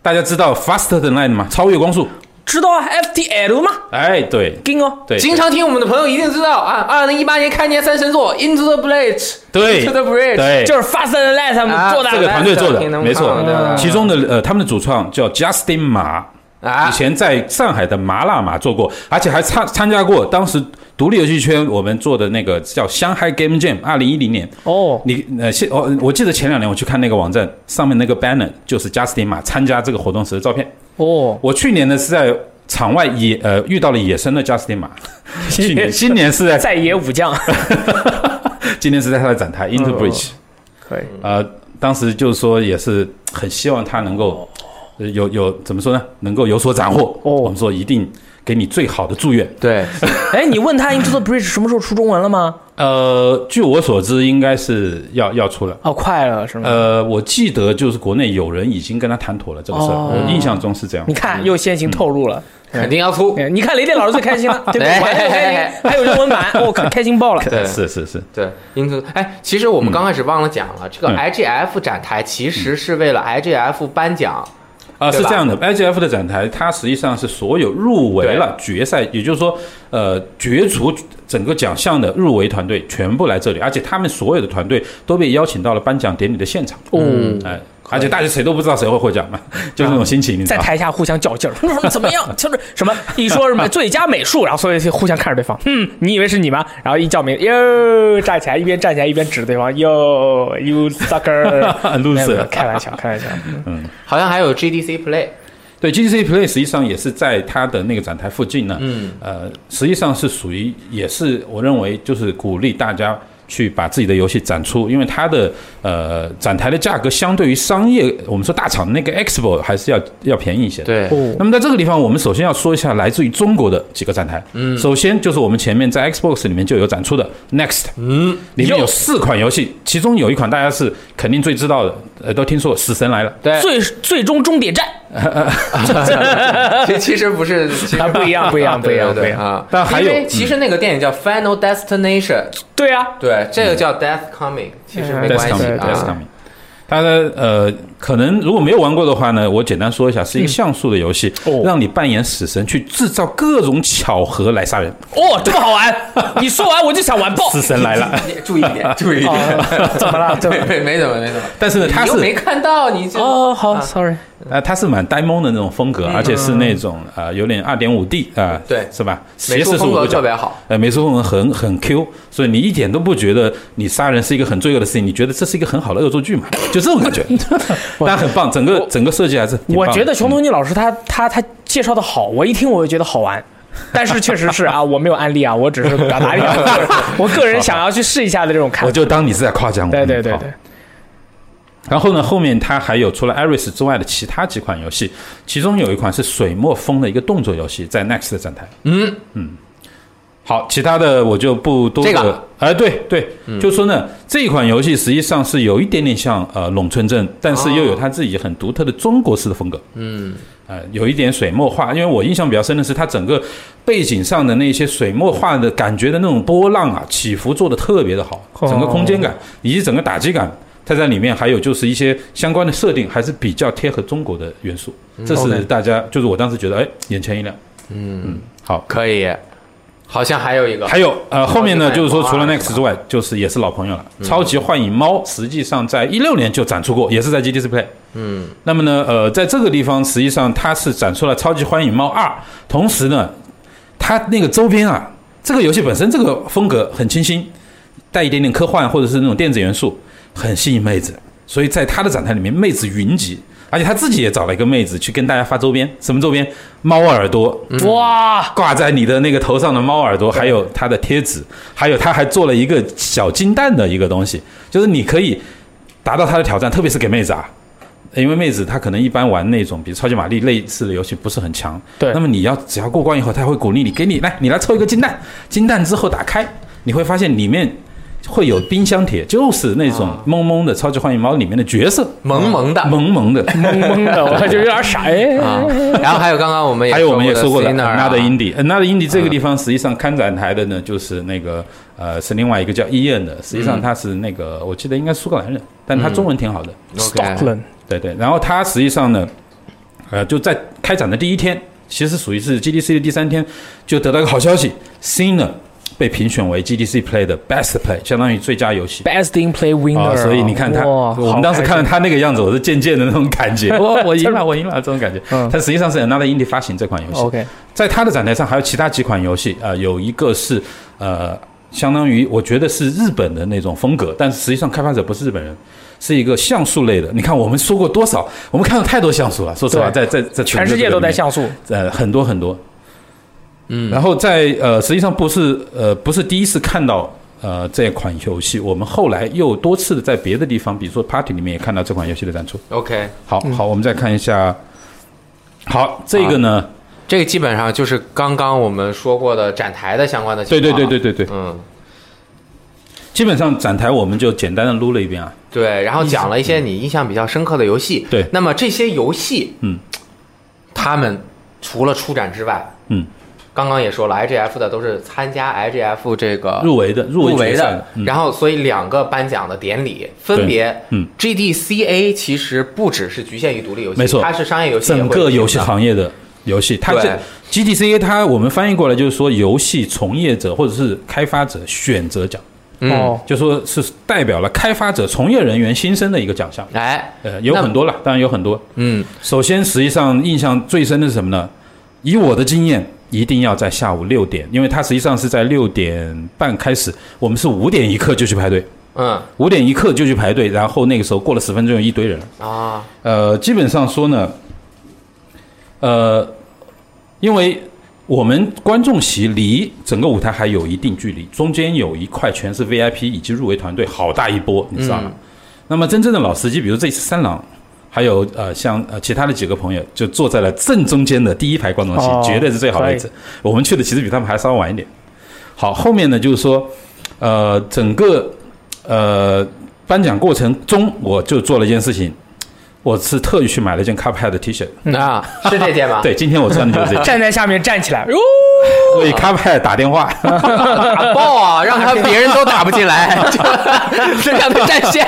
Speaker 3: 大家知道 faster than light 吗？超越光速。
Speaker 4: 知道啊，FTL 吗？
Speaker 3: 哎，对
Speaker 4: 金哦，
Speaker 3: 对，
Speaker 5: 经常听我们的朋友一定知道啊，二零一八年开年三神作《Into the Bridge》，
Speaker 3: 对
Speaker 5: Into the Bridge》
Speaker 3: 对，
Speaker 4: 就是 Fast and Light 他们
Speaker 5: 啊
Speaker 4: 做大
Speaker 3: 这个
Speaker 4: 的。
Speaker 3: 团队做的
Speaker 5: 挺能
Speaker 3: 没错
Speaker 5: 看的
Speaker 3: 其中的呃，他们的主创叫 Justin 马，
Speaker 5: 啊
Speaker 3: 以，前在上海的麻辣马做过，而且还参参加过当时独立游戏圈我们做的那个叫上海 Game Jam，二零一零年。
Speaker 4: 哦，
Speaker 3: 你呃，现哦，我记得前两年我去看那个网站上面那个 banner 就是 Justin 马参加这个活动时的照片。
Speaker 4: 哦，
Speaker 3: 我去年呢是在场外野呃遇到了野生的 Justin 马，去年今年是在
Speaker 4: 在野武将，
Speaker 3: 今年是在他的展台 Into Bridge，、
Speaker 4: 哦可以。
Speaker 3: 呃，当时就是说也是很希望他能够呃有有怎么说呢，能够有所斩获。
Speaker 4: 哦
Speaker 3: 我们说一定给你最好的祝愿。
Speaker 5: 对，
Speaker 4: 哎，你问他《Into the Bridge》什么时候出中文了吗？
Speaker 3: 呃，据我所知，应该是要要出了。
Speaker 4: 哦，快了是吗？
Speaker 3: 呃，我记得就是国内有人已经跟他谈妥了这个事儿，
Speaker 4: 哦
Speaker 3: 我印象中是这样
Speaker 4: 你。看，又先行透露了。
Speaker 5: 肯定要出。
Speaker 4: 哎你看雷电老师最开心了，对不对？我还有开心，还有中文版，我靠，开心爆了。
Speaker 5: 对
Speaker 3: 是是是，
Speaker 5: 对，Into 哎，其实我们刚开始忘了讲了，这个
Speaker 3: 嗯
Speaker 5: IGF 展台其实是为了 IGF 颁奖，
Speaker 3: 啊，
Speaker 5: 对
Speaker 3: 是
Speaker 5: 吧
Speaker 3: 这样的，IGF 的展台，它实际上是所有入围了决赛，也就是说，呃，角逐整个奖项的入围团队全部来这里，而且他们所有的团队都被邀请到了颁奖典礼的现场。
Speaker 4: 哦，
Speaker 3: 哎，而且大家谁都不知道谁会获奖嘛， 就是那
Speaker 5: 啊
Speaker 3: 种心情，你知
Speaker 4: 在
Speaker 3: 道吗？
Speaker 4: 台下互相较劲儿， 哼怎么样？ 就是什么一说什么最佳美术，然后所有人互相看着对方，嗯，你以为是你吗？然后一叫名，哟，站起来，一边站起来一边指对方，哟 ，you sucker，
Speaker 3: Loser
Speaker 4: 没有没有开玩笑，开玩笑，
Speaker 5: 好像还有 GDC Play，
Speaker 3: 对，GDC Play 实际上也是在它的那个展台附近呢。嗯，呃，实际上是属于，也是我认为就是鼓励大家去把自己的游戏展出，因为它的呃展台的价格相对于商业，我们说大厂的那个 Expo 还是要要便宜一些的。
Speaker 5: 对，
Speaker 4: 哦
Speaker 3: 那么在这个地方，我们首先要说一下来自于中国的几个展台。嗯，首先就是我们前面在 Xbox 里面就有展出的 Next，嗯，里面有四款游戏，其中有一款大家是肯定最知道的，呃，都听说《死神来了》。
Speaker 5: 对，
Speaker 4: 最最终终点站，
Speaker 5: 其其实不是，其实
Speaker 4: 啊，不一样，不一样，不一样，不
Speaker 5: 对
Speaker 4: 一
Speaker 5: 对
Speaker 4: 样，
Speaker 5: 啊。
Speaker 3: 但还有嗯
Speaker 5: 因为其实那个电影叫《Final Destination》，
Speaker 4: 对啊，
Speaker 5: 对，这个叫 Death Coming，其实没
Speaker 3: That's
Speaker 5: 关系
Speaker 3: 嗯 coming,
Speaker 4: 对
Speaker 3: that's
Speaker 5: 啊。
Speaker 3: coming。它的呃，可能如果没有玩过的话呢，我简单说一下，
Speaker 5: 嗯
Speaker 3: 是一个像素的游戏，
Speaker 4: 哦
Speaker 3: 让你扮演死神去制造各种巧合来杀人。
Speaker 4: 哦，这么好 玩，你说完我就
Speaker 5: 啊
Speaker 4: 想玩爆，
Speaker 3: 死神来 了，
Speaker 5: 你注意一点，注意一点。
Speaker 4: 哦怎么了？怎么
Speaker 5: 没？没没怎么没怎么，
Speaker 3: 但是呢，它
Speaker 5: 你
Speaker 3: 是
Speaker 5: 又没看到你这
Speaker 4: 哦，好，sorry，
Speaker 3: 啊，它是蛮呆萌的那种风格，而且是那种呃有点二点五 D 啊，
Speaker 5: 嗯对
Speaker 3: 是吧？
Speaker 5: 美
Speaker 3: 斜四
Speaker 5: 术
Speaker 3: 十
Speaker 5: 风
Speaker 3: 五
Speaker 5: 格
Speaker 3: 度
Speaker 5: 特
Speaker 3: 角，
Speaker 5: 别好，
Speaker 3: 呃，美术风格很很 Q，所以你一点都不觉得你杀人是一个很罪恶的事情，你觉得这是一个很好的恶作剧嘛？ 就这种 感觉，但很棒，整个整个设计还是挺
Speaker 4: 我
Speaker 3: 棒
Speaker 4: 觉
Speaker 3: 的
Speaker 4: 得熊童妮老师他他他介绍的好，我一听我就觉得好玩。但是确实是 啊，我没有案例啊，我只是表达一下我个人想要去试一下的这种看
Speaker 3: 我
Speaker 4: 法。
Speaker 3: 就当你是在夸奖我。
Speaker 4: 对对
Speaker 3: 嗯
Speaker 4: 对
Speaker 3: 好
Speaker 4: 对，
Speaker 3: 然后呢，后面它还有除了 Iris 之外的其他几款游戏，其中有一款是水墨风的一个动作游戏，在 Next 的展台。嗯嗯，好，其他的我就不多
Speaker 5: 这个嗯
Speaker 3: 的。哎，对对，就说呢，这一款游戏实际上是有一点点像呃咏春镇，但是又有它自己很独特的中国式的风格。嗯。呃，有一点水墨画，因为我印象比较深的是它整个背景上的那些水墨画的感觉的那种波浪啊起伏做的特别的好，整个空间感以及整个打击感，它在里面还有就是一些相关的设定还是比较贴合中国的元素，这是
Speaker 4: OK
Speaker 3: 大家就是我当时觉得哎眼前一亮，嗯嗯好。
Speaker 5: 可以。好像还有一个
Speaker 3: 还有呃，后面呢，
Speaker 5: 超级
Speaker 3: 就是说除了
Speaker 5: 幻影猫啊
Speaker 3: Next 之外，就是也是老朋友了。超级幻影猫实际上在一六年就展出过，也是在 GDC Play。嗯，那么呢，呃，在这个地方实际上它是展出了超级幻影猫二，同时呢，它那个周边啊，这个游戏本身这个风格很清新，带一点点科幻或者是那种电子元素，很吸引妹子。所以在它的展台里面，妹子云集，而且他自己也找了一个妹子去跟大家发周边，什么周边？猫耳朵，
Speaker 4: 哇，
Speaker 3: 挂在你的那个头上的猫耳朵，还有它的贴纸，还有它还做了一个小金蛋的一个东西，就是你可以达到它的挑战，特别是给妹子啊，因为妹子她可能一般玩那种比如超级玛丽类似的游戏不是很强，
Speaker 4: 对
Speaker 3: 那么你要只要过关以后，她会鼓励你，给你来，你来抽一个金蛋，金蛋之后打开，你会发现里面。会有冰箱贴，就是那种萌萌的超级幻影猫里面的角色，
Speaker 5: 萌萌的
Speaker 3: 萌萌的，
Speaker 4: 懵懵的，我就有 点傻。
Speaker 5: 啊
Speaker 4: 哎，，
Speaker 5: 然后还有刚刚我们也
Speaker 3: 还有我们也说过的嗯
Speaker 5: Sinner 啊
Speaker 3: Another Indie，Another Indie 这个地方实际上看展台的呢，就是那个呃是另外一个叫伊恩的，实际上他是那个我记得应该苏格兰人，但他中文挺好的，
Speaker 5: OK，
Speaker 4: Stockland，
Speaker 3: 对对。然后他实际上呢，呃，就在开展的第一天，其实属于是 GDC 的第三天，就得到一个好消息，Sinner 被评选为 GDC Play 的 Best Play，相当于最佳游戏。
Speaker 4: Best in Play Winner，、
Speaker 3: 啊，所以你看他，
Speaker 4: 哇
Speaker 3: 我们当时看到他那个样子，我是渐渐的那种感觉， 我我赢了，我赢了这种 感觉。
Speaker 4: 嗯
Speaker 3: 但实际上是 Another Indie 发行这款游戏，
Speaker 4: OK，
Speaker 3: 在他的展台上还有其他几款游戏，啊，有一个是呃，相当于我觉得是日本的那种风格，但实际上开发者不是日本人。是一个像素类的，你看我们说过多少，我们看到太多像素了。说实话，在
Speaker 4: 对
Speaker 3: 在在
Speaker 4: 全世界都在，像素，
Speaker 3: 呃，很多很多，
Speaker 5: 嗯，
Speaker 3: 然后在呃，实际上不是呃，不是第一次看到呃这款游戏，我们后来又多次的在别的地方，比如说 Party 里面也看到这款游戏的展出。
Speaker 5: OK，
Speaker 3: 好好，我们再看一下，好这个呢，
Speaker 5: 这个基本上就是刚刚我们说过的展台的相关的情
Speaker 3: 对对
Speaker 5: 况。
Speaker 3: 对对对对，
Speaker 5: 嗯，
Speaker 3: 基本上展台我们就简单的撸了一遍啊。
Speaker 5: 对，然后讲了一些你印象比较深刻的游戏。
Speaker 3: 对
Speaker 5: 那么这些游戏，
Speaker 3: 嗯，
Speaker 5: 他们除了出展之外，
Speaker 3: 嗯，
Speaker 5: 刚刚也说了，IGF 的都是参加 IGF 这个
Speaker 3: 入围的入围
Speaker 5: 入围
Speaker 3: 决赛
Speaker 5: 的，
Speaker 3: 嗯
Speaker 5: 然后所以两个颁奖的典礼分别，
Speaker 3: 嗯
Speaker 5: ，GDCA 其实不只是局限于独立游戏，
Speaker 3: 没错
Speaker 5: 它是商业游戏也
Speaker 3: 整
Speaker 5: 会
Speaker 3: 个游戏
Speaker 5: 进行的
Speaker 3: 行业的游戏，它这 GDCA 它我们翻译过来就是说游戏从业者或者是开发者选择奖，
Speaker 5: 嗯，
Speaker 4: 哦，
Speaker 3: 就说是代表了开发者从业人员新生的一个奖项。
Speaker 5: 哎，
Speaker 3: 呃，有
Speaker 5: 那
Speaker 3: 很多了，当然有很多。
Speaker 5: 嗯，
Speaker 3: 首先，实际上印象最深的是什么呢？以我的经验，一定要在下午六点，因为它实际上是在六点半开始，我们是五点一刻就去排队，
Speaker 5: 嗯
Speaker 3: 五点一刻就去排队，然后那个时候过了十分钟，有一堆人了。
Speaker 5: 啊，
Speaker 3: 呃，基本上说呢，呃，因为我们观众席离整个舞台还有一定距离，中间有一块全是 VIP 以及入围团队，好大一波，你知道吗？
Speaker 5: 嗯
Speaker 3: 那么真正的老司机，比如这次三郎。还有呃，像呃其他的几个朋友，就坐在了正中间的第一排观众席，
Speaker 4: 哦
Speaker 3: 绝对是最好的位置。我们去的其实比他们还稍微晚一点。好，后面呢就是说，呃，整个呃颁奖过程中，我就做了一件事情，我是特意去买了一件 Cuphead 的 T 恤。
Speaker 5: 那是这届吗？
Speaker 3: 对，今天我穿的就是这 件，
Speaker 4: 站在下面站起来，哟，
Speaker 3: 为 Cuphead 打电话。
Speaker 5: 打爆啊，让他别人都打不 进来，就让他占线。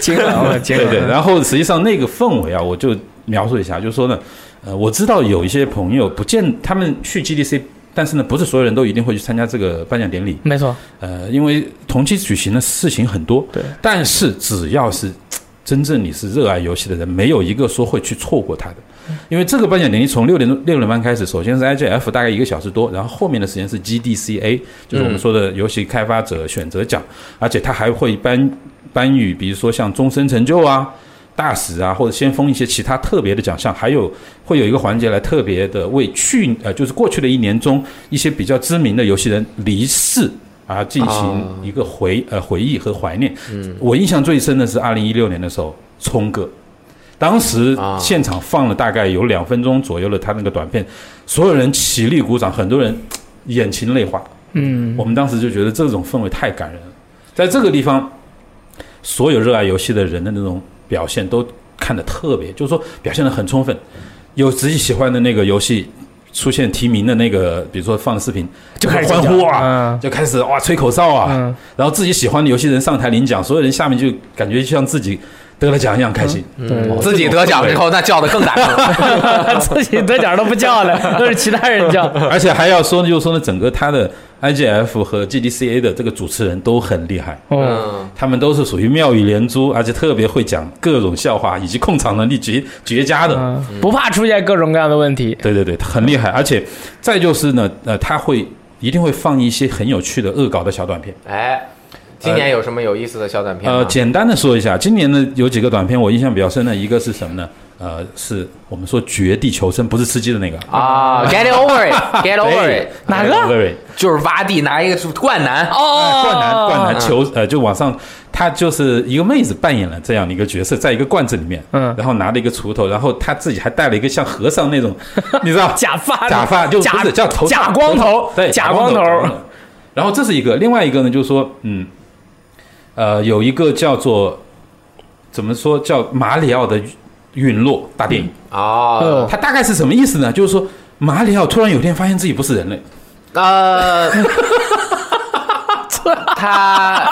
Speaker 4: 惊 了，惊
Speaker 3: 对
Speaker 4: 了，
Speaker 3: 对，然后实际上那个氛围啊，我就描述一下，就是说呢，呃，我知道有一些朋友不见他们去 GDC，但是呢，不是所有人都一定会去参加这个颁奖典礼。
Speaker 4: 没错，
Speaker 3: 呃，因为同期举行的事情很多，
Speaker 4: 对，
Speaker 3: 但是只要是嘖真正你是热爱游戏的人，没有一个说会去错过它的，因为这个颁奖典礼从六点钟六点半开始，首先是 IGF 大概一个小时多，然后后面的时间是 GDCA，就是我们说的游戏开发者选择奖，而且它还会颁颁予，比如说像终身成就啊。大使啊，或者先封一些其他特别的奖项，还有会有一个环节来特别的为去呃，就是过去的一年中一些比较知名的游戏人离世啊，进行
Speaker 5: 啊
Speaker 3: 一个回、呃回忆和怀念。嗯，我印象最深的是二零一六年的时候，聪哥，当时
Speaker 5: 啊
Speaker 3: 现场放了大概有两分钟左右的他那个短片，所有人起立鼓掌，很多人嘖眼噙泪花。
Speaker 4: 嗯，
Speaker 3: 我们当时就觉得这种氛围太感人了，在这个地方，所有热爱游戏的人的那种表现都看得特别，就是说表现得很充分。有自己喜欢的那个游戏出现提名的那个，比如说放的视频，
Speaker 4: 就开始
Speaker 3: 欢呼啊，
Speaker 4: 嗯
Speaker 3: 就开始哇吹口哨啊，
Speaker 4: 嗯
Speaker 3: 然后自己喜欢的游戏人上台领奖，所有人下面就感觉就像自己得了奖一样开心。哦
Speaker 4: 对
Speaker 5: 自己得奖之后，那叫的更大声。
Speaker 4: 自己得奖都不 叫了，都是其他人叫。
Speaker 3: 而且还要说呢，就是说呢，整个他的 IGF 和 GDCA 的这个主持人都很厉害，
Speaker 4: 哦，
Speaker 5: 嗯，
Speaker 3: 他们都是属于妙语连珠，而且特别会讲各种笑话，以及控场能力绝绝佳的。
Speaker 4: 嗯，不怕出现各种各样的问题。
Speaker 3: 对对对，很厉害。而且再就是呢，呃，他会一定会放一些很有趣的恶搞的小短片。
Speaker 5: 哎，今年有什么有意思的小短片吗？
Speaker 3: 呃，简单的说一下，今年呢有几个短片我印象比较深的，一个是什么呢？呃，是我们说绝地求生，不是吃鸡的那个。哎
Speaker 5: 啊，Get over it，Get over
Speaker 3: 呃对
Speaker 5: it，
Speaker 4: 哪个
Speaker 3: 对，
Speaker 5: 就是挖地拿一个灌篮。
Speaker 4: 哦
Speaker 3: 灌篮，灌篮球，呃，就往上，她就是一个妹子扮演了这样的一个角色，在一个罐子里面，
Speaker 4: 嗯
Speaker 3: 然后拿了一个锄头，然后她自己还戴了一个像和尚那种，你知道，
Speaker 4: 假发，
Speaker 3: 假发就
Speaker 4: 假
Speaker 3: 不是叫头
Speaker 4: 假光头，
Speaker 3: 对，
Speaker 4: 假光头。
Speaker 3: 然后这是一个，另外一个呢，就是说，嗯，呃，有一个叫做怎么说叫马里奥的陨落大电影，
Speaker 5: 哦，
Speaker 4: 嗯
Speaker 3: 它大概是什么意思呢？就是说马里奥突然有一天发现自己不是人类，
Speaker 5: 呃，他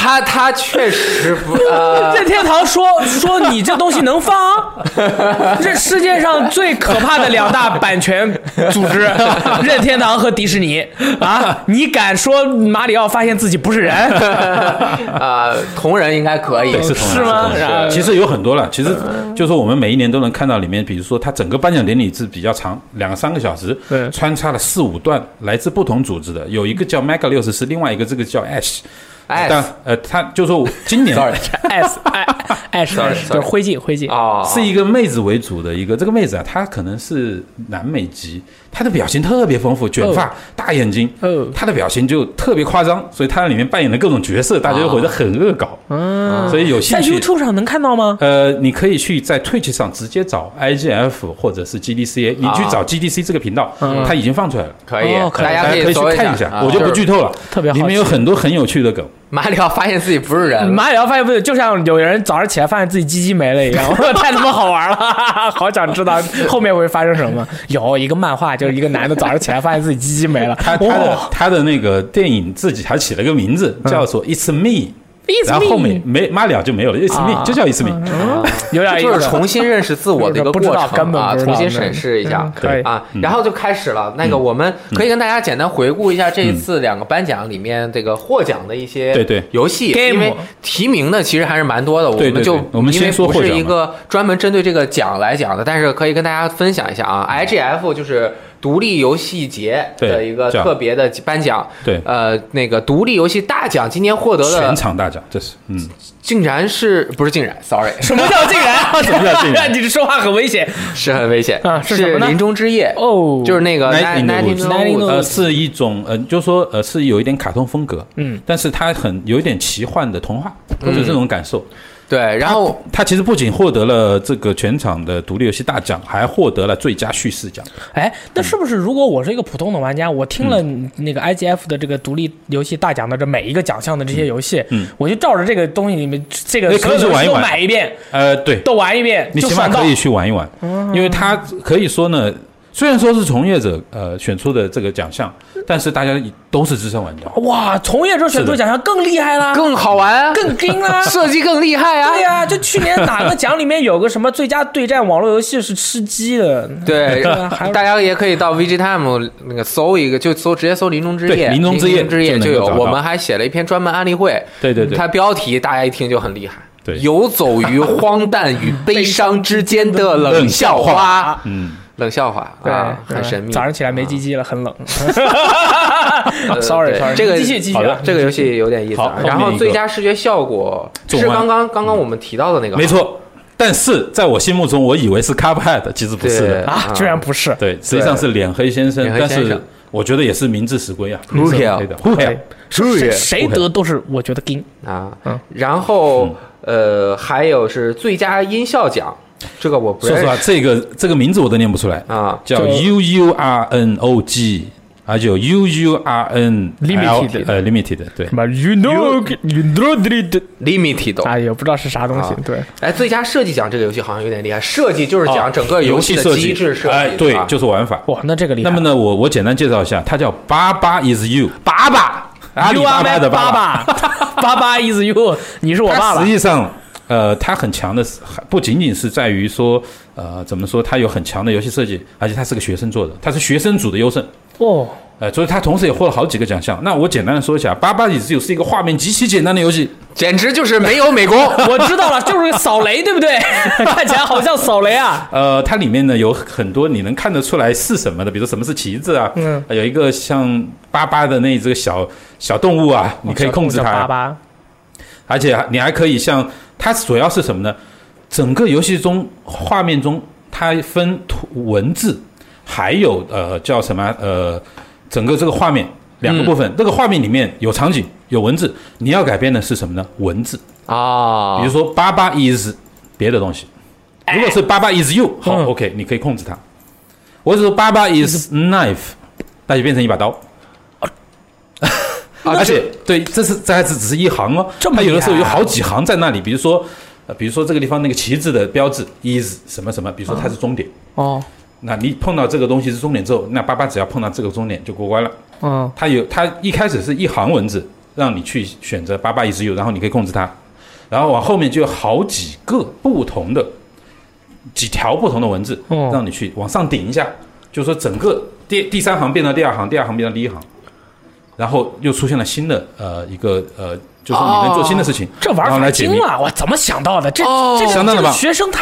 Speaker 5: 他他确实不呃，
Speaker 4: 任天堂说说你这东西能放、啊 这世界上最可怕的两大版权组织， 任天堂和迪士尼啊！你敢说马里奥发现自己不是人？
Speaker 5: 呃，同人应该可以，
Speaker 3: 是同人
Speaker 4: 是啊嗯吗
Speaker 3: 是同
Speaker 4: 然后
Speaker 3: 人其实有很多了，其实就是说我们每一年都能看到里面，比如说它整个颁奖典礼是比较长，两三个小时
Speaker 4: 对，
Speaker 3: 穿插了四五段来自不同组织的，有一个叫 Mega 六十四，另外一个这个叫 Ash。
Speaker 5: Ash
Speaker 3: 但呃，他就说我今 年
Speaker 5: sorry，
Speaker 4: 艾斯艾艾斯
Speaker 5: Sorry，
Speaker 4: 哎就是灰烬灰烬。
Speaker 5: 哦，
Speaker 3: 是一个妹子为主的一个，这个妹子啊，她可能是南美籍，她的表情特别丰富，卷发、大眼睛，
Speaker 4: 哦
Speaker 3: 她的表情就特别夸张，所以她在里面扮演了各种角色，大家就觉得很恶搞，嗯，所以有兴
Speaker 4: 在
Speaker 3: 趣。
Speaker 4: YouTube 上能看到吗？
Speaker 3: 呃，你可以去在 Twitch 上直接找 IGF 或者是 GDC，你去找 GDC 这个频道，它已经放出来了，
Speaker 5: 可以
Speaker 4: 哦，可以
Speaker 5: 大家
Speaker 3: 可以去
Speaker 5: 搜
Speaker 3: 看一
Speaker 5: 下啊
Speaker 3: 下，，我就不
Speaker 5: 去。
Speaker 3: 剧透了。
Speaker 4: 特别好奇
Speaker 3: 里面有很多很有趣的梗，
Speaker 5: 马里奥发现自己不是人了，
Speaker 4: 马里奥发现不对，就像有人早上起来发现自己鸡鸡没了一样， 太他妈好玩了，好想知道后面会发生什么。有一个漫画，就是一个男的早上起来发现自己鸡鸡没了，
Speaker 3: 他他的
Speaker 4: 哦
Speaker 3: 他的那个电影自己还起了个名字，叫做 It's Me。
Speaker 4: ，It's
Speaker 3: 然后后
Speaker 4: me
Speaker 3: 面没马里奥就没有了，It's me 就叫 It's me，
Speaker 4: 有点意
Speaker 5: 就是
Speaker 4: 思。
Speaker 5: 重新认识自我的一个
Speaker 4: 不知
Speaker 5: 过程
Speaker 4: 道根本
Speaker 5: 啊，
Speaker 4: 不知道
Speaker 5: 重新审视一下
Speaker 4: 嗯。可以
Speaker 5: 啊，然后就开始了。那个，我们可以跟大家简单回顾一下这一次两个颁奖里面这个获奖的一些
Speaker 3: 对对
Speaker 5: 游戏，
Speaker 4: Game
Speaker 5: 因为提名的其实还是蛮多的。我
Speaker 3: 对对
Speaker 5: 们
Speaker 3: 对
Speaker 5: 就
Speaker 3: 我们
Speaker 5: 因为
Speaker 3: 先说
Speaker 5: 不
Speaker 3: 获
Speaker 5: 是
Speaker 3: 奖
Speaker 5: 一
Speaker 3: 吧
Speaker 5: 个专门针对这个奖来讲的，但是可以跟大家分享一下啊。IGF 就是独立游戏节的
Speaker 3: 对
Speaker 5: 一个
Speaker 3: 奖
Speaker 5: 特别的颁奖，
Speaker 3: 对
Speaker 5: 呃，那个独立游戏大奖今年获得的
Speaker 3: 全场大奖，这是嗯，
Speaker 5: 竟然是不是竟然？Sorry，
Speaker 4: 什么叫竟然？什
Speaker 3: 么叫竟然
Speaker 4: 你这说话很危险
Speaker 5: 是很危险
Speaker 4: 啊是什么呢
Speaker 5: 临终之夜
Speaker 4: 哦。
Speaker 5: 就是那个
Speaker 3: Night in the
Speaker 5: Night in the
Speaker 4: Woods
Speaker 5: Woods
Speaker 3: 呃，是一种呃，就说呃，是有一点卡通风格，嗯，但是它很有一点奇幻的童话，就是这种感受。
Speaker 5: 对，然后
Speaker 3: 它其实不仅获得了这个全场的独立游戏大奖，还获得了最佳叙事奖。
Speaker 4: 哎，那是不是如果我是一个普通的玩家，我听了那个 IGF 的这个独立游戏大奖的这每一个奖项的这些游戏，
Speaker 3: 嗯
Speaker 4: 我就照着这个东西里面这个
Speaker 3: 哎
Speaker 4: 所有
Speaker 3: 可以去
Speaker 4: 的
Speaker 3: 玩一
Speaker 4: 游戏都
Speaker 3: 玩
Speaker 4: 买一遍，
Speaker 3: 呃，对，
Speaker 4: 都玩一遍，
Speaker 3: 你
Speaker 4: 就
Speaker 3: 起码
Speaker 4: 爽到
Speaker 3: 可以去玩一玩，
Speaker 5: 嗯
Speaker 3: 因为它可以说呢，虽然说是从业者呃选出的这个奖项，但是大家都是资深玩家。
Speaker 5: 哦
Speaker 4: 哇，从业者选出奖项更厉害啦，
Speaker 5: 更好玩啊，。
Speaker 4: 更精啦
Speaker 5: 设计更厉害
Speaker 4: 对
Speaker 5: 啊，
Speaker 4: 呀、就去年哪个奖里面有个什么最佳对战网络游戏是吃鸡的，
Speaker 5: 对
Speaker 4: 对啊还有，
Speaker 5: 大家也可以到 VG Time 那个搜一个，就搜直接搜临终之夜，
Speaker 3: 对临终之夜
Speaker 5: 之
Speaker 3: 就
Speaker 5: 夜
Speaker 3: 能够
Speaker 5: 就有。
Speaker 3: 找到
Speaker 5: 我们还写了一篇专门案例会，
Speaker 3: 对对对
Speaker 5: 它标题大家一听就很厉害，
Speaker 3: 对
Speaker 5: 游走于荒诞与悲伤之间的冷笑话，
Speaker 3: 嗯，
Speaker 5: 冷笑话，
Speaker 4: 对
Speaker 5: 啊，，
Speaker 4: 对
Speaker 5: 很神秘。
Speaker 4: 早上起来没
Speaker 5: 啊
Speaker 4: 鸡鸡了，很冷。
Speaker 5: 呃
Speaker 4: sorry
Speaker 5: 对
Speaker 4: sorry，
Speaker 5: 这个
Speaker 4: 继续继续
Speaker 3: 好
Speaker 4: 啊
Speaker 3: 的。
Speaker 5: 这个游戏有点意思啊。
Speaker 3: 好
Speaker 5: 然
Speaker 3: 后
Speaker 5: 后
Speaker 3: 面一个
Speaker 5: 最佳视觉效果
Speaker 3: 纵
Speaker 5: 是
Speaker 3: 观
Speaker 5: 刚刚刚刚我们提到的那个，
Speaker 3: 没，错。但是在我心目中，我以为是 Cuphead，其实不是
Speaker 5: 对
Speaker 3: 的。
Speaker 4: 啊，居然不是，
Speaker 3: 对，实际上是脸黑先生
Speaker 5: 脸，黑
Speaker 3: 但
Speaker 5: 先
Speaker 3: 是
Speaker 5: 生
Speaker 3: 我觉得也是名至实归啊。
Speaker 5: Who
Speaker 3: 是
Speaker 5: care？
Speaker 3: 黑的，Who care？
Speaker 5: 是
Speaker 4: 谁谁得都是我觉得金。
Speaker 5: 啊
Speaker 4: 嗯。
Speaker 5: 然后呃，还有是最佳音效奖，这个我不
Speaker 3: 说
Speaker 5: 认
Speaker 3: 实话，
Speaker 5: 识
Speaker 3: 这个这个名字我都念不出来，
Speaker 5: 啊。
Speaker 3: 叫
Speaker 4: 就
Speaker 3: U U R N O G，而且有 U U R N
Speaker 4: Limited
Speaker 3: 呃 Limited，对
Speaker 4: 什，么 you know you know did，
Speaker 5: Limited，
Speaker 4: 哎也不知道是啥东西
Speaker 5: 啊。
Speaker 4: 对，
Speaker 5: 哎，最佳设计奖这个游戏好像有点厉害，设计就是
Speaker 3: 啊
Speaker 5: 讲整个游戏的
Speaker 3: 设计
Speaker 5: 机制设计，
Speaker 3: 哎，对
Speaker 5: 吧，
Speaker 3: 就是玩法。
Speaker 4: 哇，那这个厉害。
Speaker 3: 那么呢，我我简单介绍一下，它叫巴巴 is you，
Speaker 4: 爸爸，
Speaker 3: 阿里
Speaker 4: You
Speaker 3: 巴
Speaker 4: are
Speaker 3: 巴
Speaker 4: my
Speaker 3: 的
Speaker 4: 爸
Speaker 3: 爸
Speaker 4: 爸， 爸爸 is you，你是我爸
Speaker 3: 它
Speaker 4: 爸
Speaker 3: 实。际上，呃，它很强的是，还不仅仅是在于说，呃，怎么说，它有很强的游戏设计，而且它是个学生做的，它是学生组的优胜。
Speaker 4: 哦，
Speaker 3: 呃，所以它同时也获了好几个奖项。那我简单的说一下，《八八也只有是一个画面极其简单的游戏，
Speaker 5: 简直就是没 有美工。
Speaker 4: 我知道了，就是扫雷，对不 对？看起来好像扫雷啊。
Speaker 3: 呃，它里面呢有很多你能看得出来是什么的，比如说什么是旗子啊，
Speaker 4: 嗯
Speaker 3: 呃有一个像巴巴的那这个小小动物啊，你可以控制它，
Speaker 4: 爸爸，
Speaker 3: 而且你还可以像它主要是什么呢？整个游戏中画面中，它分图文字，还有呃叫什么呃，整个这个画面两个部分。这个画面里面有场景，有文字，你要改变的是什么呢？文字，
Speaker 5: 啊，
Speaker 3: 比如说八八 is 别的东西，如果是八八 is you，好、
Speaker 4: 哎嗯
Speaker 3: OK，你可以控制它。我只说八八 is knife，那就变成一把刀。
Speaker 5: 啊
Speaker 3: 而且对，这是这还是只是一行哦，
Speaker 4: 这么
Speaker 3: 它有的时候
Speaker 4: 厉
Speaker 3: 有
Speaker 4: 害啊
Speaker 3: 好几行在那里，比如说，呃，比如说这个地方那个旗帜的标志 is 什么什么，比如说它是终点，
Speaker 4: 哦，
Speaker 3: 那你碰到这个东西是终点之后，那爸爸只要碰到这个终点就过关了。
Speaker 4: 嗯，
Speaker 3: 它有它一开始是一行文字，让你去选择八八一十六，然后你可以控制它，然后往后面就有好几个不同的几条不同的文字，
Speaker 4: 哦
Speaker 3: 让你去往上顶一下，就是说整个第第三行变到第二行，第二行变到第一行，然后又出现了新的呃一个呃，就说你能做新的事情，
Speaker 4: 哦这玩
Speaker 3: 然后
Speaker 4: 法
Speaker 3: 来解密
Speaker 4: 精，啊了，我怎么想到的？这
Speaker 5: 哦
Speaker 4: 这
Speaker 3: 相当
Speaker 4: 个这
Speaker 3: 的
Speaker 4: 个
Speaker 3: 棒
Speaker 4: 学生他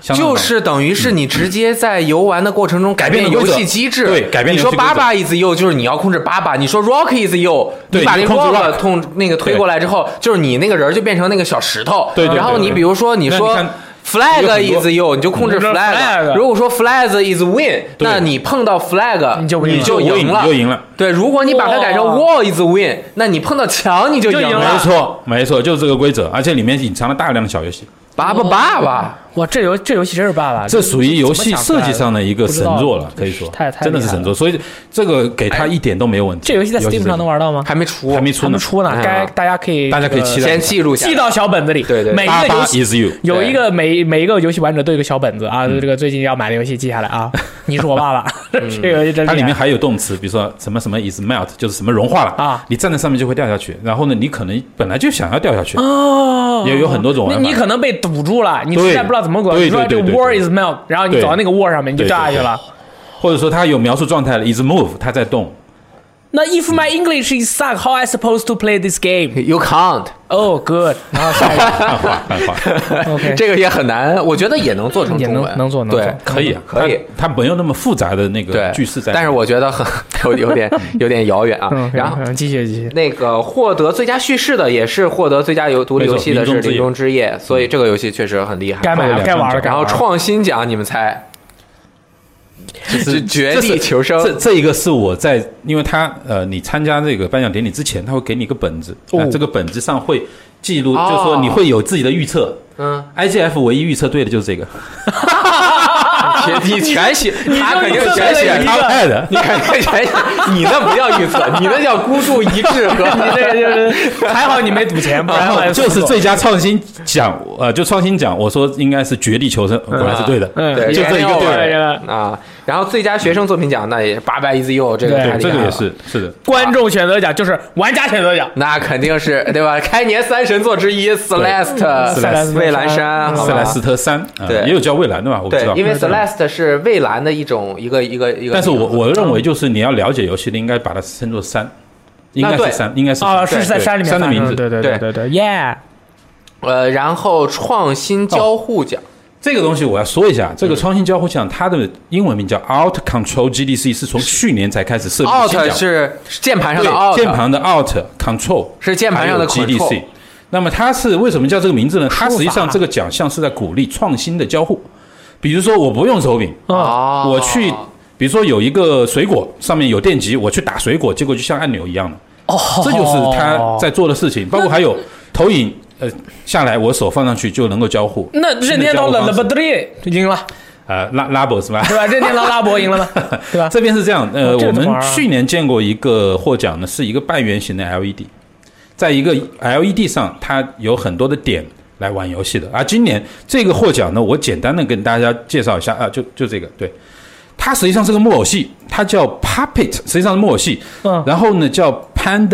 Speaker 3: 相当棒
Speaker 5: 就是等于是你直接在游玩的过程中嗯
Speaker 3: 改
Speaker 5: 改
Speaker 3: 变
Speaker 5: 变
Speaker 3: 了
Speaker 5: 游
Speaker 3: 规则
Speaker 5: 戏机制，
Speaker 3: 对改变
Speaker 5: 你
Speaker 3: 了游
Speaker 5: 说
Speaker 3: 戏规
Speaker 5: 爸
Speaker 3: 则
Speaker 5: 爸 is you 就是你要控制爸爸，你说 rock is you，
Speaker 3: 对
Speaker 5: 你把那
Speaker 3: 你
Speaker 5: 个
Speaker 3: 控制
Speaker 5: rock
Speaker 3: rock
Speaker 5: 通那个推过来之后，就是你那个人就变成那个小石头。
Speaker 3: 对对对
Speaker 5: 然后你
Speaker 3: 对
Speaker 5: 比如说你
Speaker 3: 那你
Speaker 5: 说
Speaker 3: 看。有很
Speaker 5: Flag
Speaker 3: 多
Speaker 5: is you，你就控制
Speaker 4: 嗯 flag
Speaker 5: 如果说 flag is win，那你碰到 flag，
Speaker 4: 你就
Speaker 5: 你
Speaker 4: 赢
Speaker 5: 就
Speaker 3: 了
Speaker 5: 赢
Speaker 3: 你就赢了。
Speaker 5: 对，如果你把它改成 wall is win，那你碰到墙你就
Speaker 4: 就
Speaker 5: 赢
Speaker 4: 赢
Speaker 5: 了
Speaker 4: 了
Speaker 3: 没。错没错，就是这个规则，而且里面隐藏了大量的小游戏，
Speaker 5: 爸爸爸爸，
Speaker 4: 哇，这游这游戏真是爸爸，
Speaker 3: 啊这属于游戏
Speaker 4: 怎么想出
Speaker 3: 设
Speaker 4: 来的
Speaker 3: 计上的一个神作了，
Speaker 4: 不知道
Speaker 3: 可以说
Speaker 4: 太太
Speaker 3: 真的是
Speaker 4: 厉害
Speaker 3: 神作，所以这个给他一点都没有问题。
Speaker 4: 这游戏在 Steam 上能玩到吗？
Speaker 5: 还没出，
Speaker 3: 还没出
Speaker 4: 还没
Speaker 3: 呢，
Speaker 4: 出呢
Speaker 5: 嗯，
Speaker 4: 该大家可以
Speaker 3: 大家可以
Speaker 4: 这个
Speaker 3: 期待
Speaker 5: 先记录下来
Speaker 4: 记。到小本子里。
Speaker 5: 对对
Speaker 4: 每一
Speaker 3: 八
Speaker 4: 个
Speaker 3: 八
Speaker 4: 游戏
Speaker 3: is you，
Speaker 4: 有一
Speaker 5: 对
Speaker 4: 个每每一个游戏玩者都有一个小本子啊，
Speaker 3: 嗯
Speaker 4: 这个最近要买的游戏记下 来啊。你是我爸爸， 这个游戏真
Speaker 3: 它里
Speaker 4: 厉
Speaker 3: 面
Speaker 4: 害。
Speaker 3: 还有动词，比如说什么什么 is melt，就是什么融化了
Speaker 4: 啊
Speaker 3: 你站在上面就会掉下去，然后呢，你可能本来就想要掉下去，
Speaker 4: 哦
Speaker 3: 也有很多种玩
Speaker 4: 那
Speaker 3: 法
Speaker 4: 你可能被堵住了，你
Speaker 3: 对
Speaker 4: 实在不知道怎么滚，
Speaker 3: 对
Speaker 4: 你说这
Speaker 3: 对对对
Speaker 4: war
Speaker 3: 对
Speaker 4: is melt，然后你
Speaker 3: 对
Speaker 4: 走到那个 war 上面你就
Speaker 3: 对
Speaker 4: 掉下去
Speaker 3: 对对
Speaker 4: 了。
Speaker 3: 或者说它有描述状态 了 is move，它在动，
Speaker 4: 那 if my English is suck, how I supposed to play this game?
Speaker 5: You can't，
Speaker 4: Oh, good. 然后下一个
Speaker 3: 泛化泛化，
Speaker 4: ，OK，
Speaker 5: 这个也很难，我觉得也能做成
Speaker 4: 也
Speaker 5: 中
Speaker 4: 能
Speaker 5: 文，
Speaker 4: 能做能
Speaker 5: 对
Speaker 4: 做，
Speaker 3: 可以啊，
Speaker 5: 可以
Speaker 3: 它，它没有那么复杂的那个
Speaker 5: 对
Speaker 3: 句式在，
Speaker 5: 但是我觉得很有有点有点遥远啊
Speaker 4: 嗯，。
Speaker 5: 然后
Speaker 4: 嗯继续继续。
Speaker 5: 那个获得最佳叙事的也是获得最佳游独立游戏的是
Speaker 3: 没
Speaker 5: 《
Speaker 3: 错
Speaker 5: 林中之夜》，所以这个游戏确实很厉害。
Speaker 4: 该买了，
Speaker 3: 两
Speaker 4: 该玩了，
Speaker 3: 张
Speaker 4: 该
Speaker 5: 然后
Speaker 4: 玩了
Speaker 5: 创新奖，你们猜？
Speaker 3: 就是
Speaker 5: 绝
Speaker 3: 这
Speaker 5: 地
Speaker 3: 是
Speaker 5: 求生
Speaker 3: 这这一个是我在，因为他呃，你参加这个颁奖典礼之前，他会给你一个本子，
Speaker 4: 哦
Speaker 3: 那这个本子上会记录，
Speaker 5: 哦
Speaker 3: 就说你会有自己的预测。
Speaker 5: 嗯，
Speaker 3: IGF 唯一预测对的就是这个，
Speaker 5: 你你全写，他肯定全
Speaker 4: 对
Speaker 5: 写
Speaker 4: 了一
Speaker 5: 他
Speaker 4: 个
Speaker 3: 他派 的。
Speaker 5: 你肯定全写，你那不叫预测，你那叫孤注一掷和
Speaker 4: 你这个 就是还好你没赌钱，不然
Speaker 3: 然
Speaker 4: 后
Speaker 3: 后就是最佳创新奖，呃，就创新奖，我说应该是绝地求生，果然是对的。
Speaker 4: 嗯
Speaker 5: 对，
Speaker 3: 就这一个
Speaker 5: 对
Speaker 3: 对
Speaker 4: 对了
Speaker 5: 啊。然后最佳学生作品奖那也八百 is you 哦这个
Speaker 4: 对
Speaker 3: 对，
Speaker 5: 太厉
Speaker 3: 这
Speaker 5: 害
Speaker 3: 个
Speaker 5: 了
Speaker 3: 也是是的。
Speaker 4: 观众选择奖就是玩家选择奖。
Speaker 5: 那肯定是对吧？ 开年三神作之一 Celeste，
Speaker 3: 莱斯
Speaker 5: 蔚蓝山，好吧
Speaker 3: 斯莱斯特三，呃
Speaker 5: 对
Speaker 3: 也有叫蔚蓝的吧？我不知
Speaker 5: 对
Speaker 3: 道，。
Speaker 5: 因为
Speaker 3: 嗯
Speaker 5: Celeste 是蔚蓝的一种一个一个一个。
Speaker 3: 但是我我认为就是你要了解游戏的，应该把它称作三，应该
Speaker 5: 那对
Speaker 3: 是三，应该是
Speaker 4: 啊，
Speaker 3: 三
Speaker 4: 是在
Speaker 3: 对
Speaker 4: 山里面
Speaker 3: 山
Speaker 4: 发
Speaker 3: 的
Speaker 4: 生
Speaker 3: 名字。
Speaker 4: 对对对对对，Yeah，
Speaker 5: 呃，然后创新交互奖，
Speaker 3: 这个东西我要说一下，
Speaker 5: 嗯
Speaker 3: 这个创新交互奖它的英文名叫 Out Control GDC，是从去年才开始设立
Speaker 5: Alt
Speaker 3: 新哦奖，
Speaker 5: 是键盘上的 Alt，
Speaker 3: 对，键盘的 Out Control
Speaker 5: 是键盘上的
Speaker 3: 还有
Speaker 5: Control
Speaker 3: GDC。那么它是为什么叫这个名字呢？它实际
Speaker 4: 说法
Speaker 3: 上这个奖项是在鼓励创新的交互，比如说我不用手柄，
Speaker 4: 啊，
Speaker 5: 哦，
Speaker 3: 我去，比如说有一个水果上面有电极，我去打水果，结果就像按钮一样的。
Speaker 4: 哦，
Speaker 3: 这就是他在做的事情，包括还有投影，呃，下来我手放上去就能够交互。
Speaker 4: 那任天堂了了不对，赢了，
Speaker 3: 呃，拉拉博是吧？
Speaker 4: 对吧？任天堂拉博赢了吗？ 对吧？
Speaker 3: 这边是这样，呃，
Speaker 4: 哦这个
Speaker 3: 我
Speaker 4: 怎么
Speaker 3: 们
Speaker 4: 玩啊
Speaker 3: 去年见过一个获奖呢，是一个半圆形的 LED，在一个 LED 上，它有很多的点来玩游戏的。而今年这个获奖呢，我简单的跟大家介绍一下啊，就就这个，对，它实际上是个木偶戏，它叫 Puppet，实际上是木偶戏，
Speaker 4: 嗯
Speaker 3: 然后呢叫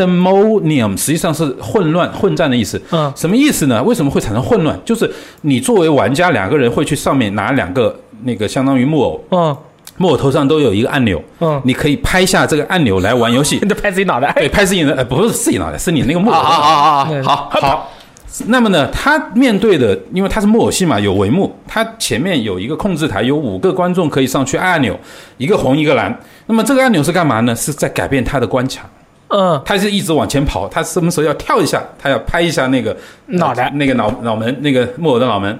Speaker 3: Pandemonium，实际上是混乱、混战的意思。
Speaker 4: 嗯
Speaker 3: 什么意思呢？为什么会产生混乱？就是你作为玩家，两个人会去上面拿两个那个相当于木偶，
Speaker 4: 嗯
Speaker 3: 木偶头上都有一个按钮，
Speaker 4: 嗯，
Speaker 3: 你可以拍下这个按钮来玩游戏
Speaker 4: 你。就拍自己脑袋，
Speaker 3: 对，拍自己的，呃，不是自己脑袋，是你那个木
Speaker 5: 啊
Speaker 3: 偶。
Speaker 5: 啊啊啊，
Speaker 4: 对
Speaker 5: 好，
Speaker 3: 好。那么呢，他面对的，因为他是木偶戏嘛，有帷幕，他前面有一个控制台，有五个观众可以上去按按钮，一个红一个蓝。那么这个按钮是干嘛呢？是在改变他的关卡，
Speaker 4: 嗯，
Speaker 3: 他是一直往前跑，他什么时候要跳一下，他要拍一下那个呃
Speaker 4: 脑袋
Speaker 3: 那个脑脑门，那个木偶的脑门。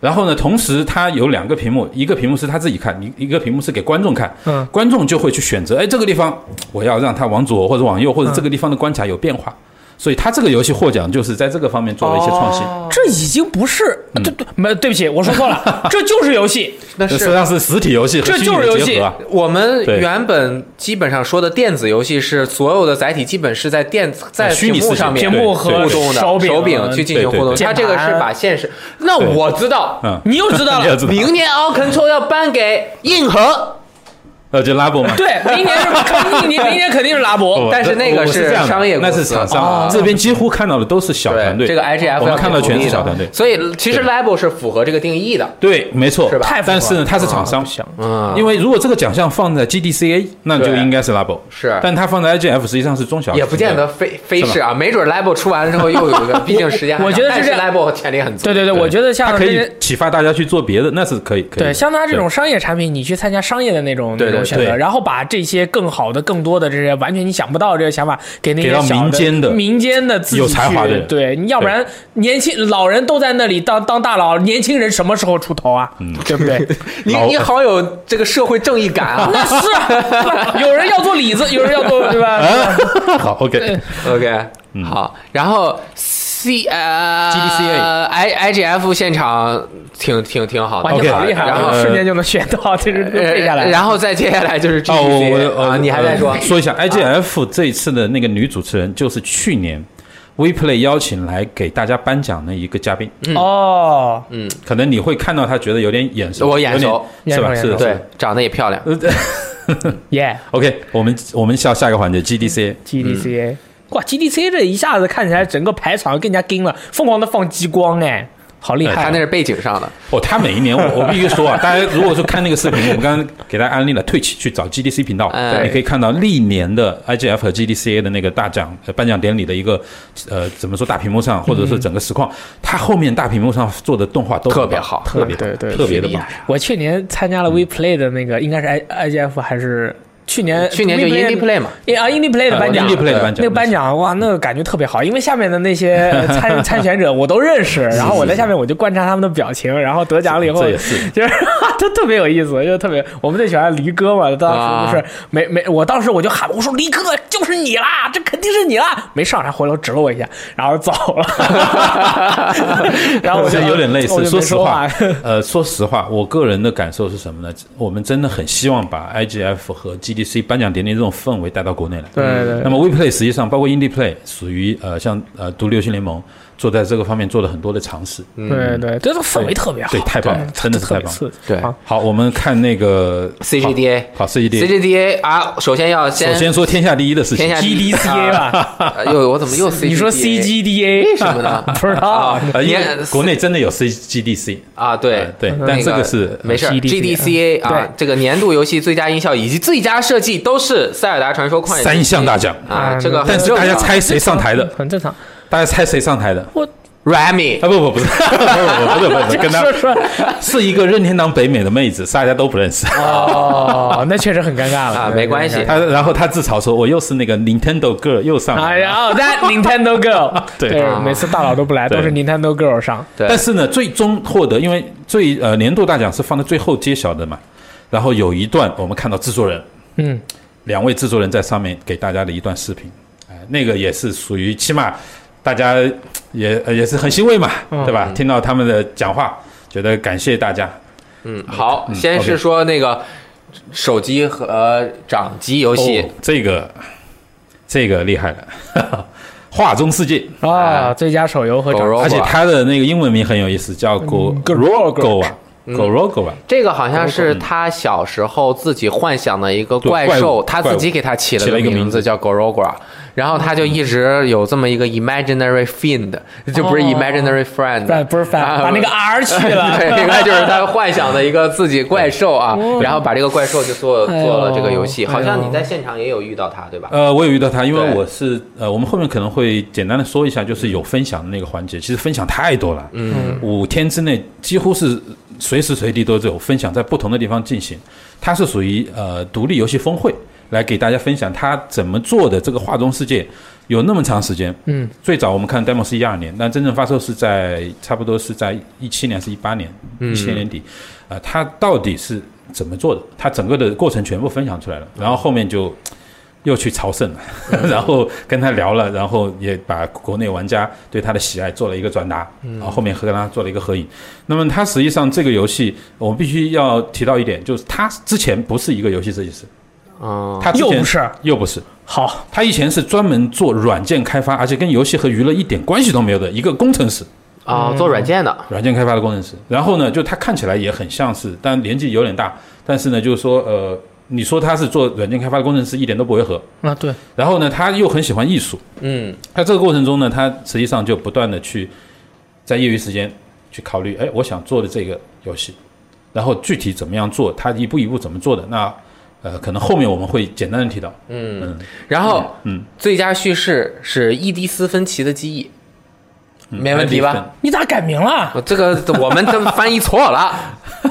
Speaker 3: 然后呢，同时他有两个屏幕，一个屏幕是他自己看，一一个屏幕是给观众看。
Speaker 4: 嗯，
Speaker 3: 观众就会去选择，哎，这个地方我要让它往左或者往右，或者这个地方的关卡有变化。所以他这个游戏获奖就是在这个方面做了一些创新，
Speaker 4: 这已经不是，
Speaker 3: 嗯
Speaker 4: 对对，没对不起，我说 错了，这就是游戏，
Speaker 5: 那
Speaker 3: 这实
Speaker 5: 是
Speaker 3: 际上是实体游戏和
Speaker 4: 这
Speaker 3: 虚
Speaker 4: 就是
Speaker 3: 拟的
Speaker 4: 游戏
Speaker 3: 结合啊。
Speaker 5: 我们
Speaker 3: 对
Speaker 5: 原本基本上说的电子游戏是所有的载体基本是在电子在
Speaker 3: 啊虚拟
Speaker 5: 屏幕
Speaker 3: 世界
Speaker 5: 上面
Speaker 4: 屏幕和
Speaker 5: 互动的
Speaker 4: 手柄
Speaker 5: 柄去进行互
Speaker 3: 对
Speaker 5: 动，
Speaker 3: 对
Speaker 4: 对
Speaker 5: 它这个
Speaker 4: 键盘
Speaker 5: 是把现实。那
Speaker 3: 对
Speaker 5: 我知道，哦
Speaker 3: 嗯，
Speaker 4: 你又知道
Speaker 3: 你也
Speaker 4: 了
Speaker 3: 知，道
Speaker 5: 明年 All Control 要颁给硬核，
Speaker 3: 呃，就 Labo 嘛。
Speaker 4: 对，明年是肯定，明年肯定是拉
Speaker 3: 不
Speaker 4: 博。
Speaker 5: 但是那
Speaker 3: 我
Speaker 5: 个
Speaker 3: 我
Speaker 5: 是
Speaker 3: 是这样的
Speaker 5: 商业公
Speaker 3: 那
Speaker 5: 司
Speaker 3: 是厂
Speaker 5: 哦
Speaker 3: 商，啊这边几乎看到的都是小团队。
Speaker 5: 这个 IGF
Speaker 3: 我们
Speaker 5: 要
Speaker 3: 看到
Speaker 5: 给同
Speaker 3: 全是
Speaker 5: 意
Speaker 3: 小
Speaker 5: 的
Speaker 3: 团队。
Speaker 5: 所以其实 label 是符合这个定义的。
Speaker 3: 对，没错，
Speaker 5: 是吧
Speaker 4: 太复杂
Speaker 3: 但是呢，
Speaker 4: 了
Speaker 3: 它是厂商，
Speaker 4: 想
Speaker 5: 嗯，
Speaker 3: 因为如果这个奖项放在 GDCA，那就
Speaker 5: 对
Speaker 3: 应该是 Labo。
Speaker 5: 是
Speaker 3: 但它放在 IGF 实际上是中小，
Speaker 5: 也不见得。非非
Speaker 3: 是吧
Speaker 5: 是啊，没准 label 出完了之后又 有一个，毕竟时间还
Speaker 4: 我觉得
Speaker 5: 长
Speaker 4: 是
Speaker 5: 但
Speaker 4: 这
Speaker 5: 是
Speaker 4: 样
Speaker 5: label 潜力很足。
Speaker 4: 对对对，我觉得
Speaker 3: 它
Speaker 4: 像
Speaker 3: 可
Speaker 4: 这
Speaker 3: 以
Speaker 4: 些，
Speaker 3: 启发大家去做别的，那是可以可以的。
Speaker 4: 对像它这种
Speaker 3: 对
Speaker 4: 商业产品，你去参加商业的那种
Speaker 5: 对
Speaker 4: 那
Speaker 5: 对
Speaker 4: 种选择，
Speaker 3: 对
Speaker 4: 然后把这些更好的、更多的这些完全你想不到的这些想法给那些
Speaker 3: 给到
Speaker 4: 小
Speaker 3: 民间的
Speaker 4: 民间的自己
Speaker 3: 有才华的
Speaker 4: 去
Speaker 3: 人
Speaker 4: 对，你要不然年轻老人都在那里当当大佬，年轻人什么时候出头啊？
Speaker 3: 嗯
Speaker 4: 对 不对？
Speaker 5: 你
Speaker 3: 老
Speaker 5: 你好有这个社会正义感啊。
Speaker 4: 那是啊不是有人要做李子，有人要做对吧？
Speaker 3: 啊好，OK，
Speaker 5: OK，
Speaker 3: 嗯
Speaker 5: 好，然后 C 呃
Speaker 3: GDCA
Speaker 5: I IGF 现场挺挺挺好的，
Speaker 4: 哇，你
Speaker 3: OK，呃
Speaker 4: 好厉害
Speaker 5: 然
Speaker 4: 啊，
Speaker 5: 后
Speaker 4: 瞬间就能学到，就是背下
Speaker 5: 呃
Speaker 4: 来。
Speaker 5: 然后再接下来就是
Speaker 3: 哦，我我
Speaker 5: GDCA 啊，
Speaker 3: 呃
Speaker 5: 你还在说
Speaker 3: 呃？说一下 IGF 这一次的那个女主持人就是去年 WePlay 邀请来给大家颁奖的一个嘉宾，
Speaker 5: 嗯
Speaker 4: 哦，
Speaker 3: 可能你会看到她觉得有点眼熟，
Speaker 5: 我眼熟
Speaker 3: 有点是吧？
Speaker 4: 眼熟
Speaker 3: 是的，
Speaker 5: 对，长得也漂亮。
Speaker 3: 是的。
Speaker 4: 耶
Speaker 3: OK，我们我们下下一个环节 GDC。嗯
Speaker 4: ，GDCA，哇，GDCA 这一下子看起来整个排场更加跟了，疯狂的放激光，哎，好厉
Speaker 3: 呃
Speaker 5: 他
Speaker 4: 害
Speaker 5: 那！是背景上的，
Speaker 3: 哦，他每一年我我必须说啊， 大家如果说看那个视频，我们刚刚给大家安利了 Twitch 去找 GDC 频道，
Speaker 5: 哎
Speaker 3: 你可以看到历年的 IGF 和 GDCA 的那个大奖、呃、颁奖典礼的一个呃怎么说大屏幕上，或者
Speaker 4: 嗯
Speaker 3: 是整个实况，它后面大屏幕上做的动画都很
Speaker 5: 特别好
Speaker 3: 棒特别
Speaker 4: 对对对
Speaker 3: 特别的棒。
Speaker 4: 我去年参加了
Speaker 3: 嗯
Speaker 4: WePlay 的那个，应该是 I IGF 还是去年？
Speaker 5: 去年就 Indie Play 嘛，
Speaker 4: Play 啊，Indie Play 的颁奖
Speaker 3: Indie Play 的颁奖
Speaker 4: 那个颁奖哇，那个感觉特别好，因为下面的那些 呃参参选者我都认识，然后我在下面我就观察他们的表情，然后得奖了以后
Speaker 3: 这也是
Speaker 4: 就是都特别有意思，就特别我们最喜欢驴哥嘛，当时不是
Speaker 5: 啊
Speaker 4: 没没，我当时我就喊我说驴哥就是你啦，这肯定是你啦，没上，他回头指了我一下，然后走了， 然后我
Speaker 3: 我
Speaker 4: 就
Speaker 3: 觉得有点类似。
Speaker 4: 我就没
Speaker 3: 说实话
Speaker 4: 话，
Speaker 3: 呃，说实话，我个人的感受是什么呢？我们真的很希望把 IGF 和 GDC 颁奖典礼这种氛围带到国内来。
Speaker 4: 对对对
Speaker 3: 那么 WePlay 实际上包括 Indie Play 属于呃像呃独立游戏联盟做在这个方面做了很多的尝试。
Speaker 2: 嗯
Speaker 4: 对对，这个氛围特别好，
Speaker 3: 对太棒了
Speaker 4: 对
Speaker 3: 真的是
Speaker 4: 特别
Speaker 3: 太棒了
Speaker 4: 刺激
Speaker 5: 对
Speaker 4: 啊
Speaker 3: 好，我们看那个
Speaker 5: CGDA
Speaker 3: 好好 CGDA。
Speaker 5: CGDA 啊，首先要
Speaker 3: 首
Speaker 5: 先
Speaker 3: 先说天下第一的事情
Speaker 5: 天，下第一
Speaker 4: GDCA 吧，
Speaker 5: 呃又我怎么又 CGDA？
Speaker 4: 你说 CGDA
Speaker 5: 为什 么呢
Speaker 4: 不知道
Speaker 5: 啊，
Speaker 3: 呃，因为
Speaker 5: 你
Speaker 3: 国内真的有 CGDC，
Speaker 5: 啊，对
Speaker 3: 对
Speaker 5: 那
Speaker 3: 嗯但这个是
Speaker 5: 没事
Speaker 4: GDCA
Speaker 5: ，GDCA 啊
Speaker 4: 对，
Speaker 5: 这个年度游戏最佳音效以及最佳设计都是《塞尔达传说：旷野之息》
Speaker 3: 三项大奖
Speaker 5: 啊，这个很
Speaker 3: 但是
Speaker 5: 重
Speaker 3: 大家
Speaker 5: 要
Speaker 3: 猜谁上台的？
Speaker 4: 很正常。
Speaker 3: 大家猜谁上台的？
Speaker 5: Remy
Speaker 3: 啊不不不是 不是不是不 是不是，跟他
Speaker 4: 说说
Speaker 3: 是一个任天堂北美的妹子，大家都不认识。
Speaker 4: 哦，那确实很尴尬了
Speaker 3: 呃
Speaker 5: 啊，
Speaker 4: 对
Speaker 5: 没关系。
Speaker 3: 她然后她自嘲说：“我又是那个 Nintendo girl 又上来
Speaker 4: 哎
Speaker 3: 了。
Speaker 4: 呀哦，That Nintendo Girl，
Speaker 3: 对
Speaker 5: 啊
Speaker 4: 每次大佬都不来，
Speaker 3: 对
Speaker 4: 都是 Nintendo Girl 上。
Speaker 5: 对
Speaker 3: 但是呢，最终获得，因为最呃年度大奖是放在最后揭晓的嘛。然后有一段我们看到制作人
Speaker 4: 嗯，
Speaker 3: 两位制作人在上面给大家的一段视频，哎、那个也是属于起码大家也呃也是很欣慰嘛，
Speaker 4: 嗯
Speaker 3: 对吧？听到他们的讲话，觉得感谢大家。
Speaker 5: 嗯，好，
Speaker 3: 嗯
Speaker 5: 先是
Speaker 3: OK
Speaker 5: 说那个手机和掌机游
Speaker 3: 哦
Speaker 5: 戏，
Speaker 3: 这个这个厉害了， 画中世界。
Speaker 4: 啊，最佳手游和
Speaker 5: 狗
Speaker 4: 掌
Speaker 5: 肉
Speaker 3: 哦而且
Speaker 5: 吧
Speaker 3: 它的那个英文名很有意思，叫 Go Rogo 啊，Go Rogo 啊，
Speaker 5: 这个好像是他小时候自己幻想的一个怪
Speaker 3: 对怪
Speaker 5: 兽，
Speaker 3: 物
Speaker 5: 他自己给他起
Speaker 3: 嗯
Speaker 5: 了
Speaker 3: 起了一个
Speaker 5: 名
Speaker 3: 名字
Speaker 5: 字叫 Gorogora，然后他就一直有这么一个 imaginary friend，就不是
Speaker 4: 哦
Speaker 5: imaginary friend，
Speaker 4: 饭不是饭，
Speaker 5: 啊
Speaker 4: 把那个 R 去了。
Speaker 5: 对，应该就是他幻想的一个自己怪兽啊，然后把这个怪兽就做
Speaker 4: 哦哎呦
Speaker 5: 做了这个游戏，
Speaker 4: 哎呦
Speaker 5: 好像你在现场也有遇到他，对吧？
Speaker 3: 呃，我有遇到他，因为
Speaker 5: 对
Speaker 3: 我是呃，我们后面可能会简单的说一下，就是有分享的那个环节，其实分享太多了，嗯，五天之内几乎是随时随地都有分享，在不同的地方进行，它是属于呃独立游戏峰会，来给大家分享他怎么做的这个画中世界。有那么长时间，嗯，最早我们看 demo 是一二年，但真正发售是在差不多是在一七年，是一八年，一七年底，呃，它到底是怎么做的？它整个的过程全部分享出来了，然后后面就又去朝圣了，
Speaker 4: 嗯
Speaker 3: 然后跟他聊了，然后也把国内玩家对他的喜爱做了一个转达，
Speaker 4: 嗯
Speaker 3: 然后后面和他做了一个合影。那么他实际上这个游戏，我们必须要提到一点，就是他之前不是一个游戏设计师，
Speaker 5: 嗯，
Speaker 3: 他之前
Speaker 4: 哦又不是
Speaker 3: 又不是，
Speaker 4: 好，
Speaker 3: 他以前是专门做软件开发，而且跟游戏和娱乐一点关系都没有的一个工程师，
Speaker 5: 啊，做软件的，
Speaker 3: 软件开发的工程师。然后呢，就他看起来也很像是，但年纪有点大，但是呢，就是说呃，你说他是做软件开发的工程师，一点都不违和。
Speaker 4: 啊，对，
Speaker 3: 然后呢，他又很喜欢艺术，
Speaker 5: 嗯，
Speaker 3: 在这个过程中呢，他实际上就不断的去在业余时间去考虑，哎，我想做的这个游戏，然后具体怎么样做，他一步一步怎么做的，那呃，可能后面我们会简单的提到。嗯
Speaker 5: 然后
Speaker 3: 嗯，
Speaker 5: 最佳叙事是伊迪丝·芬奇的记忆，
Speaker 3: 嗯
Speaker 5: 没问题
Speaker 3: 还有
Speaker 5: 吧？
Speaker 4: 你咋改名了？
Speaker 5: 我这个我们这翻译错 了，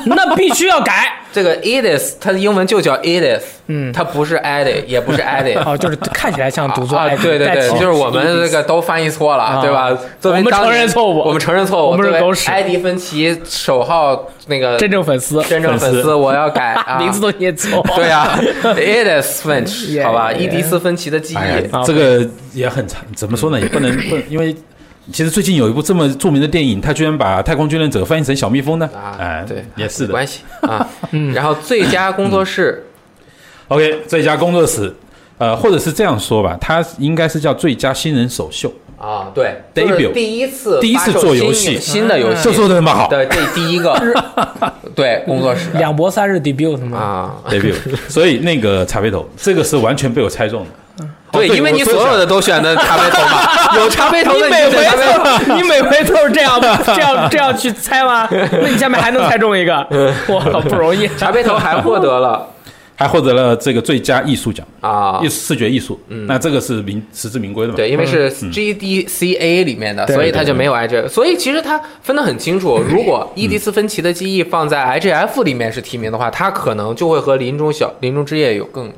Speaker 4: 那必须要改。
Speaker 5: 这个 Edith 它的英文就叫 Edith，
Speaker 4: 嗯
Speaker 5: 它不是 Edit，也不 是 Edit。
Speaker 4: 哦，就是看起来像 读作，
Speaker 5: 啊，
Speaker 4: 哎
Speaker 5: 对对
Speaker 4: 但
Speaker 5: 对，
Speaker 4: 其
Speaker 5: 就
Speaker 4: 实
Speaker 5: 是我们这个都翻译错了，
Speaker 4: 啊
Speaker 5: 对吧？作为
Speaker 4: 我们
Speaker 5: 当
Speaker 4: 承
Speaker 5: 年
Speaker 4: 认错误
Speaker 5: 我们承认错误。
Speaker 4: 我们是
Speaker 5: 作为
Speaker 4: 狗屎
Speaker 5: 埃迪芬奇首号那个
Speaker 4: 真正粉丝，
Speaker 5: 真正粉
Speaker 3: 粉
Speaker 5: 丝，
Speaker 3: 丝
Speaker 5: 我要改啊
Speaker 4: 名字都念错。
Speaker 5: 对啊，Edith Finch，
Speaker 4: Yeah，
Speaker 5: 好吧，
Speaker 4: yeah
Speaker 5: 伊迪丝·芬奇的记
Speaker 3: 哎呀
Speaker 5: 忆。
Speaker 4: 啊
Speaker 3: 这个也很长，怎么说呢？也不能不能，因为其实最近有一部这么著名的电影，他居然把《太空军人者》翻译成小蜜蜂呢。
Speaker 5: 啊
Speaker 3: 哎，
Speaker 5: 对
Speaker 3: 也是
Speaker 5: 没
Speaker 3: 的
Speaker 5: 关。系 啊。
Speaker 4: 嗯
Speaker 5: 然后最佳工作室，
Speaker 3: OK，最佳工作室，呃，或者是这样说吧，它应该是叫最佳新人首秀，
Speaker 5: 啊，对
Speaker 3: Debut
Speaker 5: 就是第一次
Speaker 3: 第一次做游戏嗯
Speaker 5: 发售新新的游戏
Speaker 3: 这做的蛮好。
Speaker 5: 的这第 一个，对工作室
Speaker 4: 两博三日 debut 吗？
Speaker 5: 啊，
Speaker 3: debut，所以那个茶杯头，这个是完全被我猜中的。
Speaker 5: 哦对，
Speaker 3: 对
Speaker 5: 因为你
Speaker 3: 我说
Speaker 5: 所有的都选 的茶杯头 嘛，有茶杯头的
Speaker 4: 你每
Speaker 5: 就选茶杯 头。
Speaker 4: 回都 你每回都是这 样的，这样这样去猜吗？那你下面还能猜中一个，
Speaker 3: 嗯
Speaker 4: 我好不 容易。
Speaker 5: 茶杯头还获得了
Speaker 3: 还获得了这个最佳艺术奖，
Speaker 5: 啊
Speaker 3: 艺，术视觉艺术，那这个是名实至名归的嘛？
Speaker 5: 对，因为是
Speaker 3: 嗯
Speaker 5: GDCA 里面的，
Speaker 4: 对
Speaker 5: 所以它就没有 IGF。所以其实它分得很清 楚。如果伊
Speaker 3: 嗯
Speaker 5: 迪丝·芬奇的记忆放在 IGF 里面是提名的话，它可能就会和林中小林中之夜有更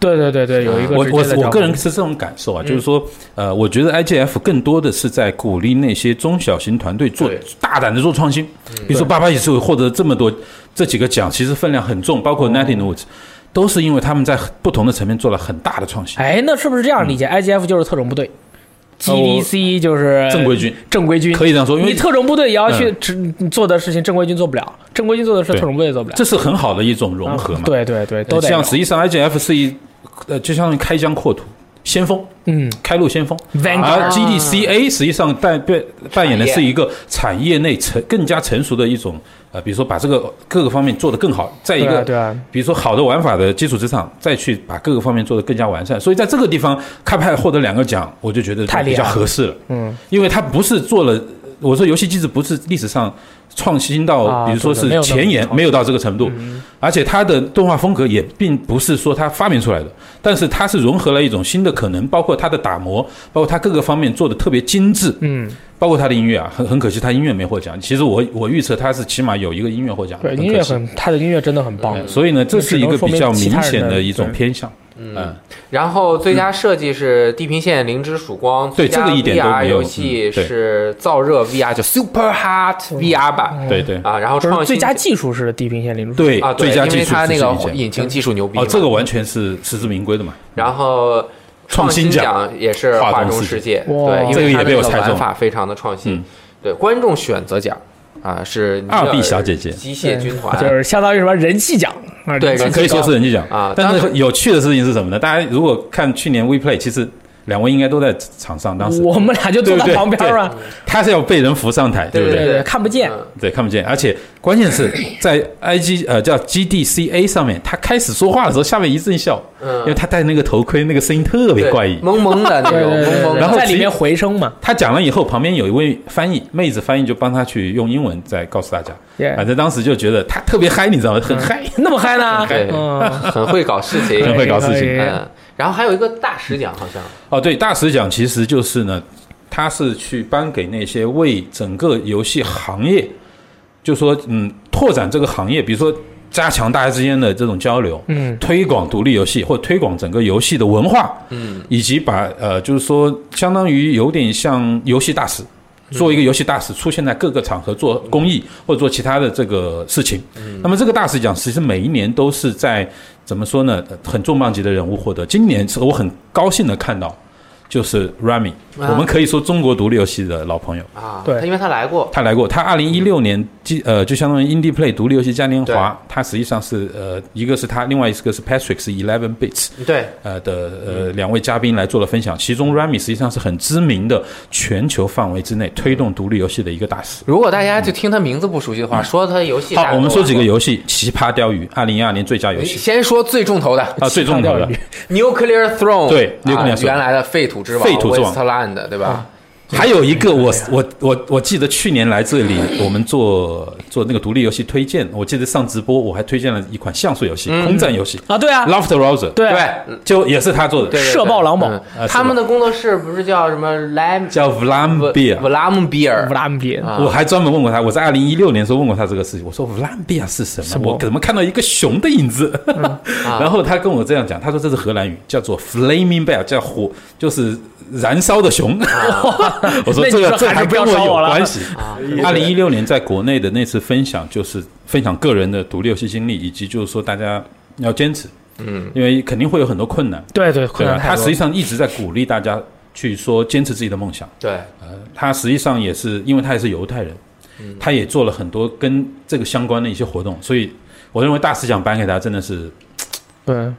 Speaker 4: 对对对对，有一个
Speaker 3: 我
Speaker 4: 直接
Speaker 3: 我
Speaker 4: 的
Speaker 3: 我
Speaker 4: 叫
Speaker 3: 个人是这种感受啊，就是说，呃，我觉得 IGF 更多的是在鼓励那些中小型团队做
Speaker 5: 对
Speaker 3: 大胆的做创新，比如说八八也是获得这么多这几个奖，其实分量很重，包括 Nineteen Woods，都是因为他们在不同的层面做了很大的创新。
Speaker 4: 哎，那是不是这样
Speaker 3: 嗯
Speaker 4: 理解？IGF 就是特种部队
Speaker 3: 呃我
Speaker 4: ，GDC 就是
Speaker 3: 正规军，
Speaker 4: 正规军
Speaker 3: 可以这样说，因
Speaker 4: 你
Speaker 3: 为嗯
Speaker 4: 特种部队也要去只你做的事情，正规军做不了，正规军做的事，
Speaker 3: 对
Speaker 4: 特种部队做不了，
Speaker 3: 这是很好的一种融合嘛。
Speaker 4: 嗯对对对，
Speaker 3: 呃，
Speaker 4: 都得有
Speaker 3: 像实际上 IGF 是一呃，就相当于开疆扩土。先锋，
Speaker 4: 嗯
Speaker 3: 开路先锋，
Speaker 4: ，Vanguard
Speaker 3: 而 GDCA 实际上扮扮扮演的是一个产业内成更加成熟的一种，呃，比如说把这个各个方面做得更好，在一
Speaker 4: 对啊
Speaker 3: 个
Speaker 4: 对啊，
Speaker 3: 比如说好的玩法的基础之上，再去把各个方面做得更加完善。所以在这个地方，开派获得两个奖，我就觉得
Speaker 4: 太厉
Speaker 3: 比
Speaker 4: 害了
Speaker 3: 较合适了，
Speaker 4: 嗯，
Speaker 3: 因为它不是做了。我说游戏机制不是历史上创新
Speaker 4: 啊
Speaker 3: 到，比如说
Speaker 4: 对对
Speaker 3: 是
Speaker 4: 没有那么
Speaker 3: 前沿，
Speaker 4: 创嗯
Speaker 3: 没有到这个程度，而且它的动画风格也并不是说它发明出来的，但是它是融合了一种新的可能，包括它的打磨，包括它各个方面做的特别精致，
Speaker 4: 嗯，
Speaker 3: 包括它的音乐啊，很很可惜它音乐没获奖。其实我我预测它是起码有一个音乐获奖，
Speaker 4: 对，
Speaker 3: 可惜嗯
Speaker 4: 音乐很，他的音乐真的很棒，
Speaker 3: 哦所以呢，这是一个比较明
Speaker 4: 嗯只能说明其他人
Speaker 3: 显
Speaker 4: 的
Speaker 3: 的一种
Speaker 4: 对
Speaker 3: 偏向。
Speaker 5: 嗯，然后最佳设计是《地平线：零之曙光》，
Speaker 3: 嗯对
Speaker 5: 最佳
Speaker 3: 这个一点都
Speaker 5: VR
Speaker 3: 没有
Speaker 5: 啊游戏
Speaker 3: 嗯对
Speaker 5: 是燥热 VR，叫 Super Hot VR 版
Speaker 3: 对对
Speaker 5: 啊。然后
Speaker 4: 就
Speaker 5: 创
Speaker 4: 是最
Speaker 5: 新
Speaker 4: 佳技术是《地平线》零
Speaker 3: 对
Speaker 5: 啊，对，
Speaker 3: 最佳
Speaker 5: 因
Speaker 3: 技
Speaker 5: 为
Speaker 3: 术
Speaker 5: 它
Speaker 3: 是
Speaker 5: 那个
Speaker 3: 一件
Speaker 5: 引擎技术牛逼嘛
Speaker 3: 哦，这个完全是实至名归的嘛。
Speaker 5: 然后创新奖也是画中世界，
Speaker 4: 画中世界
Speaker 5: 对，因
Speaker 4: 哇
Speaker 5: 为它
Speaker 3: 这个也被我
Speaker 5: 那
Speaker 3: 猜中
Speaker 5: 玩法非常的创新
Speaker 3: 嗯。
Speaker 5: 对，观众选择奖啊是尼
Speaker 3: 二
Speaker 5: 尔
Speaker 3: B 小姐姐
Speaker 5: 机械军团，
Speaker 4: 就是相当于什么人气奖啊，
Speaker 5: 对
Speaker 4: 人气奖
Speaker 5: 人气
Speaker 3: 可以说是人气奖
Speaker 5: 啊
Speaker 3: 但
Speaker 5: 当
Speaker 3: 是有趣的事情是什么呢？大家如果看去年 WePlay，其实两位应该都在场上，当时
Speaker 4: 我们俩就坐在
Speaker 3: 对对
Speaker 4: 旁边啊，
Speaker 3: 他是要被人扶上台，对不
Speaker 5: 对
Speaker 4: 对
Speaker 3: 对？
Speaker 4: 对，看不见，
Speaker 5: 嗯
Speaker 3: 对，看不见，而且关键 是在 IG 呃叫 GDCA 上面，他开始说话的时候，下面一阵笑，
Speaker 5: 嗯
Speaker 3: 因为他戴那个头盔，那个声音特别
Speaker 5: 对
Speaker 3: 怪异。
Speaker 5: 懵懵的那
Speaker 4: 对
Speaker 5: 种，
Speaker 4: 对对
Speaker 5: 懵懵
Speaker 4: 对，
Speaker 5: 的。
Speaker 3: 然后
Speaker 4: 在里
Speaker 3: 其
Speaker 4: 面回声嘛，
Speaker 3: 他讲了以后，旁边有一位翻译妹子翻译就帮他去用英文再告诉大家，
Speaker 4: Yeah
Speaker 3: 反正当时就觉得他特别嗨，你知道吗？很嗨，
Speaker 4: 那么嗨呢？
Speaker 5: 对
Speaker 4: 嗯， 哎
Speaker 5: 很会搞事情，
Speaker 3: 很会搞事情
Speaker 4: 可以
Speaker 5: 嗯，然后还有一个大使奖，好像
Speaker 3: 哦，对，大使奖其实就是呢，他是去颁给那些为整个游戏行业，就说嗯，拓展这个行业，比如说加强大家之间的这种交流，
Speaker 4: 嗯，
Speaker 3: 推广独立游戏或推广整个游戏的文化，
Speaker 5: 嗯，
Speaker 3: 以及把呃，就是说相当于有点像游戏大使。做一个游戏大使，出现在各个场合做公益或者做其他的这个事情。那么这个大使奖，其实每一年都是在怎么说呢，呃很重磅级的人物获得。今年是我很高兴的看到，就是 Rami，、
Speaker 5: 啊
Speaker 3: 我们可以说中国独立游戏的老朋友。
Speaker 5: 啊，
Speaker 4: 对
Speaker 5: 他因为他来过，
Speaker 3: 他来过，他二零一六年即呃，就相当于 Indie Play 独立游戏嘉年华，他实际上是呃，一个是他，另外一个是 Patrick 是 Eleven Bits
Speaker 5: 对，
Speaker 3: 呃的呃
Speaker 5: 嗯
Speaker 3: 两位嘉宾来做了分享，其中 Rami 实际上是很知名的全球范围之内推动独立游戏的一个大师。
Speaker 5: 如果大家就听他名字不熟悉的话，说他游戏啥都
Speaker 3: 嗯
Speaker 5: 玩
Speaker 3: 好，
Speaker 5: 过。
Speaker 3: 我们说几个游戏，《奇葩钓鱼》二零一二年最佳游
Speaker 5: 你
Speaker 3: 戏
Speaker 5: 先说最重头的
Speaker 3: 啊，最重头的
Speaker 5: Nuclear Throne，
Speaker 3: 对
Speaker 5: 啊
Speaker 3: Nuclear Throne
Speaker 5: 原来的废土之王
Speaker 3: 废土之王
Speaker 5: Westland，
Speaker 4: 啊
Speaker 5: 对吧？
Speaker 3: 还有一个我我我我记得去年来这里，我们做做那个独立游戏推荐，我记得上直播我还推荐了一款像素游戏，空战游戏
Speaker 4: 啊，对啊，
Speaker 3: ，Loft Rouser，
Speaker 4: 对
Speaker 5: 嗯对
Speaker 4: 啊，
Speaker 3: 就也是他做的
Speaker 5: 对，，对
Speaker 4: 社暴狼堡
Speaker 5: 嗯
Speaker 3: 呃
Speaker 5: 他们的工作室不是叫什么莱
Speaker 3: 叫 Vlambia。
Speaker 4: 乌
Speaker 5: Vlambeer
Speaker 4: 拉姆比
Speaker 5: 啊
Speaker 3: 我还专门问过他，我在二零一六年的时候问过他这个事情，我说 Vlambia 是什么？
Speaker 4: 什么啊
Speaker 3: 我怎么看到一个熊的影子？ 然后他跟我这样讲，他说这是荷兰语，叫做 Flaming Bear，叫火，就是燃烧的熊。 我说
Speaker 4: 啊那你
Speaker 3: 这个
Speaker 4: 说
Speaker 3: 这
Speaker 4: 还是
Speaker 3: 还
Speaker 4: 不
Speaker 3: 跟
Speaker 4: 要烧
Speaker 3: 我有
Speaker 4: 我了啊
Speaker 3: 关系。二零一六年在国内的那次分享，就是分享个人的独立游戏经历，以及就是说大家要坚持，嗯，因为肯定会有很多困难，
Speaker 4: 对对，
Speaker 3: 对
Speaker 4: 困
Speaker 3: 吧
Speaker 4: 难？
Speaker 3: 他
Speaker 4: 太
Speaker 3: 实
Speaker 4: 多
Speaker 3: 际
Speaker 4: 了。
Speaker 3: 上一直在鼓励大家去说坚持自己的梦想。
Speaker 4: 嗯
Speaker 5: 对，
Speaker 3: 他实际上也是，因为他也是犹太人，他也做了很多跟这个相关的一些活动，所以我认为大师奖颁给他真的是
Speaker 4: 对，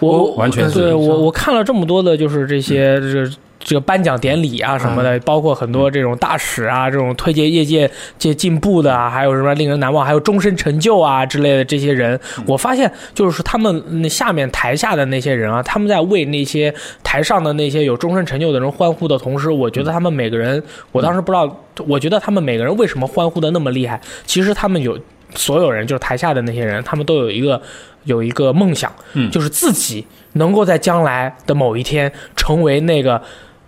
Speaker 4: 我
Speaker 3: 完全是嗯
Speaker 4: 对我我看了这么多的，就是这些这这个颁奖典礼啊什么的，包括很多这种大使啊，这种推介业界界进步的啊，还有什么令人难忘，还有终身成就啊之类的这些人，
Speaker 3: 嗯
Speaker 4: 我发现就是说他们那下面台下的那些人啊，他们在为那些台上的那些有终身成就的人欢呼的同时，我
Speaker 3: 嗯
Speaker 4: 觉得他们每个人，我当时不知道，我觉得他们每个人为什么欢呼的那么厉害，其实他们有。所有人就是台下的那些人，他们都有一个有一个梦想，
Speaker 3: 嗯
Speaker 4: 就是自己能够在将来的某一天成为那个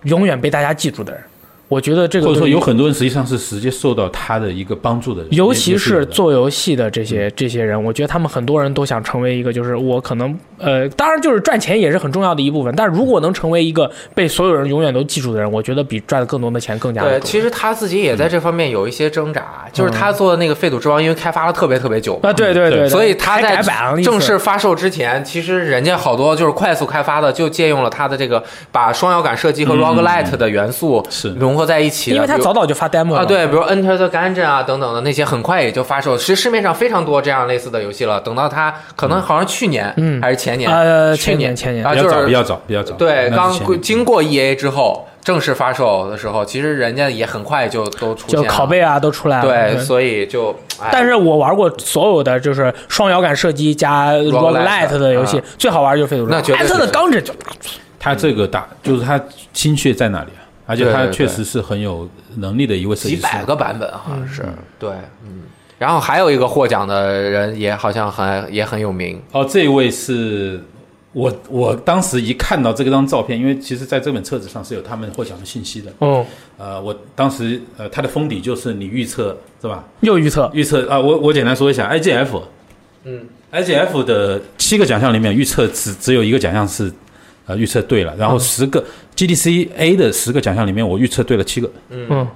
Speaker 4: 永远被大家记住的人。我觉得这个
Speaker 3: 或者说
Speaker 4: 对于
Speaker 3: 有很多人实际上是直接受到他的一个帮助的嗯人，
Speaker 4: 尤其是
Speaker 3: 做
Speaker 4: 做游戏的这些这些人，我觉得他们很多人都想成为一个，就是我可能呃，当然就是赚钱也是很重要的一部分，但如果能成为一个被所有人永远都记住的人，我觉得比嗯赚更多的钱更加
Speaker 5: 对，
Speaker 4: 重
Speaker 5: 其实他自己也在这方面有一些挣扎，就是他做的那个废土之王，因为开发了特别特别久嘛
Speaker 4: 要啊，对对
Speaker 3: 对
Speaker 4: 对，
Speaker 5: 所以他
Speaker 4: 还
Speaker 5: 在
Speaker 4: 改版了一次
Speaker 5: 正式发售之前，其实人家好多就是快速开发的，就借用了他的这个把双摇杆射击和 roguelite 的元素
Speaker 3: 是
Speaker 5: 融合在一起的，
Speaker 4: 嗯因为他
Speaker 5: 比如
Speaker 4: 早早就发 demo 了
Speaker 5: 啊，对，比如 Enter the Gungeon 啊等等的那些，很快也就发售。其实市面上非常多这样类似的游戏了。等到它可能好像去年、
Speaker 4: 嗯
Speaker 5: 还是前年，
Speaker 4: 呃
Speaker 5: 去年
Speaker 4: 前年前年
Speaker 5: 啊，
Speaker 3: 比
Speaker 5: 就
Speaker 3: 较早，比
Speaker 5: 是
Speaker 3: 较早，比较早，
Speaker 5: 对
Speaker 3: 那之前
Speaker 5: 刚经过 EA 之后正式发售的时候，其实人家也很快就都出现
Speaker 4: 就
Speaker 5: 了
Speaker 4: 拷贝啊都出来了，
Speaker 5: 对，所以就哎
Speaker 4: 但是我玩过所有的就是双摇杆射击加
Speaker 5: Roguelite，
Speaker 4: roguelite 的游戏
Speaker 5: 啊，
Speaker 4: 最好玩的就是《废土之
Speaker 5: 那绝对
Speaker 4: 艾
Speaker 5: 是
Speaker 4: 特的钢制就
Speaker 3: 他这个打就是他心血在哪里啊？而且他
Speaker 5: 对对对
Speaker 3: 确实是很有能力的一位设计
Speaker 5: 几
Speaker 3: 师，
Speaker 5: 百个版本好像是、对，嗯。然后还有一个获奖的人也好像很也很有名，
Speaker 3: 哦，这位是我我当时一看到这个张照片，因为其实在这本册子上是有他们获奖的信息的。
Speaker 4: 嗯，
Speaker 3: 呃，我当时呃，它的封底就是你预测是吧？
Speaker 4: 又预测
Speaker 3: 预测啊、我我简单说一下，IGF，
Speaker 5: 嗯
Speaker 3: ，IGF 的七个奖项里面，预测只只有一个奖项是呃预测对了，
Speaker 4: 嗯
Speaker 3: 然后十个、GDC A 的十个奖项里面，我预测对了七个，
Speaker 4: 嗯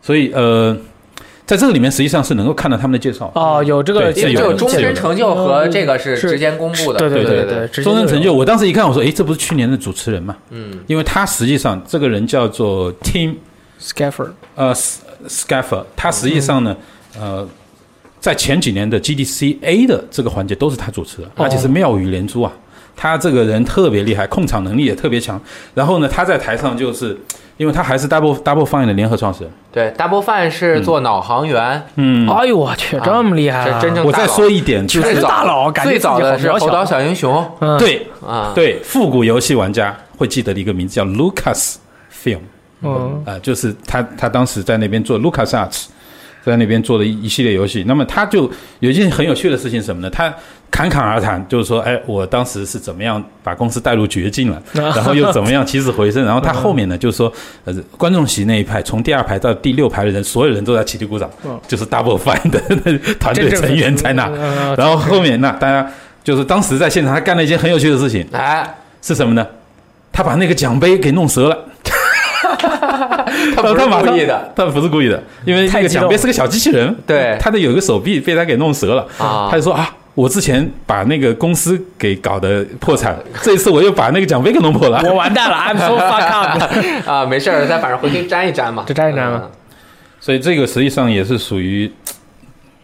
Speaker 3: 所以呃，在这个里面实际上是能够看到他们的介绍。
Speaker 5: 嗯
Speaker 4: 哦有这个
Speaker 3: 对
Speaker 5: 因为
Speaker 3: 是
Speaker 5: 只
Speaker 3: 有
Speaker 5: 有
Speaker 3: 的
Speaker 5: 终
Speaker 3: 是有
Speaker 5: 身
Speaker 3: 的
Speaker 5: 成就和这个是
Speaker 4: 是
Speaker 5: 直接公布的，
Speaker 4: 对对
Speaker 5: 对
Speaker 4: 对，直接
Speaker 3: 终身成
Speaker 4: 就
Speaker 3: 就，
Speaker 4: 有
Speaker 3: 我当时一看，我说，诶，这不是去年的主持人嘛？
Speaker 5: 嗯，
Speaker 3: 因为他实际上这个人叫做 Tim
Speaker 4: Scaffer
Speaker 3: 呃 S- Scaffer，他实际上呢，
Speaker 4: 嗯
Speaker 3: 呃，在前几年的 GDC A 的这个环节都是他主持的，
Speaker 4: 哦
Speaker 3: 而且是妙语连珠啊。他这个人特别厉害，控场能力也特别强。然后呢，他在台上就是，因为他还是 Double Double Fine 的联合创始人。
Speaker 4: 嗯
Speaker 5: 对，Double Fine 是做脑航员，
Speaker 3: 嗯，
Speaker 4: 哎呦我去，
Speaker 5: 啊
Speaker 4: 这么厉害啊！
Speaker 5: 是真正
Speaker 3: 我再说一
Speaker 4: 嗯
Speaker 3: 点，就
Speaker 5: 最
Speaker 3: 是
Speaker 5: 早
Speaker 4: 大佬感觉
Speaker 5: 最早的
Speaker 4: 自己
Speaker 5: 是
Speaker 4: 好渺
Speaker 5: 猴
Speaker 4: 小
Speaker 5: 岛小英雄
Speaker 4: 嗯，
Speaker 3: 对
Speaker 5: 啊，
Speaker 3: 对复古游戏玩家会记得的一个名字叫 Lucas Film。
Speaker 4: 嗯
Speaker 3: 啊、就是他他当时在那边做 LucasArts，在那边做的一一系列游戏。那么他就有一件很有趣的事情是什么呢？他侃侃而谈，就是说，哎，我当时是怎么样把公司带入绝境 了，然后又怎么样起死回生。然后他后面呢，就是说，呃，观众席那一排，从第二排到第六排的人，所有人都在起立鼓掌，
Speaker 4: 哦
Speaker 3: 就是 Double Fine 的团队成员在那。
Speaker 5: 哦
Speaker 4: 嗯
Speaker 3: 然后后面那大家就是当时在现场，他干了一件很有趣的事情，
Speaker 5: 哎，
Speaker 3: 是什么呢？他把那个奖杯给弄折了。
Speaker 5: 他不是
Speaker 3: 他马
Speaker 5: 故
Speaker 3: 上
Speaker 5: 意的，，
Speaker 3: 他不是故意的，因为那
Speaker 4: 太
Speaker 3: 个
Speaker 4: 激动
Speaker 3: 奖杯是个小机器人，
Speaker 5: 对
Speaker 3: 他的有一个手臂被他给弄折了，
Speaker 5: 啊
Speaker 3: 他就说啊，我之前把那个公司给搞得破 产，这一次我又把那个奖杯给弄破了。
Speaker 4: 我完蛋了，I'm so fuck up。
Speaker 5: 啊，没事儿，再反正回去粘一粘嘛，
Speaker 4: 就粘一粘嘛
Speaker 5: 嗯
Speaker 3: 所以这个实际上也是属于，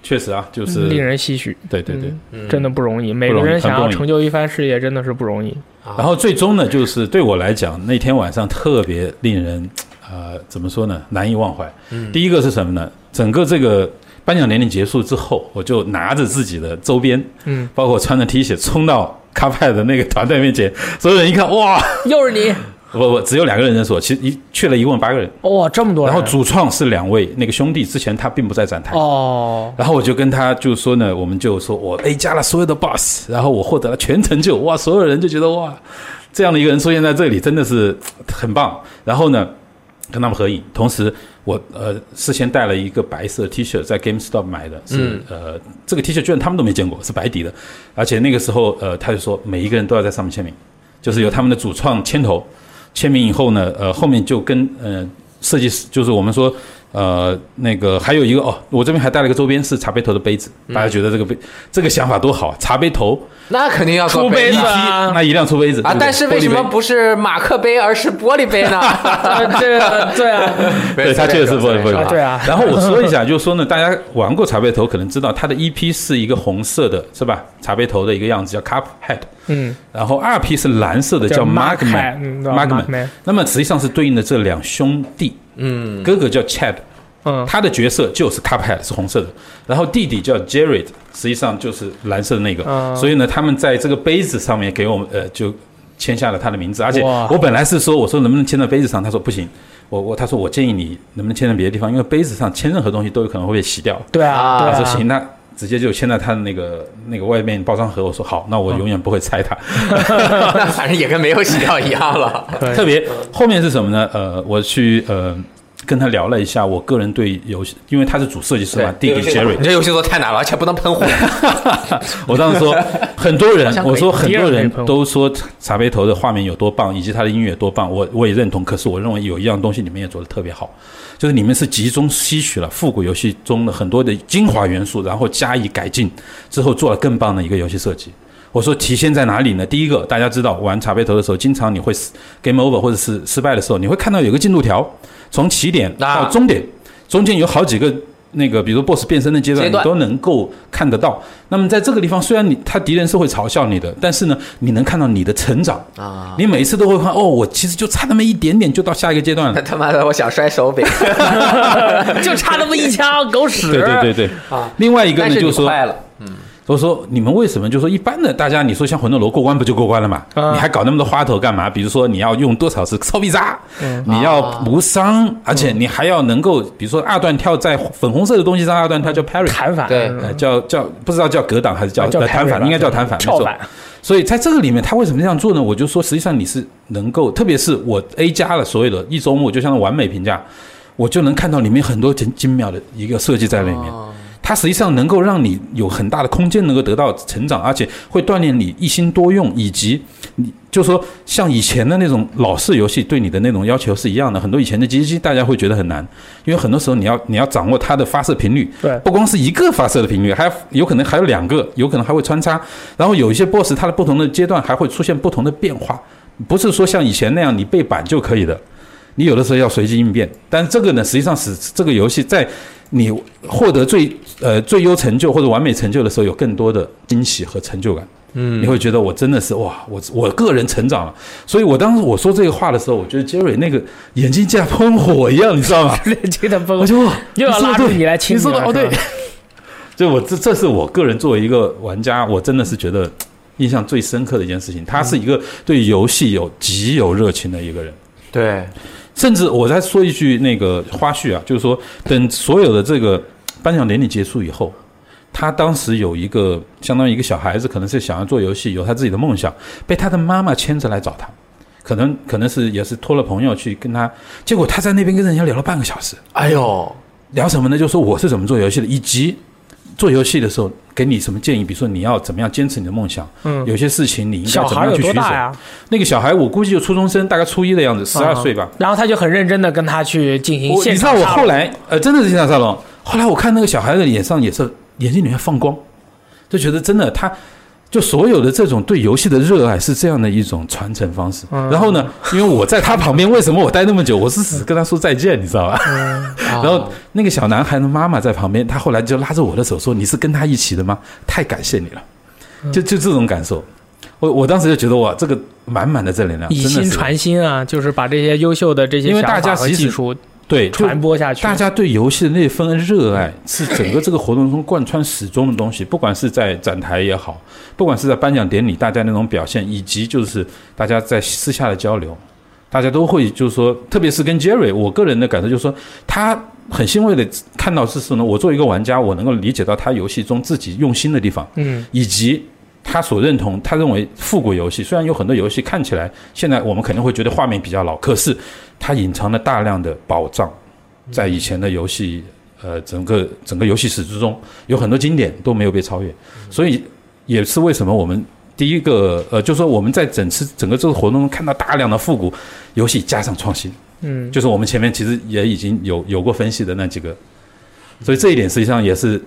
Speaker 3: 确实啊，就是
Speaker 4: 令人唏嘘，
Speaker 3: 对对对。
Speaker 5: 嗯
Speaker 4: 真的不容易。每
Speaker 3: 不
Speaker 4: 个
Speaker 3: 容易
Speaker 4: 人
Speaker 3: 很
Speaker 4: 想
Speaker 3: 不
Speaker 4: 要
Speaker 3: 容易
Speaker 4: 成就一番事业，真的是不容易。
Speaker 3: 然后最终呢，就是对我来讲，那天晚上特别令人呃，怎么说呢，难以忘怀。第一个是什么呢？整个这个颁奖典礼结束之后，我就拿着自己的周边，
Speaker 4: 嗯，
Speaker 3: 包括穿着 T 恤冲到卡派的那个团队面前，所有人一看，哇，
Speaker 4: 又是你，
Speaker 3: 我我只有两个人认识我，其实一去了一共八个人，
Speaker 4: 哇，这么多
Speaker 3: 然
Speaker 4: 人，
Speaker 3: 后主创是两位那个兄弟，之前他并不在展台。
Speaker 4: 哦，
Speaker 3: 然后我就跟他就说呢，我们就说我 A 加了所有的 boss，然后我获得了全成就，哇，所有人就觉得哇，这样的一个人出现在这里真的是嘖很棒。然后呢，跟他们合影，同时我呃事先带了一个白色 T 恤，在 GameStop 买的，是、呃这个 T 恤居然他们都没见过，是白底的，而且那个时候呃他就说每一个人都要在上面签名，就是由他们的主创牵头。签名以后呢，呃，后面就跟呃设计师，就是我们说，呃，那个还有一个哦，我这边还带了一个周边是茶杯头的杯子，大家觉得这个杯、这个想法多好，啊茶杯头
Speaker 5: 那肯定要做
Speaker 4: 出杯
Speaker 5: 杯
Speaker 4: 子
Speaker 5: 子
Speaker 4: 啊
Speaker 3: 那一辆出杯子
Speaker 5: 啊！
Speaker 3: 对不对
Speaker 5: 但是为什
Speaker 3: 玻
Speaker 5: 么
Speaker 3: 璃杯
Speaker 5: 不是马克杯，而是玻璃杯呢？
Speaker 4: 这个对啊，
Speaker 3: 对它确实是玻璃杯
Speaker 4: 啊对 啊，
Speaker 3: 然后我说一下，就是说呢，大家玩过茶杯头可能知道，它的一 P 是一个红色的，是吧？茶杯头的一个样子叫 cup head，
Speaker 4: 嗯，
Speaker 3: 然后二 P 是蓝色的叫
Speaker 4: Mark
Speaker 3: Markman，
Speaker 4: 嗯
Speaker 3: Markman 那么实际上是对应的这两兄弟，
Speaker 5: 嗯，
Speaker 3: 哥哥叫 Chad，
Speaker 4: 嗯，
Speaker 3: 他的角色就是 Cuphead 是红色的，然后弟弟叫 Jared，实际上就是蓝色的那个。
Speaker 4: 嗯
Speaker 3: 所以呢，他们在这个杯子上面给我们呃就签下了他的名字，而且
Speaker 4: 哇
Speaker 3: 我本来是说我说能不能签到杯子上，他说不行，我我他说我建议你能不能签在别的地方，因为杯子上签任何东西都有可能会被洗掉。
Speaker 4: 对
Speaker 5: 啊
Speaker 4: 啊，对
Speaker 3: 他
Speaker 4: 啊
Speaker 3: 说行，那直接就签在他的那个那个外面包装盒。我说好，那我永远不会拆它。
Speaker 5: 那反正也跟没有洗掉一 样了。
Speaker 4: 对
Speaker 3: 特别后面是什么呢？呃，我去呃。跟他聊了一下，我个人对游戏，因为他是主设计师嘛，弟弟 Jerry，
Speaker 5: 你这游戏做太难了，而且不能喷 火。
Speaker 3: 我当时 说，很多人
Speaker 5: 好像，可以
Speaker 3: 我说很多人
Speaker 4: 第二个
Speaker 3: 都说茶杯头的画面有多棒，以及它的音乐有多棒，我我也认同。可是我认为有一样东西你们也做的特别好，就是你们是集中吸取了复古游戏中的很多的精华元素，然后加以改进，之后做了更棒的一个游戏设计。我说体现在哪里呢？第一个，大家知道玩茶杯头的时候，经常你会失 game over 或者是失败的时候，你会看到有个进度条，从起点到
Speaker 5: 啊
Speaker 3: 终点，中间有好几个那个，比如说 boss 变身的阶段，
Speaker 5: 阶段
Speaker 3: 你都能够看得到。那么在这个地方，虽然你他敌人是会嘲笑你的，但是呢，你能看到你的成长
Speaker 5: 啊。
Speaker 3: 你每次都会看，哦，我其实就差那么一点点，就到下一个阶段
Speaker 5: 那
Speaker 3: 了。
Speaker 5: 他妈的，我想摔手柄。
Speaker 4: 就差那么一枪狗屎，
Speaker 3: 对对对对
Speaker 5: 啊
Speaker 3: 另外一个
Speaker 5: 但
Speaker 3: 呢，
Speaker 5: 是
Speaker 3: 就是
Speaker 5: 你啊
Speaker 3: 说，
Speaker 5: 坏了，
Speaker 3: 我说你们为什么就说一般的大家，你说像魂斗罗过关不就过关了嘛？
Speaker 4: 嗯
Speaker 5: 啊
Speaker 3: 你还搞那么多花头干嘛？比如说你要用多少是超必杀，
Speaker 5: 嗯
Speaker 3: 你
Speaker 5: 啊
Speaker 3: 要无伤，而且你还要能够，比如说二段跳在粉红色的东西上，二段跳叫
Speaker 5: 嗯
Speaker 3: parry，
Speaker 4: 弹反
Speaker 5: 对
Speaker 3: 呃叫叫不知道叫格挡还是叫
Speaker 4: 啊叫
Speaker 3: 呃
Speaker 4: parry
Speaker 3: 弹反，
Speaker 4: 吧
Speaker 3: 应该叫弹反，没
Speaker 4: 跳
Speaker 3: 错。
Speaker 4: 反，
Speaker 3: 所以在这个里面，他为什么这样做呢？我就说，实际上你是能够，特别是我 A 加了所有的一周目，就像完美评价，我就能看到里面很多精精妙的一个设计在里面。它实际上能够让你有很大的空间，能够得到成长，而且会锻炼你一心多用，以及你就说像以前的那种老式游戏对你的那种要求是一样的。很多以前的机器大家会觉得很难，因为很多时候你要你要掌握它的发射频率，
Speaker 4: 对
Speaker 3: 不光是一个发射的频率，还有可能还有两个，有可能还会穿插。然后有一些 BOSS 它的不同的阶段还会出现不同的变化，不是说像以前那样你背板就可以的，你有的时候要随机应变。但这个呢，实际上使这个游戏在你获得最呃最优成就或者完美成就的时候，有更多的惊喜和成就感。嗯，你会觉得我真的是哇，我我个人成长了。所以我当时我说这个话的时候，我觉得杰瑞那个眼睛像喷火一样，你知道吗？
Speaker 4: 记得 崩
Speaker 3: 我，就哇
Speaker 4: 又要
Speaker 3: 你说得
Speaker 4: 拉住
Speaker 3: 对
Speaker 4: 你来亲
Speaker 3: 你说的
Speaker 4: 了
Speaker 3: 哦
Speaker 4: 是
Speaker 3: 对
Speaker 4: 吧，
Speaker 3: 就我这这是我个人作为一个玩家，我真的是觉得印象最深刻的一件事情。他是一个对游戏有极有热情的一个人。
Speaker 5: 对，
Speaker 3: 甚至我再说一句那个花絮啊，就是说，等所有的这个颁奖典礼结束以后，他当时有一个相当于一个小孩子，可能是想要做游戏，有他自己的梦想，被他的妈妈牵着来找他，可能可能是也是托了朋友去跟他，结果他在那边跟人家聊了半个小时，
Speaker 5: 哎呦，
Speaker 3: 聊什么呢？就说我是怎么做游戏的，以及做游戏的时候给你什么建议，比如说你要怎么样坚持你的梦想，
Speaker 4: 嗯
Speaker 3: 有些事情你应该
Speaker 4: 小
Speaker 3: 怎么
Speaker 4: 孩
Speaker 3: 样
Speaker 4: 有
Speaker 3: 去
Speaker 4: 多
Speaker 3: 取舍
Speaker 4: 大。呀？
Speaker 3: 那个小孩我估计就初中生，大概初一的样子，十二岁吧。
Speaker 4: 嗯。然后他就很认真的跟他去进行
Speaker 3: 我
Speaker 4: 现
Speaker 3: 你知
Speaker 4: 场
Speaker 3: 道我
Speaker 4: 杀戮
Speaker 3: 后来呃，真的是现场沙龙。后来我看那个小孩的脸上也是眼睛里面放光，就觉得真的他。就所有的这种对游戏的热爱是这样的一种传承方式。
Speaker 4: 嗯
Speaker 3: 然后呢，因为我在他旁边，为什么我待那么久？我是只跟他说再见，你知道吧？
Speaker 4: 嗯
Speaker 5: 然
Speaker 3: 然
Speaker 4: 啊
Speaker 3: 后那个小男孩的妈妈在旁边，他后来就拉着我的手说：“你是跟他一起的吗？太感谢你了。”
Speaker 4: 嗯
Speaker 3: 就就这种感受，我我当时就觉得哇，这个满满的正能量，
Speaker 4: 以
Speaker 3: 真的
Speaker 4: 心
Speaker 3: 是
Speaker 4: 传心啊，就是把这些优秀的这些
Speaker 3: 因为
Speaker 4: 想
Speaker 3: 大
Speaker 4: 法
Speaker 3: 家
Speaker 4: 和
Speaker 3: 其实
Speaker 4: 技术
Speaker 3: 对，就
Speaker 4: 传播下去。
Speaker 3: 大家对游戏的那份热爱，是整个这个活动中贯穿始终的东西。不管是在展台也好，不管是在颁奖典礼，大家那种表现，以及就是大家在私下的交流，大家都会就是说，特别是跟 Jerry，我个人的感受就是说，他很欣慰的看到是什么呢？我作为一个玩家，我能够理解到他游戏中自己用心的地方。
Speaker 4: 嗯，
Speaker 3: 以及他所认同，他认为复古游戏虽然有很多游戏看起来现在我们肯定会觉得画面比较老，可是它隐藏了大量的宝藏，在以前的游戏呃整个整个游戏史之中，有很多经典都没有被超越，所以也是为什么我们。第一个，呃，就说我们在整次整个这个活动中看到大量的复古游戏加上创新，
Speaker 4: 嗯，
Speaker 3: 就是我们前面其实也已经有有过分析的那几个，所以这一点实际上也是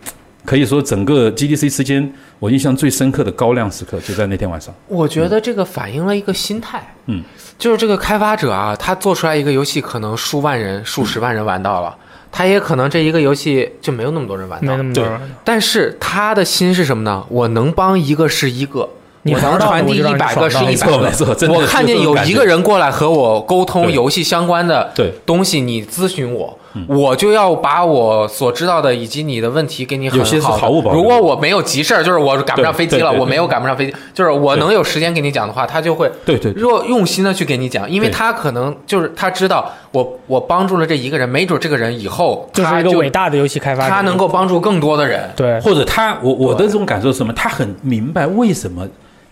Speaker 3: 可以说整个 GDC 期间我印象最深刻的高亮时刻就在那天晚上。
Speaker 5: 我觉得这个反映了一个心态，
Speaker 3: 嗯，
Speaker 5: 就是这个开发者啊，他做出来一个游戏，可能数万人、数十万人玩到了，他也可能这一个游戏就没有那么多人玩
Speaker 4: 没
Speaker 5: 到
Speaker 4: 那，么
Speaker 3: 对
Speaker 4: 多人。
Speaker 5: 但是他的心是什么呢？我能帮一个是一个。
Speaker 4: 你
Speaker 5: 我能
Speaker 4: 玩到
Speaker 5: 传
Speaker 4: 了
Speaker 5: 递
Speaker 4: 我就
Speaker 5: 一
Speaker 4: 让你
Speaker 5: 百个是
Speaker 4: 爽到
Speaker 5: 一
Speaker 4: 没
Speaker 5: 百
Speaker 3: 错
Speaker 5: 个，
Speaker 3: 没错真的
Speaker 5: 我
Speaker 3: 是
Speaker 5: 看见
Speaker 3: 这种
Speaker 5: 有
Speaker 3: 感
Speaker 5: 一
Speaker 3: 觉
Speaker 5: 个人过来和我沟通
Speaker 3: 对
Speaker 5: 游戏相关的
Speaker 3: 对嗯
Speaker 5: 东西，你咨询我，我就要把我所知道的以及你的问题给你很
Speaker 3: 有些是
Speaker 5: 好的
Speaker 3: 毫无保留
Speaker 5: 如果我没有急事儿，就是我赶不上
Speaker 3: 对
Speaker 5: 飞机
Speaker 3: 对
Speaker 5: 了，
Speaker 3: 对
Speaker 5: 我
Speaker 3: 对
Speaker 5: 没有赶不上飞机，就是我
Speaker 3: 对
Speaker 5: 能有时间给你讲的话，他就会
Speaker 3: 对对对
Speaker 5: 若用心的去给你讲，因为
Speaker 3: 对
Speaker 5: 他可能就是他知道我我帮助了这一个人，没准这个人以后
Speaker 4: 就
Speaker 5: 他
Speaker 4: 是一个伟大的游戏开发者，
Speaker 5: 他能够帮助更多的人。
Speaker 4: 对，
Speaker 3: 或者他，我我的这种感受是什么？他很明白为什么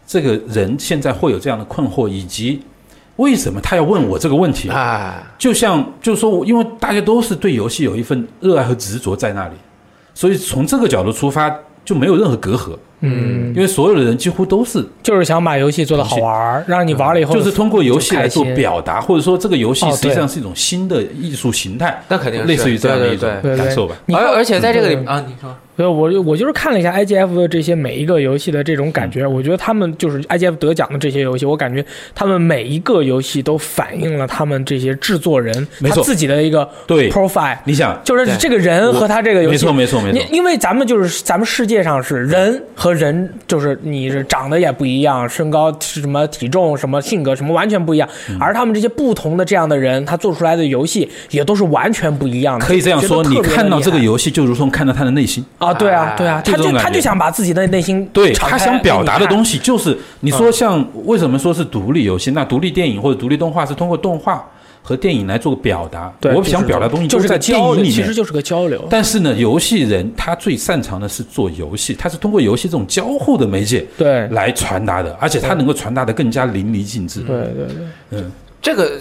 Speaker 3: 这个人现在会有这样的困惑，以及为什么他要问我这个问题。
Speaker 5: 啊，
Speaker 3: 就像就是说我，因为大家都是对游戏有一份热爱和执着在那里，所以从这个角度出发就没有任何隔阂，
Speaker 4: 嗯
Speaker 3: 因，为所有的人几乎都是
Speaker 4: 就是想把游戏做的好玩儿，让你玩了以后
Speaker 3: 就是通过游戏来做
Speaker 4: 就开心。
Speaker 3: 表达，或者说这个游戏
Speaker 4: 哦
Speaker 3: 实际
Speaker 4: 对
Speaker 3: 上是一种新的艺术形态，
Speaker 5: 那肯定是
Speaker 3: 类似于这样的一种
Speaker 5: 对
Speaker 4: 对对
Speaker 3: 感受吧。
Speaker 4: 你
Speaker 5: 而
Speaker 4: 看
Speaker 5: 而且在这个里
Speaker 4: 嗯
Speaker 5: 啊，你说
Speaker 4: 对，我就我就是看了一下 IGF 的这些每一个游戏的这种感
Speaker 3: 嗯
Speaker 4: 觉，我觉得他们就是 IGF 得奖的这些游戏，我感觉他们每一个游戏都反映了他们这些制作人
Speaker 3: 没
Speaker 4: 他
Speaker 3: 错
Speaker 4: 自己的一个
Speaker 3: 对
Speaker 4: profile，
Speaker 3: 你想，
Speaker 4: 就是
Speaker 5: 对
Speaker 4: 这个人和他这个游戏，
Speaker 3: 没错没错没错
Speaker 4: 因因为咱们就是咱们世界上是人和人，就是你是长得也不一样，身高是什么体重什么性格什么完全不一样，
Speaker 3: 嗯
Speaker 4: 而他们这些不同的这样的人，他做出来的游戏也都是完全不一样的。
Speaker 3: 可以这样
Speaker 4: 觉得
Speaker 3: 说，
Speaker 4: 特别
Speaker 3: 你
Speaker 4: 的
Speaker 3: 看到
Speaker 4: 厉
Speaker 3: 这个
Speaker 4: 害
Speaker 3: 游戏，就如同看到他的内心。
Speaker 4: 啊，对啊
Speaker 5: 啊
Speaker 4: 对啊，
Speaker 3: 就哎
Speaker 4: 他
Speaker 3: 这种
Speaker 4: 就
Speaker 3: 感
Speaker 4: 他
Speaker 3: 觉
Speaker 4: 就想把自己的内心
Speaker 3: 对
Speaker 4: 敞
Speaker 3: 他
Speaker 4: 开
Speaker 3: 想表达的东
Speaker 4: 西，
Speaker 3: 西，就是你说
Speaker 4: 嗯
Speaker 3: 像为什么说是独立游戏？那独立电影或者独立动画是通过动画和电影来做表达。
Speaker 4: 对，
Speaker 3: 我
Speaker 4: 就是
Speaker 3: 想表达的东西
Speaker 4: 就
Speaker 3: 都
Speaker 4: 是
Speaker 3: 在
Speaker 4: 个
Speaker 3: 电
Speaker 4: 交
Speaker 3: 影
Speaker 4: 流，
Speaker 3: 里
Speaker 4: 其实
Speaker 3: 面。
Speaker 4: 就是个交流。
Speaker 3: 但是呢，游戏人他最擅长的是做游戏，他是通过游戏这种交互的媒介
Speaker 4: 对
Speaker 3: 来传达的，而且他能够传达的更加淋漓尽致。
Speaker 4: 对对对，
Speaker 3: 嗯，
Speaker 5: 这个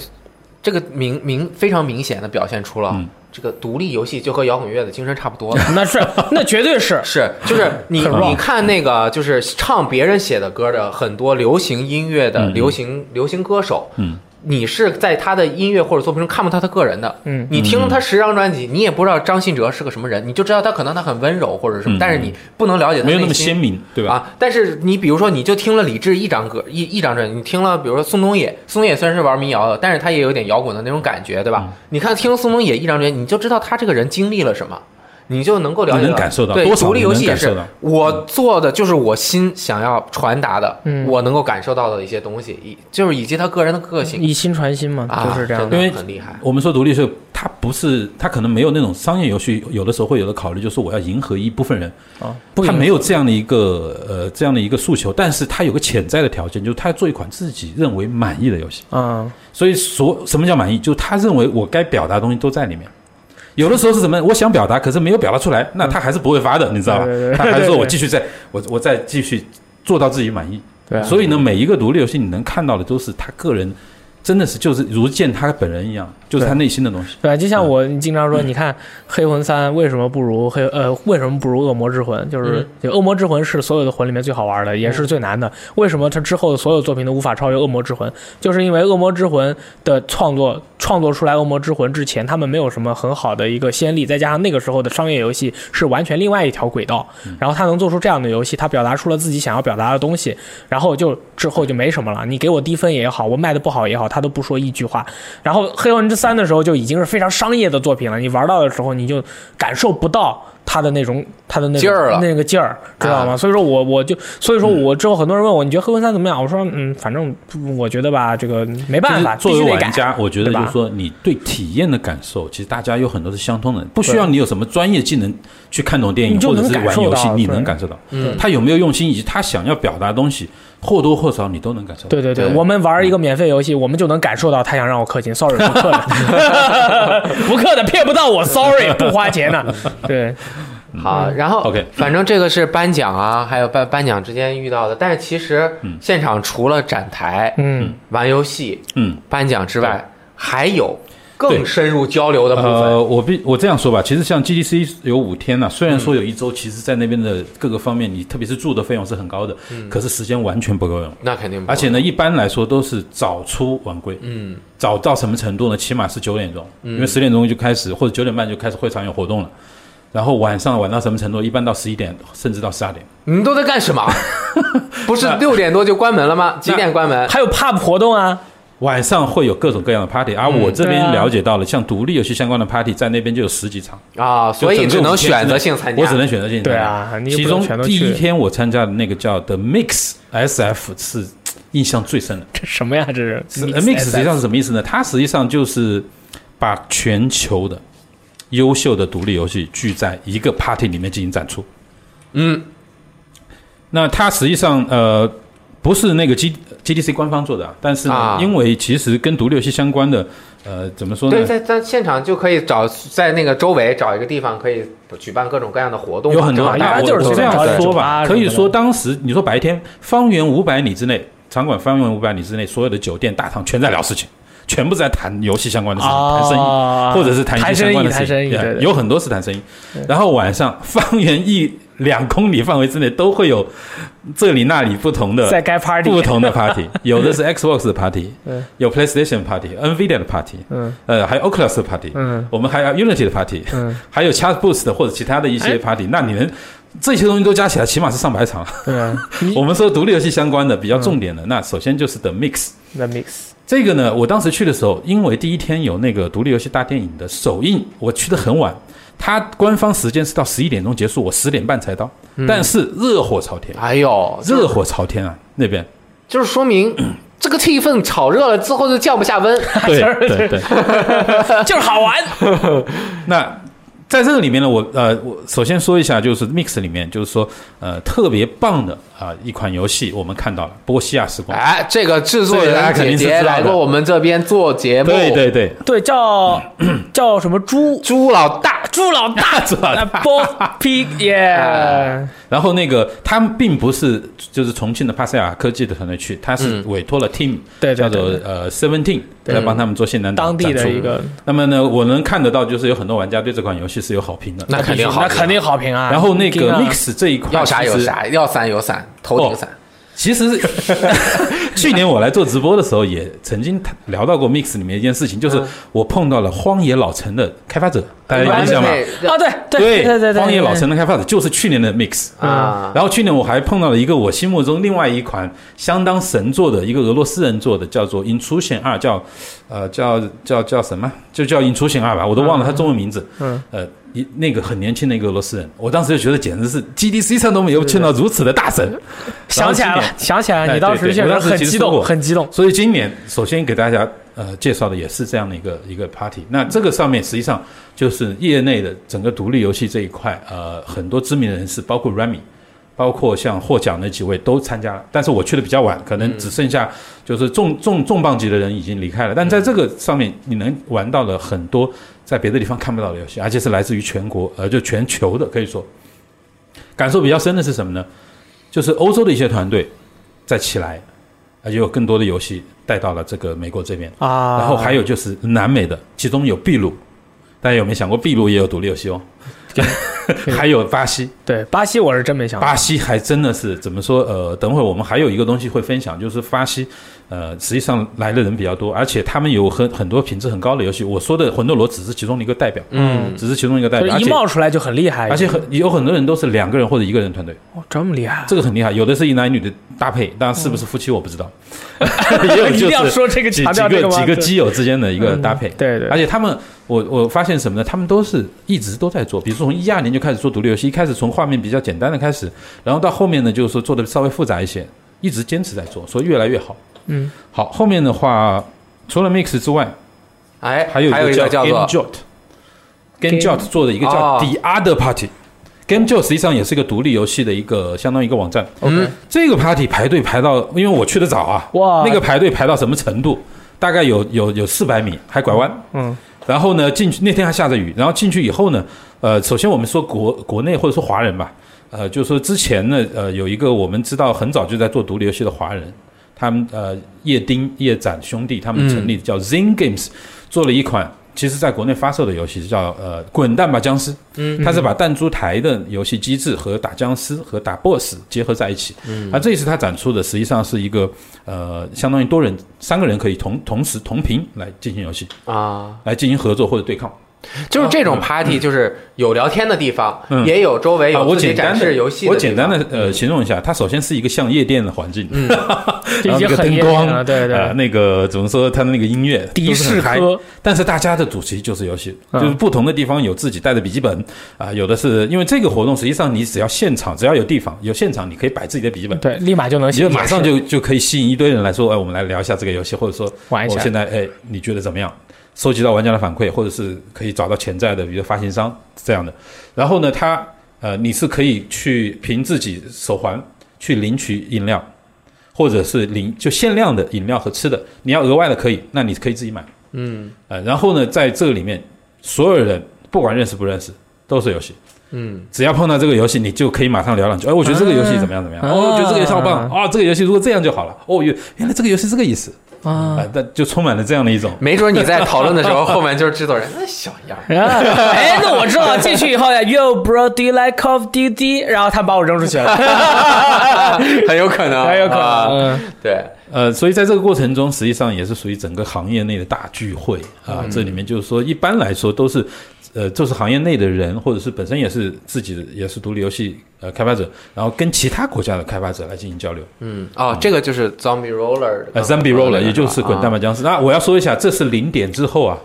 Speaker 5: 这个明明非常明显的表现出了、
Speaker 3: 嗯
Speaker 5: 这个独立游戏就和摇滚乐的精神差不 多了。
Speaker 4: 那是那绝对是
Speaker 5: 是，就是你
Speaker 4: 很 rock
Speaker 5: 你看那个，就是唱别人写的歌的很多流行音乐的
Speaker 3: 嗯
Speaker 5: 流行、流行歌手，
Speaker 3: 嗯，
Speaker 5: 你是在他的音乐或者作品中看不到他个人的，
Speaker 4: 嗯
Speaker 5: 你听他十张专辑，你也不知道张信哲是个什么人，你就知道他可能他很温柔或者什么，
Speaker 3: 嗯
Speaker 5: 但是你不能了解他
Speaker 3: 没有那么
Speaker 5: 内心
Speaker 3: 鲜明，对吧？
Speaker 5: 啊，但是你比如说，你就听了李志一张歌一一张专辑，你听了比如说宋冬野，宋冬野虽然是玩民谣的，但是他也有点摇滚的那种感觉，对吧？
Speaker 3: 嗯
Speaker 5: 你看听宋冬野一张专辑，你就知道他这个人经历了什么。你就能够了解
Speaker 3: 你能感受到
Speaker 5: 对
Speaker 3: 多少
Speaker 5: 独立游
Speaker 3: 你
Speaker 5: 戏
Speaker 3: 能
Speaker 5: 也
Speaker 3: 感受
Speaker 5: 是
Speaker 3: 到
Speaker 5: 我做的，就是我心想要传达的，
Speaker 4: 嗯
Speaker 5: 我能够感受到的一些东西，以就是以及他个人的个性
Speaker 4: 以心传心嘛，
Speaker 5: 啊，
Speaker 4: 就是这样
Speaker 5: 真
Speaker 4: 的
Speaker 5: 的
Speaker 3: 因为
Speaker 5: 很厉害。
Speaker 3: 我们说独立游戏，它不是，它可能没有那种商业游戏，有的时候会有的考虑，就是我要迎合一部分人，
Speaker 4: 啊。不
Speaker 3: 它
Speaker 4: 影
Speaker 3: 没有这样的一个呃这样的一个诉求，但是它有个潜在的条件，就是它要做一款自己认为满意的游戏。
Speaker 4: 啊，
Speaker 3: 所以所什么叫满意？就是他认为我该表达的东西都在里面。有的时候是什么？我想表达，可是没有表达出来，那他还是不会发的，你知道吧
Speaker 4: 嗯对对？对
Speaker 3: 他还是说
Speaker 4: 对对
Speaker 3: 我继续在，我我再继续做到自己满意。
Speaker 4: 对啊
Speaker 3: 所以呢，每一个独立游戏你能看到的都是他个人，真的是就是如见他本人一样，就是他内心的东西。
Speaker 4: 对啊吧？就像我经常说，
Speaker 3: 嗯
Speaker 4: 你看《黑魂三》为什么不如黑呃为什么不如《恶魔之魂》？就是
Speaker 5: 嗯
Speaker 4: 就《恶魔之魂》是所有的魂里面最好玩的，也
Speaker 3: 嗯
Speaker 4: 是最难的。为什么它之后的所有作品都无法超越《恶魔之魂》？就是因为《恶魔之魂》的创作创作出来《恶魔之魂》之前，他们没有什么很好的一个先例，再加上那个时候的商业游戏是完全另外一条轨道，
Speaker 5: 嗯
Speaker 4: 然后他能做出这样的游戏，他表达出了自己想要表达的东西，然后就之后就没什么了。你给我低分也好，我卖的不好也好，他都不说一句话。然后《黑魂之三》的时候就已经是非常商业的作品了，你玩到的时候你就感受不到。他的那种，他的那种
Speaker 5: 劲儿了
Speaker 4: 那个劲儿，知道吗？所以说我我就，所以说我之后很多人问我，你觉得《黑魂三》怎么样？我说，嗯，反正我觉得吧，这个没办法，
Speaker 3: 就是作
Speaker 4: 必须
Speaker 3: 为
Speaker 4: 得改
Speaker 3: 玩家，我觉得
Speaker 4: 对吧
Speaker 3: 就是说，你对体验的感受，其实大家有很多是相通的，不需要你有什么专业技能去看懂电影
Speaker 4: 你就
Speaker 3: 或者
Speaker 4: 能
Speaker 3: 是
Speaker 4: 感
Speaker 3: 玩
Speaker 4: 受
Speaker 3: 游戏，
Speaker 4: 到
Speaker 3: 你
Speaker 4: 对
Speaker 3: 能感受到
Speaker 5: 嗯，
Speaker 3: 他有没有用心，以及他想要表达的东西，或多或少你都能感受到。
Speaker 4: 对对对，嗯
Speaker 5: 对
Speaker 4: 我们玩一个免费游戏，我们就能感受到他想让我氪金。Sorry，不氪 的，不氪的骗不到我。Sorry，不 花钱呢。对，
Speaker 5: 嗯好，然后
Speaker 3: 嗯 OK
Speaker 5: 反正这个是颁奖啊，还有颁颁奖之间遇到的。但是其实现场除了展台、
Speaker 4: 嗯，
Speaker 5: 玩游戏、
Speaker 3: 嗯，
Speaker 5: 颁奖之外，还有更深入交流的部分。
Speaker 3: 呃，我必我这样说吧，其实像 GDC 有五天呐、虽然说有一周，其实在那边的各个方面，你特别是住的费用是很高的，可是时间完全不够用。
Speaker 5: 那肯定不，
Speaker 3: 嗯而且呢，一般来说都是早出晚归。嗯，早到什么程度呢？起码是九点钟，
Speaker 5: 嗯
Speaker 3: 因为十点钟就开始或者九点半就开始会场有活动了。然后晚上晚到什么程度？一般到十一点，甚至到十二点。
Speaker 5: 你们都在干 什么？啊不是六点多就关门了吗？几点关门？
Speaker 4: 还有 pub 活动啊，
Speaker 3: 晚上会有各种各样的 party，而、
Speaker 5: 嗯
Speaker 3: 我这
Speaker 4: 对啊
Speaker 3: 边了解到了，像独立游戏相关的 party，在那边就有十几场。
Speaker 5: 啊，所
Speaker 3: 就
Speaker 5: 以
Speaker 3: 整个
Speaker 5: 只能
Speaker 3: 五天之内
Speaker 5: 选择性参加。
Speaker 3: 我只能选择性参加
Speaker 4: 对啊你也
Speaker 3: 其
Speaker 4: 不能
Speaker 3: 中
Speaker 4: 全都
Speaker 3: 第
Speaker 4: 去
Speaker 3: 一天我参加的那个叫 The Mix SF 是印象最深的。
Speaker 4: 这什么呀？这是呃
Speaker 3: The Mix 实际
Speaker 4: SS
Speaker 3: 上是什么意思呢？它实际上就是把全球的优秀的独立游戏聚在一个 party 里面进行展出。
Speaker 5: 嗯，
Speaker 3: 那它实际上呃不是那个 G GDC 官方做的、啊，但是呢，
Speaker 5: 啊
Speaker 3: 因为其实跟独立游戏相关的呃怎么说呢
Speaker 5: 对，？在在现场就可以找，在那个周围找一个地方，可以举办各种各样的活动。
Speaker 3: 有很多
Speaker 5: 正好
Speaker 4: 啊大
Speaker 5: 大
Speaker 4: 家
Speaker 5: 家
Speaker 3: 我
Speaker 4: 就是
Speaker 3: 我
Speaker 4: 随
Speaker 3: 这
Speaker 4: 便
Speaker 3: 样
Speaker 4: 找点
Speaker 3: 说
Speaker 4: 酒吧
Speaker 3: 吧，
Speaker 4: 什
Speaker 3: 可
Speaker 4: 么
Speaker 3: 以
Speaker 4: 的
Speaker 3: 说当时你说白天方圆五百里之内，场馆方圆五百里之内，所有的酒店大堂全在聊事情，全部在谈游戏相关的事情，谈生意。
Speaker 4: 啊，
Speaker 3: 或者是谈一
Speaker 4: 谈
Speaker 3: 些相
Speaker 4: 生
Speaker 3: 关
Speaker 4: 意，
Speaker 3: 的事
Speaker 4: 谈生意，
Speaker 3: 情，
Speaker 4: 对
Speaker 3: 对
Speaker 4: 对
Speaker 3: 有很多是谈生意。然后晚上方圆一两公里范围之内都会有这里那里不同的
Speaker 4: 在该 party
Speaker 3: 不同的 party，有的是 Xbox 的 party，
Speaker 4: 嗯
Speaker 3: 有 PlayStation party、NVIDIA 的 party，
Speaker 4: 嗯
Speaker 3: 呃，还有 Oculus 的 party，
Speaker 4: 嗯
Speaker 3: 我们还有 Unity 的 party，
Speaker 4: 嗯
Speaker 3: 还有 Chat Boost 的或者其他的一些 party，那你能这些东西都加起来，起码是上百场。
Speaker 4: 对啊 你嗯
Speaker 3: 我们说独立游戏相关的比较重点的，那首先就是 The Mix。
Speaker 4: The Mix
Speaker 3: 这个呢，我当时去的时候，因为第一天有那个独立游戏大电影的首映，我去的很晚，它官方时间是到十一点钟结束，我十点半才到，
Speaker 4: 嗯
Speaker 3: 但是热火朝天，
Speaker 5: 哎呦，
Speaker 3: 热火朝天啊，那边。
Speaker 5: 就是说明 这个气氛炒热了之后就降不下温。
Speaker 3: 对对对，
Speaker 4: 就是好玩，
Speaker 3: 那在这个里面呢，我呃，我首先说一下，就是 Mix 里面，就是说呃特别棒的啊、一款游戏，我们看到了《波西亚时光》。
Speaker 5: 哎，这个制作
Speaker 3: 这个大家
Speaker 5: 人
Speaker 3: 肯
Speaker 5: 姐
Speaker 3: 定是
Speaker 5: 姐
Speaker 3: 知道的
Speaker 5: 来过我们这边做节目，
Speaker 3: 对对对，
Speaker 4: 对，叫 叫什么猪啊
Speaker 5: 朱老大，
Speaker 4: 猪老 大啊
Speaker 3: 朱老大
Speaker 4: ，Boss Pig 耶
Speaker 5: 哎，
Speaker 3: 然后那个他们并不是就是重庆的帕塞尔科技的团队去，他是委托了 team，、
Speaker 4: 嗯对对
Speaker 3: 叫做
Speaker 4: 对
Speaker 3: 呃 Seventeen
Speaker 4: 对
Speaker 3: 来帮他们做现场
Speaker 4: 当地的
Speaker 3: 展出
Speaker 4: 一个，
Speaker 3: 那么呢，我能看得到，就是有很多玩家对这款游戏是有好评的。
Speaker 5: 那肯定好，
Speaker 4: 那肯定。好评啊。
Speaker 3: 然后那
Speaker 4: 肯定
Speaker 3: 个
Speaker 4: 啊
Speaker 3: Mix 这一块，
Speaker 5: 要啥有。啥，要伞有伞，头顶伞。
Speaker 3: 哦其实 去年我来做直播的时候，也曾经聊到过 Mix 里面一件事情，
Speaker 4: 嗯
Speaker 3: 就是我碰到了《荒野老城》的开发者，大家有印象吗？
Speaker 4: 啊，嗯对对对对对，嗯
Speaker 3: 荒野老
Speaker 4: 对
Speaker 3: 城》的开发者就是去年的 Mix。
Speaker 5: 啊，
Speaker 3: 然后去年我还碰到了一个我心目中另外一款相当神作的一个俄罗斯人做的，叫做《Intrusion 二》，叫呃叫叫叫什么？就叫《Intrusion 二》吧，我都忘了它中文名字。
Speaker 4: 嗯，
Speaker 3: 呃，一那个很年轻的一个俄罗斯人，我当时就觉得简直是 GDC 上都没有见到如此的大神。
Speaker 4: 想起来
Speaker 3: 然后
Speaker 4: 了，
Speaker 3: 今
Speaker 4: 想起来了，
Speaker 3: 哎
Speaker 4: 你当时
Speaker 3: 对对
Speaker 4: 确
Speaker 3: 我
Speaker 4: 实
Speaker 3: 当时
Speaker 4: 很
Speaker 3: 其实
Speaker 4: 激
Speaker 3: 说
Speaker 4: 动，
Speaker 3: 过
Speaker 4: 很激动。
Speaker 3: 所以今年首先给大家呃介绍的也是这样的一个一个 party。那这个上面实际上就是业内的整个独立游戏这一块，呃，很多知名人士，包括 Remy，包括像获奖的几位都参加了。但是我去的比较晚，可能只剩下就是重重重磅级的人已经离开了。但在这个上面，你能玩到了很多在别的地方看不到的游戏，而且是来自于全国呃就全球的，可以说感受比较深的是什么呢？就是欧洲的一些团队在起来，而且有更多的游戏带到了这个美国这边。
Speaker 4: 啊，
Speaker 3: 然后还有就是南美的，其中有秘鲁，大家有没有想过秘鲁也有独立游戏哦？ 还有巴西，
Speaker 4: 对巴西，我是真没想到，
Speaker 3: 巴西还真的是怎么说？呃，等会儿我们还有一个东西会分享，就是巴西，呃，实际上来的人比较多，而且他们有很很多品质很高的游戏。我说的《魂斗罗》只是其中的一个代表，
Speaker 5: 嗯，
Speaker 3: 只是其中一个代
Speaker 4: 就
Speaker 3: 表，
Speaker 4: 是
Speaker 3: 而
Speaker 4: 一
Speaker 3: 且
Speaker 4: 冒出来就很厉害，
Speaker 3: 而且很有很多人都是两个人或者一个人团队，
Speaker 4: 哦这么厉害，
Speaker 3: 这个很厉害。有的是一男一女的搭配，当然是不是夫妻我不知道， 也 有
Speaker 4: 嗯一定要
Speaker 3: 就是
Speaker 4: 说这个
Speaker 3: 几
Speaker 4: 强
Speaker 3: 几
Speaker 4: 调这
Speaker 3: 个
Speaker 4: 吗
Speaker 3: 几个
Speaker 4: 对
Speaker 3: 基友之间的一个搭配。
Speaker 4: 对对，
Speaker 3: 而且他们，我我发现什么呢？他们都是一直都在做，比如说从一二年就开始做独立游戏，一开始从画面比较简单的开始，然后到后面呢，就是说做的稍微复杂一些，一直坚持在做，所以越来越好。
Speaker 4: 嗯，
Speaker 3: 好，后面的话，除了 Mix 之外，
Speaker 5: 哎，
Speaker 3: 还有
Speaker 5: 还有
Speaker 3: 一
Speaker 5: 一
Speaker 3: 个
Speaker 5: 个
Speaker 3: 叫
Speaker 5: 叫做
Speaker 3: Game Jot，Game Jot 做的一个叫
Speaker 5: 哦
Speaker 3: The Other Party。Game Jot 实际上也是一个独立游戏的一个相当于一个网站，
Speaker 5: 嗯，
Speaker 3: 这个 party 排队排到，因为我去的早啊，
Speaker 4: 哇
Speaker 3: 那个排队排到什么程度？大概有有有四百米，还拐弯。
Speaker 4: 嗯，
Speaker 3: 然后呢，进去那天还下着雨，然后进去以后呢，呃，首先我们说国国内或者说华人吧，呃，就是说之前呢，呃，有一个我们知道很早就在做独立游戏的华人，他们呃叶丁叶展兄弟他们成立的叫 Zing Games，、做了一款。其实，在国内发售的游戏叫呃《滚蛋吧僵尸》，嗯，它是把弹珠台的游戏机制和打僵尸和打 BOSS 结合在一起，嗯，而这一次它展出的实际上是一个呃，相当于多人三个人可以同同时同屏来进行游戏，
Speaker 5: 啊，
Speaker 3: 来进行合作或者对抗。
Speaker 5: 就是这种 party，就是有聊天的地方，
Speaker 3: 嗯
Speaker 5: 也有周围
Speaker 3: 啊，
Speaker 5: 有
Speaker 3: 我
Speaker 5: 自己
Speaker 3: 简
Speaker 5: 展
Speaker 3: 单
Speaker 5: 示
Speaker 3: 的
Speaker 5: 游戏
Speaker 3: 我
Speaker 5: 地
Speaker 3: 简单
Speaker 5: 方嗯
Speaker 3: 的呃形容一下，它首先是一个像夜店的环境，嗯，
Speaker 4: 这已经很
Speaker 3: 灯
Speaker 4: 厉害了，
Speaker 3: 光，
Speaker 4: 对
Speaker 3: 呃
Speaker 4: 对，
Speaker 3: 那个怎么说，它的那个音乐
Speaker 4: 迪
Speaker 3: 都是很
Speaker 4: 士
Speaker 3: 嗨
Speaker 4: 科，
Speaker 3: 但是大家的主题就是游戏，
Speaker 4: 嗯
Speaker 3: 就是不同的地方有自己带的笔记本啊、有的是因为这个活动，实际上你只要现场，只要有地方有现场，你可以摆自己的笔记本。
Speaker 4: 对，立马就能
Speaker 3: 你
Speaker 4: 写
Speaker 3: 就马上就就可以吸引一堆人来说，哎，我们来聊一下这个游戏，或者说
Speaker 4: 玩一下
Speaker 3: 我现在哎，你觉得怎么样？收集到玩家的反馈，或者是可以找到潜在的，比如发行商这样的。然后呢，他呃，你是可以去凭自己手环去领取饮料，或者是领就限量的饮料和吃的，你要额外的可以，那你可以自己买。嗯，呃，然后呢，在这个里面，所有人不管认识不认识，都是游戏。
Speaker 5: 嗯，
Speaker 3: 只要碰到这个游戏，你就可以马上聊两句。哎，我觉得这个游戏怎么样怎么样？
Speaker 4: 啊
Speaker 3: 哦，我觉得这个游戏好棒啊！这个游戏如果这样就好了。哦，原原来这个游戏这个意思
Speaker 4: 啊
Speaker 3: 啊，但就充满了这样的一种。
Speaker 5: 没准你在讨论的 时候，后面就是制作人那小样
Speaker 3: 嗯
Speaker 5: 儿，
Speaker 4: 哎，那我知道进去以后呀，Yo bro, do you like Call of Duty？然后他把我扔出去了，
Speaker 5: 很有可能，
Speaker 4: 很有可
Speaker 5: 啊
Speaker 4: 能。嗯
Speaker 5: 对，
Speaker 3: 呃，所以在这个过程中，实际上也是属于整个行业内的大聚会
Speaker 4: 嗯
Speaker 3: 啊。这里面就是说，一般来说都是，呃，就是行业内的人，或者是本身也是自己的，也是独立游戏呃开发者，然后跟其他国家的开发者来进行交流。
Speaker 5: 嗯，哦，这个就是 zombie roller，啊
Speaker 3: 呃，Zombie Roller，也就是滚蛋吧僵尸。那我要说一下，这是零点之后啊，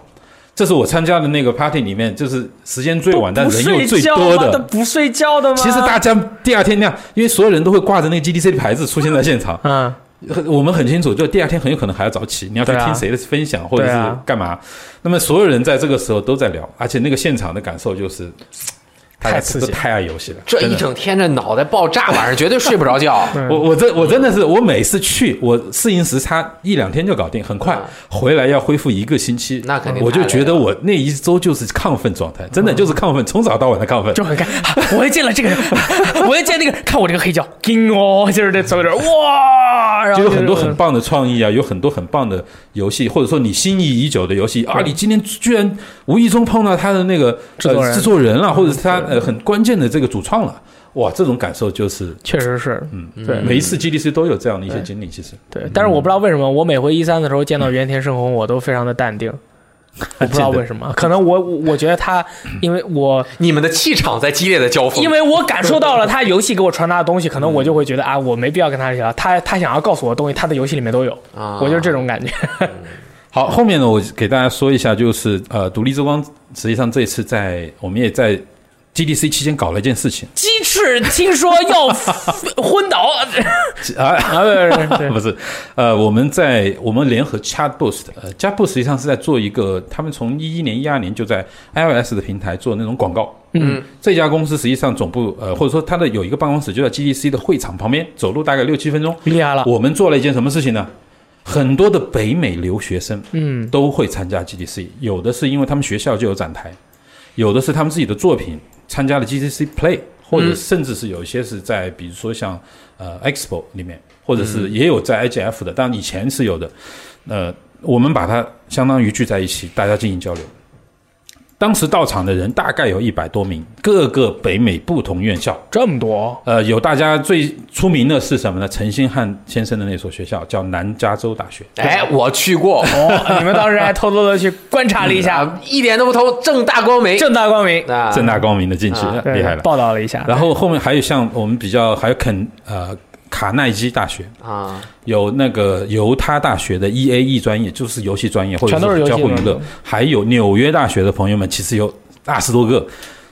Speaker 3: 这是我参加的那个 party 里面，就是时间最晚，但
Speaker 4: 不
Speaker 3: 人又
Speaker 4: 睡
Speaker 3: 最
Speaker 4: 觉
Speaker 3: 多
Speaker 4: 吗？他
Speaker 3: 的。
Speaker 4: 不睡觉的吗？
Speaker 3: 其实大家第二天那样，因为所有人都会挂着那个 GDC 的牌子出现在现场，
Speaker 4: 嗯，
Speaker 3: 很 我们很清楚，就第二天很有可能还要早起，你要去
Speaker 4: 对啊
Speaker 3: 听谁的分享或者
Speaker 4: 对
Speaker 3: 是
Speaker 4: 啊
Speaker 3: 干嘛。那么所有人在这个时候都在聊，而且那个现场的感受就是，大家
Speaker 4: 太刺激了
Speaker 3: 太爱游戏了，
Speaker 5: 这
Speaker 3: 真
Speaker 5: 一
Speaker 3: 的
Speaker 5: 整天这脑袋爆炸，晚上绝对睡不着觉。
Speaker 3: 我我真我真的是，我每次去我适应时差一两天就搞定，很快
Speaker 5: 啊
Speaker 3: 回来要恢复一个星期，
Speaker 5: 那肯定
Speaker 3: 我就
Speaker 5: 太累
Speaker 3: 觉得
Speaker 5: 了嗯
Speaker 3: 我那一周就是亢奋状态，真的就是亢奋，从早到晚的亢奋。
Speaker 4: 就很干。啊 我又见了这个人， 我又见那个人，看我这个黑胶，叮哦，就是这所有人哇，然后
Speaker 3: 就有
Speaker 4: 是
Speaker 3: 很多很棒的创意啊，有很多很棒的游戏，或者说你心仪已久的游戏啊，
Speaker 4: 对
Speaker 3: 你今天居然无意中碰到他的那个
Speaker 4: 制作人嗯
Speaker 3: 呃、制作人了，或者是他呃很关键的这个主创了，哇，这种感受就是
Speaker 4: 确实是，
Speaker 3: 嗯，
Speaker 4: 对
Speaker 3: 每一次 GDC 都有这样的一些
Speaker 4: 对
Speaker 3: 经历，其实
Speaker 4: 对，但是我不知道为什么，我每回一三的时候见到原田胜宏，我都非常的淡定。我不知道为什么，可能我我我觉得他，因为我
Speaker 5: 你们的气场在激烈的交锋，
Speaker 4: 因为我感受到了他游戏给我传达的东西，可能我就会觉得啊，我没必要跟他聊。他他想要告诉我的东西，他的游戏里面都有，
Speaker 5: 啊
Speaker 4: 我就是这种感觉。
Speaker 3: 好，后面呢，我给大家说一下，就是呃，独立之光实际上这次在我们也在 GDC 期间搞了一件事情
Speaker 4: 鸡翅听说要 昏倒
Speaker 3: 啊，
Speaker 4: 啊，不是不是，
Speaker 3: 不是，呃，我们在我们联合 Chatboost，呃，Chatboost 实际上是在做一个，他们从一一年、一二年就在 iOS 的平台做那种广告。
Speaker 5: 嗯，
Speaker 3: 这家公司实际上总部呃，或者说它的有一个办公室就在 GDC 的会场旁边，走路大概六七分钟。
Speaker 4: 厉害了，
Speaker 3: 我们做了一件什么事情呢？很多的北美留学生，
Speaker 4: 嗯，
Speaker 3: 都会参加 GDC，有的是因为他们学校就有展台，有的是他们自己的作品参加了 GDC Play，或
Speaker 4: 嗯
Speaker 3: 者甚至是有一些是在比如说像呃 Expo 里面，或者
Speaker 5: 嗯
Speaker 3: 是也有在 IGF 的，当然以前是有的。呃，我们把它相当于聚在一起，大家进行交流。当时到场的人大概有一百多名，各个北美不同院校。
Speaker 4: 这么多，
Speaker 3: 呃，有大家最出名的是什么呢？陈星汉先生的那所学校叫南加州大学。
Speaker 5: 哎，我去过，
Speaker 4: 哦，你们当时还偷偷的去观察了一下，
Speaker 5: 啊，一点都不偷，正大光 明，
Speaker 4: 正大光明，
Speaker 5: 啊
Speaker 3: 正大光明的进去，
Speaker 5: 啊
Speaker 3: 厉害了
Speaker 4: 对。报道了一下，
Speaker 3: 然后后面还有像我们比较，还有肯呃卡耐基大学，
Speaker 5: 啊，
Speaker 3: 有那个犹他大学的 E A E 专业，就是游戏专业或者
Speaker 4: 全都是游戏
Speaker 3: 交互娱
Speaker 4: 专
Speaker 3: 乐
Speaker 4: 业，
Speaker 3: 还有纽约大学的朋友们，其实有二十多个。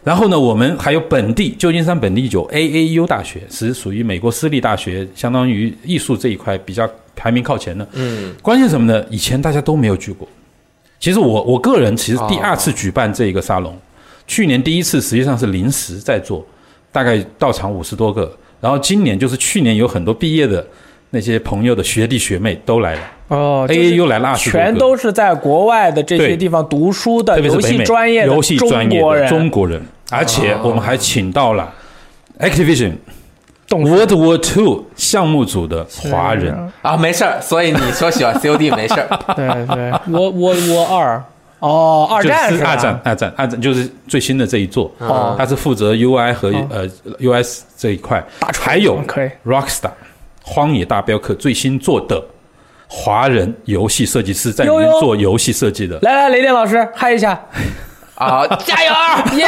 Speaker 3: 然后呢，我们还有本地旧金山本地有 A A U 大学，是属于美国私立大学，相当于艺术这一块比较排名靠前的。
Speaker 5: 嗯，
Speaker 3: 关键是什么呢？以前大家都没有聚过。其实我我个人其
Speaker 4: 啊
Speaker 3: 实第二次举办这个沙龙，去年第一次实际上是临时在做，大概到场五十多个，然后今年就是去年有很多毕业的那些朋友的学弟学妹都来了、
Speaker 4: 哦
Speaker 3: a a u 来了二十多个，
Speaker 4: 全都是在国外的这些
Speaker 3: 对
Speaker 4: 地方读书的
Speaker 3: 特别是
Speaker 4: 游
Speaker 3: 北
Speaker 4: 戏
Speaker 3: 美
Speaker 4: 专业的
Speaker 3: 游戏专业
Speaker 4: 中国
Speaker 3: 的
Speaker 4: 人，啊
Speaker 3: 中国人，而且我们还请到了 Activision
Speaker 4: 懂事
Speaker 3: World War Two 项目组的华人。
Speaker 5: 啊，没事儿，所以你说喜欢 COD 没事儿，
Speaker 4: 对对， 我我我二哦，二战
Speaker 3: 就是
Speaker 4: 吧
Speaker 3: 二战，二战，二战就是最新的这一座，
Speaker 4: 哦
Speaker 3: 他是负责 UI 和
Speaker 4: 哦
Speaker 3: 呃 US 这一块，还有
Speaker 4: 可以
Speaker 3: Rockstar《荒野大镖客》最新做的华人游戏设计师在里
Speaker 4: 呦
Speaker 3: 面
Speaker 4: 呦
Speaker 3: 做游戏设计的，
Speaker 4: 来来，雷电老师嗨一下，
Speaker 5: 啊，
Speaker 4: 加油！耶、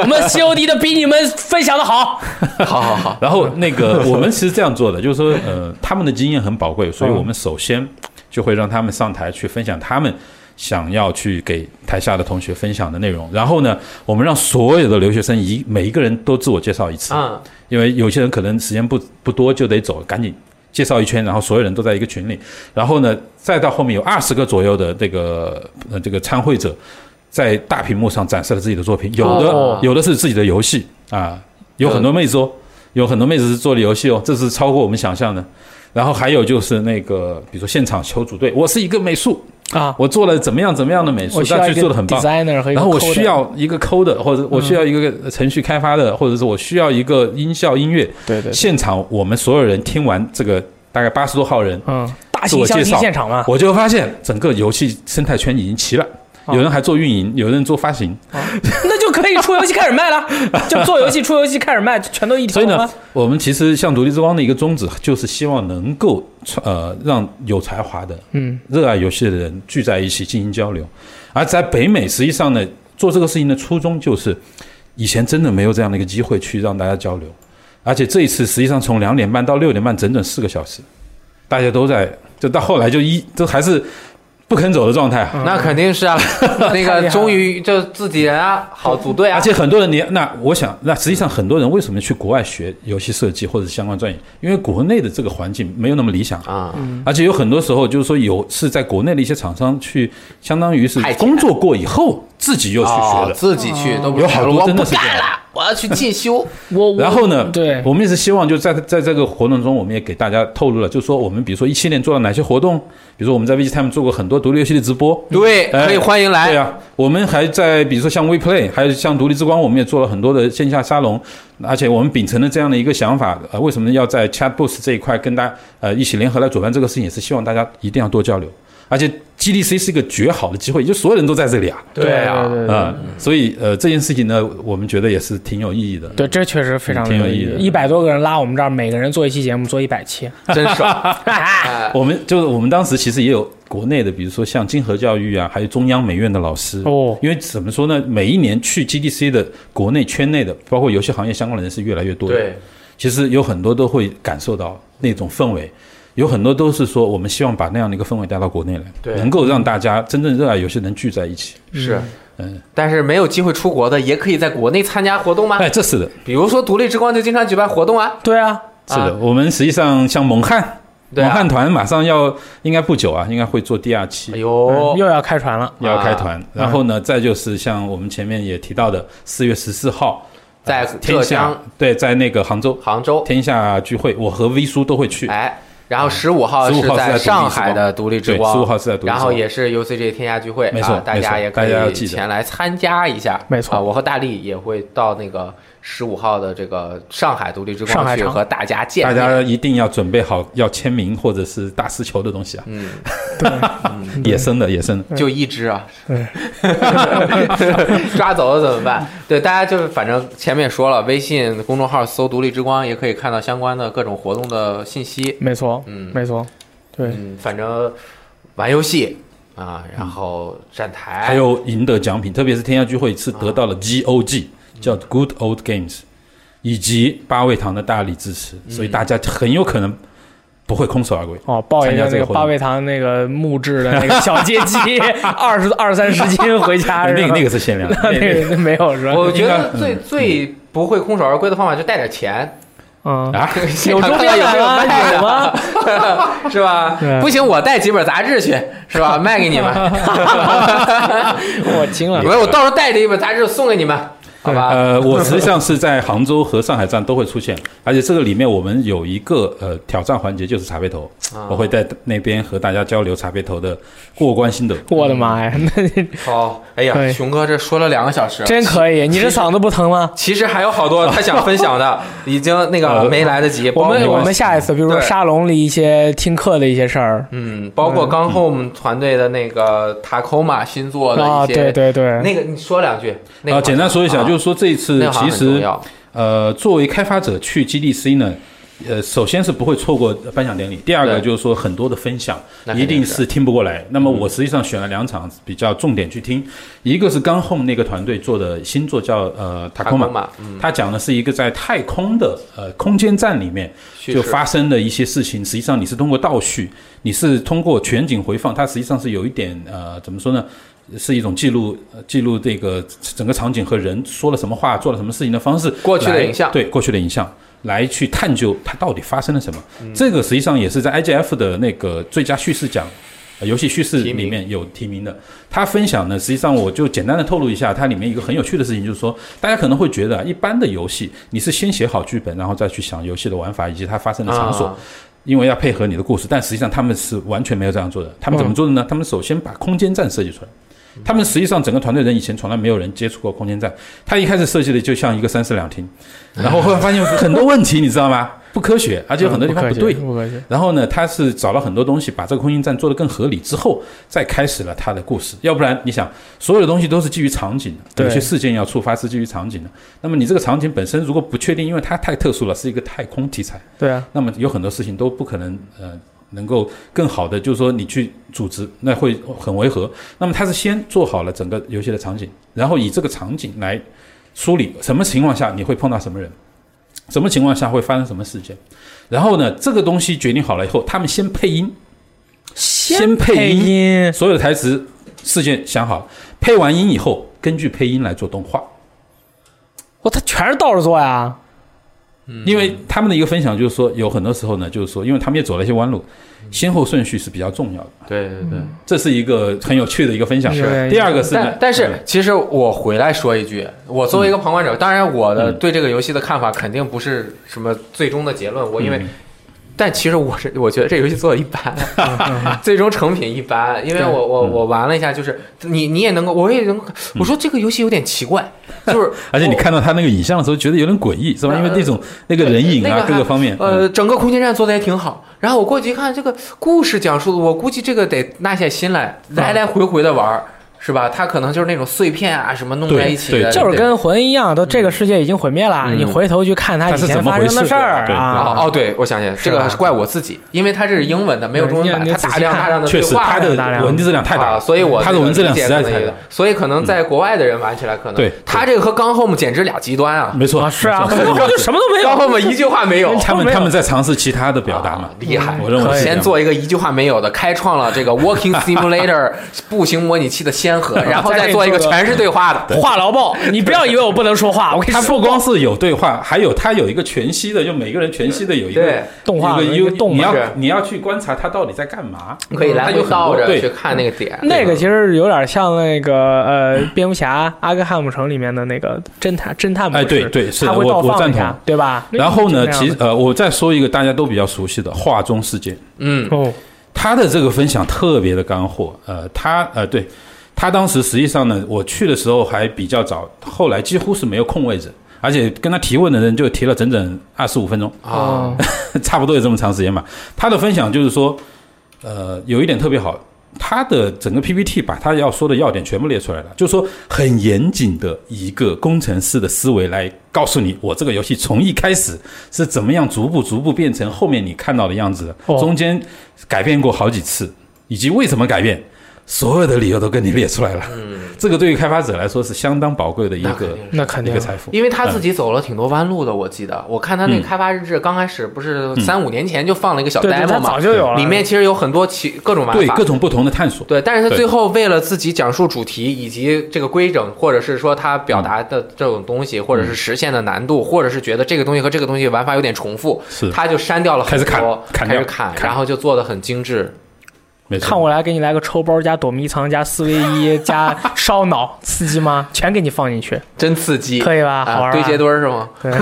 Speaker 4: 我们 COD 的比你们分享的 好。
Speaker 5: 好好好，
Speaker 3: 然后那个我们是这样做的，就是说，呃，他们的经验很宝贵，所以我们首先就会让他们上台去分享他们想要去给台下的同学分享的内容。然后呢，我们让所有的留学生一每一个人都自我介绍一次，
Speaker 5: 嗯，
Speaker 3: 因为有些人可能时间不不多就得走，赶紧介绍一圈，然后所有人都在一个群里，然后呢，再到后面有二十个左右的这个呃这个参会者，在大屏幕上展示了自己的作品，有的、
Speaker 5: 哦
Speaker 3: 有的是自己的游戏啊，有很多妹子哦，有很多妹子是做的游戏哦，这是超过我们想象的。然后还有就是那个，比如说现场求组队，我是一个美术，
Speaker 4: 啊，
Speaker 3: 我做了怎么样怎么样的美术，
Speaker 4: 我需要
Speaker 3: 但
Speaker 4: 一
Speaker 3: 是
Speaker 4: 个
Speaker 3: 做的很棒。
Speaker 4: designer 和一个嗯
Speaker 3: 然后我需
Speaker 4: coder
Speaker 3: 要一个 code，或者我需要一个程序开发的，或者是我需要一个音效音乐。
Speaker 4: 对对对
Speaker 3: 现场我们所有人听完这个大概八十多号人，
Speaker 4: 嗯，大
Speaker 3: 自
Speaker 4: 型
Speaker 3: 我
Speaker 4: 相
Speaker 3: 介
Speaker 4: 亲
Speaker 3: 绍
Speaker 4: 现场嘛，
Speaker 3: 我就发现整个游戏生态圈已经齐了。
Speaker 4: 啊
Speaker 3: 有人还做运营，有人做发行，
Speaker 4: 那就可以出游戏开始卖了，就做游戏出游戏开始卖，就全都一条
Speaker 3: 所以
Speaker 4: 龙
Speaker 3: 呢
Speaker 4: 啊。，
Speaker 3: 我们其实像独立之光的一个宗旨，就是希望能够呃让有才华的、
Speaker 4: 嗯，
Speaker 3: 热爱游戏的人聚在一起进行交流。而在北美，实际上呢，做这个事情的初衷就是，以前真的没有这样的一个机会去让大家交流，而且这一次实际上从两点半到六点半，整整四个小时，大家都在，就到后来就一都还是不肯走的状态啊。
Speaker 5: 那肯定是啊，那
Speaker 4: 太厉害
Speaker 5: 个
Speaker 4: 了
Speaker 5: 终于就自己人啊，好组队啊，
Speaker 3: 而且很多人，你那我想，那实际上很多人为什么去国外学游戏设计或者相关专业？因为国内的这个环境没有那么理想，
Speaker 5: 啊，
Speaker 3: 而且有很多时候就是说有是在国内的一些厂商去，相当于是
Speaker 5: 派遣
Speaker 3: 工作过以后自己又去学
Speaker 5: 哦，
Speaker 3: 的。
Speaker 5: 自己去都不
Speaker 3: 有好多
Speaker 5: 我
Speaker 3: 真
Speaker 5: 不
Speaker 3: 的是这样
Speaker 5: 干了，我要去进修，
Speaker 4: 我我
Speaker 3: 然后呢，
Speaker 4: 对，
Speaker 3: 我们也是希望就在在这个活动中，我们也给大家透露了，就是说我们比如说一七年做了哪些活动，比如说我们在 VGTime 做过很多独立游戏的直播，
Speaker 5: 对，
Speaker 3: 哎
Speaker 5: 可以欢迎来，
Speaker 3: 对啊，我们还在比如说像 WePlay，还有像独立之光，我们也做了很多的线下沙龙，而且我们秉承了这样的一个想法，呃，为什么要在 Chatboost 这一块跟大家呃一起联合来主办这个事情，也是希望大家一定要多交流，而且 GDC 是一个绝好的机会，就所有人都在这里啊，
Speaker 5: 对啊，
Speaker 4: 对
Speaker 3: 啊、所以呃这件事情呢，我们觉得也是挺有意义的。
Speaker 4: 对，这确实非常
Speaker 3: 嗯挺有意义的
Speaker 4: 一百多个人拉我们这儿，每个人做一期节目，做一百期，
Speaker 5: 真爽，哎
Speaker 3: 我们就是我们当时其实也有国内的，比如说像金河教育啊，还有中央美院的老师
Speaker 4: 哦
Speaker 3: 因为怎么说呢，每一年去 GDC 的国内圈内的，包括游戏行业相关的人是越来越多的。，
Speaker 5: 对，
Speaker 3: 其实有很多都会感受到那种氛围，有很多都是说我们希望把那样的一个氛围带到国内来，
Speaker 5: 对
Speaker 3: 能够让大家真正热爱游戏能聚在一起。
Speaker 5: 是，
Speaker 3: 嗯，
Speaker 5: 但是没有机会出国的，也可以在国内参加活动吗？
Speaker 3: 哎，这是的，
Speaker 5: 比如说独立之光就经常举办活动啊，
Speaker 4: 对啊，
Speaker 3: 是的，我们实际上像猛汉，
Speaker 5: 对啊
Speaker 3: 猛汉团马上要应该不久啊，应该会做第二期。
Speaker 5: 哎
Speaker 4: 嗯
Speaker 5: 呦，
Speaker 4: 又要开船了，
Speaker 3: 要开团，
Speaker 5: 啊
Speaker 3: 然后呢，再就是像我们前面也提到的，四月十四号
Speaker 5: 在
Speaker 3: 呃
Speaker 5: 浙
Speaker 3: 天
Speaker 5: 江
Speaker 3: 下对，在那个杭州
Speaker 5: 杭州，
Speaker 3: 天下聚会，我和 V 叔都会去。
Speaker 5: 哎，然后十五号
Speaker 3: 15号是在独立
Speaker 5: 在
Speaker 3: 之光
Speaker 5: 上海的独立之
Speaker 3: 对
Speaker 5: 光，
Speaker 3: 15号是在独立之光
Speaker 5: 然后也是 UCG 天下聚会，
Speaker 3: 没错
Speaker 5: 啊大
Speaker 3: 没
Speaker 5: 家
Speaker 3: 错
Speaker 5: 也
Speaker 3: 大家
Speaker 5: 可
Speaker 3: 要
Speaker 5: 以
Speaker 3: 记得
Speaker 5: 前来参加一下，
Speaker 4: 没错
Speaker 5: 啊我和大力也会到那个十五号的这个上海独立之
Speaker 4: 上
Speaker 5: 光
Speaker 4: 海
Speaker 5: 去
Speaker 4: 场
Speaker 5: 和大家见
Speaker 3: 大
Speaker 5: 面。
Speaker 3: 家一定要准备好要签名或者是大师球的东西啊，
Speaker 5: 嗯，
Speaker 3: 野生的野生的。
Speaker 5: 就一只啊， 抓走了怎么办？对，大家就是反正前面也说了，微信公众号搜“独立之光”也可以看到相关的各种活动的信息。
Speaker 4: 没错，
Speaker 5: 嗯
Speaker 4: 没错，对，
Speaker 5: 嗯，反正玩游戏啊，然后站台，
Speaker 3: 还有赢得奖品，特别是天下聚会一次
Speaker 5: 啊
Speaker 3: 得到了 GOG，、叫 Good Old Games，以及八味堂的大力支持，所
Speaker 5: 嗯
Speaker 3: 以大家很有可能不会空手而归。
Speaker 4: 哦，抱一
Speaker 3: 参加
Speaker 4: 个
Speaker 3: 这个
Speaker 4: 那个
Speaker 3: 活动
Speaker 4: 八味堂那个木质的那个小街机，二十二三十斤回家，
Speaker 3: 那
Speaker 4: 是
Speaker 3: 那
Speaker 4: 吧
Speaker 3: 个那个是限量 的，
Speaker 4: 那个那没有是吧？
Speaker 5: 我觉得
Speaker 3: 应该
Speaker 5: 最最不会空手而归的方法就带点钱，
Speaker 4: 嗯，
Speaker 3: 啊，
Speaker 4: 有周边啊
Speaker 5: 有没有
Speaker 4: 版
Speaker 5: 卖
Speaker 4: 吗？有
Speaker 5: 的，
Speaker 4: 吗？
Speaker 5: 是吧
Speaker 4: 对？
Speaker 5: 不行，我带几本杂志去，是吧？卖给你们，
Speaker 4: 我惊了
Speaker 5: 我，我到时候带着一本杂志送给你们，好吧？
Speaker 3: 呃，我实际上是在杭州和上海站都会出现，而且这个里面我们有一个呃挑战环节，就是茶杯头，
Speaker 5: 啊
Speaker 3: 我会在那边和大家交流茶杯头的过关心得。
Speaker 4: 我的妈呀，那
Speaker 5: 好，哎
Speaker 4: 可
Speaker 5: 呀，
Speaker 4: 以
Speaker 5: 熊哥这说了两个小时，
Speaker 4: 真可以！你这
Speaker 5: 其实
Speaker 4: 嗓子不疼吗？
Speaker 5: 其实还有好多他想分享的，已经那个
Speaker 3: 呃
Speaker 5: 没来得及。
Speaker 4: 我
Speaker 5: 包
Speaker 4: 们
Speaker 5: 括
Speaker 4: 我们下一次，比如说
Speaker 5: 对
Speaker 4: 沙龙里一些听课的一些事儿
Speaker 5: 嗯，包括刚 home 团队的那个 Tacoma 新做的
Speaker 4: 啊，
Speaker 5: 一些，
Speaker 4: 对对对，
Speaker 5: 那个你说两句。那个
Speaker 3: 啊，简单说一下，
Speaker 5: 啊
Speaker 3: 就是说这一次
Speaker 5: 那个好
Speaker 3: 其
Speaker 5: 像很
Speaker 3: 实
Speaker 5: 重要
Speaker 3: 呃，作为开发者去 GDC 呢，呃，首先是不会错过颁奖典礼，第二个
Speaker 5: 对
Speaker 3: 就是说很多的分享
Speaker 5: 那肯
Speaker 3: 一
Speaker 5: 定
Speaker 3: 定
Speaker 5: 是嗯
Speaker 3: 是听不过来。那么我实际上选了两场比较重点去听，一个是刚 home 那个团队做的新作叫呃 Tacoma，
Speaker 5: Tacoma，嗯，
Speaker 3: 它讲的是一个在太空的呃空间站里面
Speaker 5: 叙
Speaker 3: 就
Speaker 5: 事
Speaker 3: 发生的一些事情，实际上你是通过倒叙，你是通过全景回放，它实际上是有一点呃，怎么说呢？是一种记录呃记录这个整个场景和人说了什么话、做了什么事情的方式，
Speaker 5: 过去的
Speaker 3: 来
Speaker 5: 影像
Speaker 3: 对过去的影像来去探究它到底发生了什么。
Speaker 5: 嗯
Speaker 3: 这个实际上也是在 IGF 的那个最佳叙事奖。呃游戏叙事
Speaker 5: 提名
Speaker 3: 里面有提名的，他分享呢，实际上我就简单的透露一下，它里面一个很有趣的事情，就是说，大家可能会觉得啊，一般的游戏你是先写好剧本，然后再去想游戏的玩法以及它发生的场所，
Speaker 5: 啊
Speaker 3: 因为要配合你的故事。但实际上他们是完全没有这样做的。他们怎么做的呢？他们首先把空间站设计出来。他们实际上整个团队人以前从来没有人接触过空间站，他一开始设计的就像一个三室两厅，然后后来发现很多问题，你知道吗？不科学，而且有很多地方嗯
Speaker 4: 不
Speaker 3: 不
Speaker 4: 客气
Speaker 3: 对。
Speaker 4: 不客气。
Speaker 3: 然后呢，他是找了很多东西，把这个空间站做得更合理之后，再开始了他的故事。要不然，你想，所有的东西都是基于场景的，
Speaker 4: 对
Speaker 3: 有些事件要触发是基于场景的。那么你这个场景本身如果不确定，因为它太特殊了，是一个太空题材，
Speaker 4: 对啊，
Speaker 3: 那么有很多事情都不可能呃能够更好的，就是说你去组织，那会很违和。那么他是先做好了整个游戏的场景，然后以这个场景来梳理什么情况下你会碰到什么人，什么情况下会发生什么事件。然后呢，这个东西决定好了以后，他们先配音，
Speaker 4: 先
Speaker 3: 配音
Speaker 4: 音
Speaker 3: 所有的台词、事件想好，配完音以后，根据配音来做动画。
Speaker 4: 我他全是倒着做呀，
Speaker 3: 因为他们的一个分享就是说，有很多时候呢，就是说，因为他们也走了一些弯路，先后顺序是比较重要的。
Speaker 5: 对对对。
Speaker 3: 这是一个很有趣的一个分享。
Speaker 4: 是
Speaker 3: 第二嗯个是呢呃
Speaker 5: 但但是，其实我回来说一句，我作为一
Speaker 3: 嗯
Speaker 5: 个旁观者，当然我的对这个游戏的看法肯定不是什么最终的结论，
Speaker 3: 嗯
Speaker 5: 我因为。但其实我是我觉得这游戏做的一般， 最终成品一般，因为
Speaker 4: 对
Speaker 5: 我我
Speaker 3: 嗯
Speaker 5: 我玩了一下，就是你你也能够，我也能够，我说这个游戏有点奇怪，就是
Speaker 3: 而且你
Speaker 5: 我
Speaker 3: 看到他那个影像的时候，觉得有点诡异，是吧？
Speaker 5: 呃
Speaker 3: 因为那种那个人影
Speaker 5: 那
Speaker 3: 啊，
Speaker 5: 还
Speaker 3: 各个方面，
Speaker 5: 呃，整个空间站做的也挺好。然后我过去一看，这个故事讲述，我估计这个得耐下心
Speaker 3: 啊
Speaker 5: 来，来来回回的玩儿，是吧？它可能就是那种碎片啊什么弄在一起的
Speaker 3: 对，
Speaker 4: 就是跟魂一样，都这个世界已经毁灭了，
Speaker 5: 嗯
Speaker 4: 你回头去看他以前发生
Speaker 3: 它
Speaker 4: 的事儿
Speaker 3: 是怎么回事对
Speaker 5: 然
Speaker 4: 啊
Speaker 5: 后。哦，对，我想起来，这
Speaker 4: 吧
Speaker 5: 个是怪我自己，因为它这是英文的，没有中文版，
Speaker 4: 你
Speaker 5: 它
Speaker 4: 仔细
Speaker 5: 大量
Speaker 4: 看
Speaker 5: 呃大量
Speaker 3: 嗯
Speaker 5: 的
Speaker 3: 确
Speaker 5: 对
Speaker 3: 实
Speaker 5: 话，
Speaker 3: 他
Speaker 4: 大量
Speaker 3: 的文字量太大
Speaker 5: 啊，
Speaker 3: 了，
Speaker 5: 所以我
Speaker 3: 他的
Speaker 5: 这个
Speaker 3: 文字量
Speaker 5: 理解
Speaker 3: 实在
Speaker 5: 可能
Speaker 3: 太
Speaker 5: 也
Speaker 3: 大嗯
Speaker 5: 所以可能在国外的人玩起来可能
Speaker 3: 对
Speaker 5: 他这个和刚 home 简直俩极端啊，
Speaker 3: 没错
Speaker 4: 啊，是啊，
Speaker 3: 没 错
Speaker 4: 我就什么都没
Speaker 5: 刚
Speaker 4: 有，
Speaker 5: home 一句话没 有，
Speaker 3: 他们他们在尝试其他的表达嘛
Speaker 5: 啊，厉害，
Speaker 3: 我认
Speaker 4: 哎
Speaker 3: 为是这样
Speaker 5: 先做一个一句话没有的，开创了这个 Walking Simulator 步行模拟器的先
Speaker 4: 哦
Speaker 5: 河，然后再做一个全是对话的。
Speaker 4: 话痨爆！你不要以为我不能 说话，我跟你
Speaker 3: 他
Speaker 4: 说
Speaker 3: 不光是有对话，还有他有一个全息的，就每个人全息的有一
Speaker 5: 对
Speaker 3: 个
Speaker 4: 动画
Speaker 3: 有一
Speaker 4: 有一
Speaker 3: 个
Speaker 4: 个动
Speaker 3: 你要
Speaker 5: 是
Speaker 3: 你要去观察他到底在干嘛，
Speaker 5: 可以来
Speaker 3: 他
Speaker 5: 回
Speaker 3: 有很
Speaker 5: 倒
Speaker 3: 多
Speaker 5: 着去
Speaker 3: 对。
Speaker 5: 看那个点，
Speaker 4: 嗯那个其实有点像那个呃，蝙蝠侠阿克汉姆城里面的那个侦探侦探模式，
Speaker 3: 哎对对是的
Speaker 4: 他会
Speaker 3: 我
Speaker 4: 倒
Speaker 3: 我
Speaker 4: 放
Speaker 3: 赞
Speaker 4: 一下
Speaker 3: 同，
Speaker 4: 对吧？
Speaker 3: 然后呢，
Speaker 4: 就这样
Speaker 3: 其实呃，我再说一个大家都比较熟悉的画中世界，
Speaker 5: 嗯，
Speaker 4: 哦，
Speaker 3: 他的这个分享特别的干货，呃，他呃，对他当时实际上呢，我去的时候还比较早，后来几乎是没有空位置，而而且跟他提问的人就提了整整二十五分钟，
Speaker 5: 啊，
Speaker 3: 差不多有这么长时间吧。他的分享就是说，呃，有一点特别好，他的整个 PPT 把他要说的要点全部列出来了，就是说很严谨的一个工程师的思维来告诉你，我这个游戏从一开始是怎么样逐步逐步变成后面你看到的样子的，
Speaker 4: 哦
Speaker 3: 中间改变过好几次，以及为什么改变。所有的理由都跟你列出来了，这个对于开发者来说是相当宝贵的一
Speaker 5: 那肯
Speaker 3: 个
Speaker 5: 定是
Speaker 4: 嗯那肯
Speaker 3: 一
Speaker 4: 定
Speaker 3: 个财富。
Speaker 5: 因为他自己走了挺多弯路的，我记得，我看他那个开发日志，刚开始不是三五年前就放了一个小
Speaker 4: 对对，他
Speaker 5: demo
Speaker 4: 早
Speaker 5: 嘛，
Speaker 4: 就有了，
Speaker 5: 里面其实有很多其各种玩
Speaker 3: 对
Speaker 5: 法
Speaker 3: 各。种不同的探索，
Speaker 5: 对，但是他
Speaker 3: 对
Speaker 5: 最后为了自己讲述主题以及这个规整，或者是说他表达的这种东
Speaker 3: 嗯
Speaker 5: 西，或者是实现的难度，或者是觉得这个东西和这个东西玩法有点重复，
Speaker 3: 是
Speaker 5: 他就删掉了很
Speaker 3: 开始
Speaker 5: 多，
Speaker 3: 砍砍
Speaker 5: 开始
Speaker 3: 掉
Speaker 5: 砍，
Speaker 3: 砍
Speaker 5: 然后就做的很精致。
Speaker 3: 没错
Speaker 4: 看我来给你来个抽包加躲迷藏加四 v 一加烧脑，刺激吗？全给你放进去，
Speaker 5: 真刺激，
Speaker 4: 可以吧？好
Speaker 5: 啊，
Speaker 4: 玩
Speaker 5: 堆
Speaker 4: 吧
Speaker 5: 叠？堆儿是吗？
Speaker 4: 对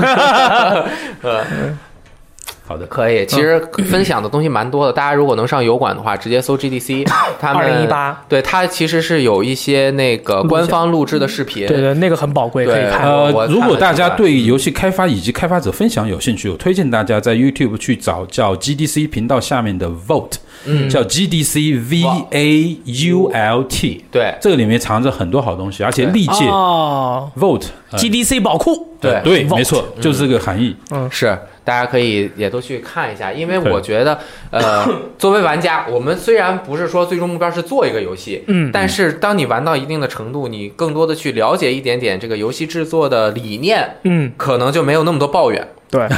Speaker 3: 好的，
Speaker 5: 可
Speaker 4: 嗯
Speaker 5: 以，其实分享的东西蛮多的。大家如果能上油管的话，直接 搜 GDC，他们
Speaker 4: 2018
Speaker 5: 对它其实是有一些那个官方录制的视频，
Speaker 4: 对对，那个很宝贵，可以
Speaker 5: 对
Speaker 4: 看。
Speaker 5: 哎我
Speaker 3: 呃
Speaker 5: 我，
Speaker 3: 如
Speaker 5: 看
Speaker 3: 果
Speaker 5: 了
Speaker 3: 大
Speaker 5: 这
Speaker 3: 家
Speaker 5: 个
Speaker 3: 对游戏开发以及开发者分享有兴趣，我推荐大家在 YouTube 去找叫 GDC 频道下面的 Vote，
Speaker 5: 嗯
Speaker 3: 叫 GDC V A U L T，
Speaker 5: 对
Speaker 3: 这个里面藏着很多好东西，而且
Speaker 5: 对
Speaker 3: 历届
Speaker 4: 哦
Speaker 3: Vote 呃
Speaker 4: ，GDC 宝库，
Speaker 5: 对
Speaker 3: 对，
Speaker 4: Vote
Speaker 3: 没错，
Speaker 5: 嗯
Speaker 3: 就是这个含义。
Speaker 5: 是，大家可以也都去看一下，因为
Speaker 3: 对
Speaker 5: 我觉得， 呃，作为玩家，我们虽然不是说最终目标是做一个游戏，
Speaker 4: 嗯
Speaker 5: 但是当你玩到一定的程度，你更多的去了解一点点这个游戏制作的理念，
Speaker 4: 嗯，
Speaker 5: 可能就没有那么多抱怨。
Speaker 4: 对，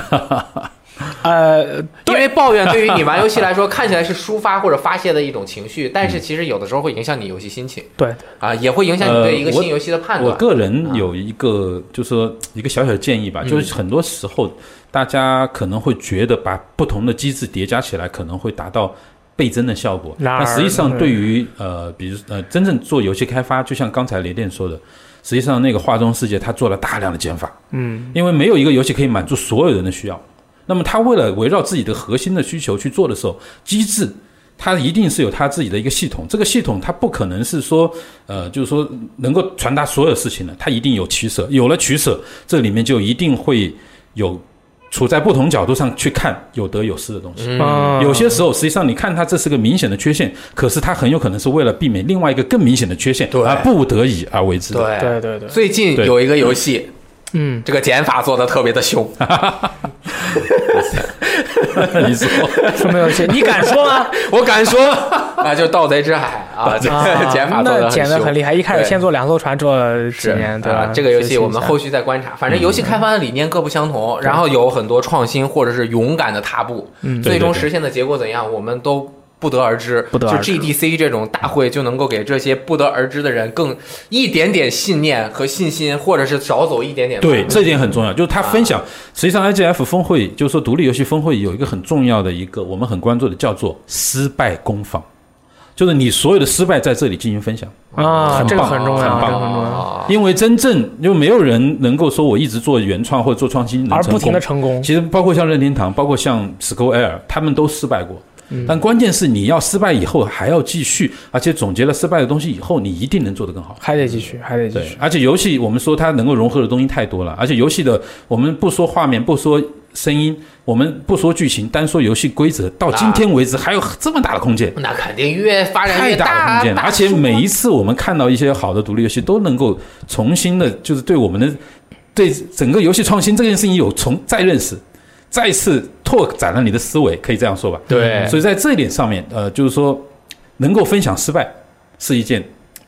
Speaker 4: 呃，
Speaker 5: 因为抱怨对于你玩游戏来 说，看起来是抒发或者发泄的一种情绪，但
Speaker 4: 嗯
Speaker 5: 是其实有的时候会影响你游戏心情
Speaker 4: 对，
Speaker 5: 啊，也会影响
Speaker 4: 呃
Speaker 5: 你对一个新游戏的判
Speaker 3: 我
Speaker 5: 断。
Speaker 3: 个人有一个，就是说一个小小的建议吧，就是很多时候大家可能会觉得把不同的机制叠加起来，可能会达到倍增的效果。
Speaker 4: 然而
Speaker 3: 但实际上，
Speaker 4: 嗯
Speaker 3: 对于呃，比如呃，真正做游戏开发，就像刚才雷电说的，实际上那个画中世界，它做了大量的减法，
Speaker 4: 嗯，
Speaker 3: 因为没有一个游戏可以满足所有人的需要。那么他为了围绕自己的核心的需求去做的时候，机制它一定是有它自己的一个系统，这个系统它不可能是说，呃，就是说能够传达所有事情的，它一定有取舍，有了取舍，这里面就一定会有处在不同角度上去看有得有失的东西。
Speaker 4: 嗯
Speaker 3: 有些时候，实际上你看它这是个明显的缺陷，可是它很有可能是为了避免另外一个更明显的缺陷
Speaker 5: 对
Speaker 3: 而不得已而为之的。
Speaker 4: 对
Speaker 5: 对，
Speaker 4: 对对，
Speaker 5: 最近
Speaker 3: 对
Speaker 5: 有一个游戏，
Speaker 4: 嗯，
Speaker 5: 这个减法做的特别的凶，
Speaker 3: 你说
Speaker 4: 说明有些，你敢说吗？
Speaker 5: 我敢 说啊，就《盗贼之海》啊，这
Speaker 4: 啊
Speaker 5: 个减法做
Speaker 4: 那
Speaker 5: 的
Speaker 4: 减的
Speaker 5: 凶
Speaker 4: 很。厉害，一开始
Speaker 5: 对
Speaker 4: 先做两艘船，做几
Speaker 5: 是
Speaker 4: 年，对
Speaker 5: 啊
Speaker 4: 吧？
Speaker 5: 这个游戏我
Speaker 4: 学习
Speaker 5: 们
Speaker 4: 一下嗯
Speaker 5: 后续再观察。反正游戏开发的理念各不相同，然后有很多创新或者是勇敢的踏步，
Speaker 4: 嗯
Speaker 5: 最
Speaker 3: 对
Speaker 5: 终
Speaker 3: 对对
Speaker 5: 实现的结果怎样，我们都。不得而知，
Speaker 4: 不得而知
Speaker 5: 就 GDC 这种大会就能够给这些不得而知的人更一点点信念和信心，或者是少走一点点 弯
Speaker 3: 对，
Speaker 5: 路。
Speaker 3: 这点很重要，就是他分
Speaker 5: 啊
Speaker 3: 享。实际上，IGF 峰会就是说独立游戏峰会有一个很重要的一个我们很关注的，叫做失败攻防，就是你所有的失败在这里进行分享。
Speaker 4: 啊，
Speaker 3: 很
Speaker 4: 这个
Speaker 3: 棒
Speaker 4: 很重要，
Speaker 3: 很
Speaker 4: 这
Speaker 3: 棒啊
Speaker 4: 个很重要，
Speaker 3: 因为真正就没有人能够说我一直做原创或者做创新能
Speaker 4: 而
Speaker 3: 成
Speaker 4: 不停
Speaker 3: 功
Speaker 4: 的。成功，
Speaker 3: 其实包括像任天堂，包括像 Square Air，他们都失败过。但关键是你要失败以后还要继续，而且总结了失败的东西以后，你一定能做得更好。
Speaker 4: 还得继续，还得继
Speaker 3: 对
Speaker 4: 续，，
Speaker 3: 而且游戏我们说它能够融合的东西太多了，而且游戏的我们不说画面，不说声音，我们不说剧情，单说游戏规则，到今天为止还有这么大的空间，
Speaker 5: 那肯定越发展
Speaker 3: 太
Speaker 5: 越
Speaker 3: 大的
Speaker 5: 大
Speaker 3: 空间了。而且每一次我们看到一些好的独立游戏，都能够重新的，就是对我们的对整个游戏创新这件事情有重再认识，再次拓展了你的思维，可以这样说吧？嗯
Speaker 5: 对
Speaker 3: 所以在这一点上面，呃，就是说能够分享失败是一件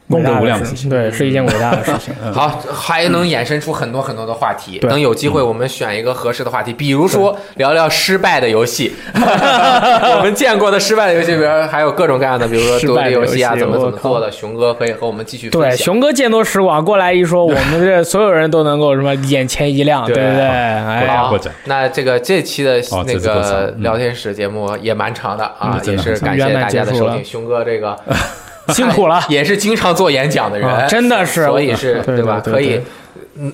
Speaker 3: 功
Speaker 4: 伟
Speaker 3: 德
Speaker 4: 大
Speaker 3: 无
Speaker 4: 的
Speaker 3: 量的事
Speaker 4: 事
Speaker 3: 情。
Speaker 4: 情，对，是一件伟大 的事情。
Speaker 5: 好，还能衍生出很多很多的话题。
Speaker 4: 嗯对嗯
Speaker 5: 等有机会，我们选一个合适的话题，比如说聊聊失败的游戏， 我们见过的失败的游戏，比如还有各种各样的，比如说
Speaker 4: 失
Speaker 5: 独
Speaker 4: 败
Speaker 5: 立
Speaker 4: 的
Speaker 5: 游
Speaker 4: 游
Speaker 5: 戏啊，
Speaker 4: 戏
Speaker 5: 怎么怎
Speaker 4: 我
Speaker 5: 么
Speaker 4: 靠
Speaker 5: 做的。熊哥可以和我们继续
Speaker 4: 对，
Speaker 5: 分享。
Speaker 4: 熊哥见多识广，过来一说，我们这所有人都能够什么眼前一亮，
Speaker 5: 对啊
Speaker 4: 对不对？
Speaker 3: 对
Speaker 4: 哎，
Speaker 5: 好
Speaker 3: 或者，
Speaker 5: 那这个这期的
Speaker 3: 哦
Speaker 5: 那
Speaker 3: 这次过长
Speaker 5: 个
Speaker 3: 嗯
Speaker 5: 聊天室节目也蛮长的啊
Speaker 3: 嗯，真
Speaker 5: 也
Speaker 3: 的
Speaker 5: 是
Speaker 3: 很
Speaker 5: 感
Speaker 4: 长圆
Speaker 5: 谢
Speaker 4: 满
Speaker 5: 大家的
Speaker 4: 结束
Speaker 5: 收
Speaker 4: 了
Speaker 5: 听。熊哥这个
Speaker 4: 辛苦了
Speaker 5: 哎，也是经常做演讲的人，
Speaker 4: 啊真的是
Speaker 5: 所以是
Speaker 4: 对
Speaker 5: 吧？
Speaker 4: 对
Speaker 5: 可
Speaker 4: 对
Speaker 5: 以
Speaker 4: 对，
Speaker 5: 嗯，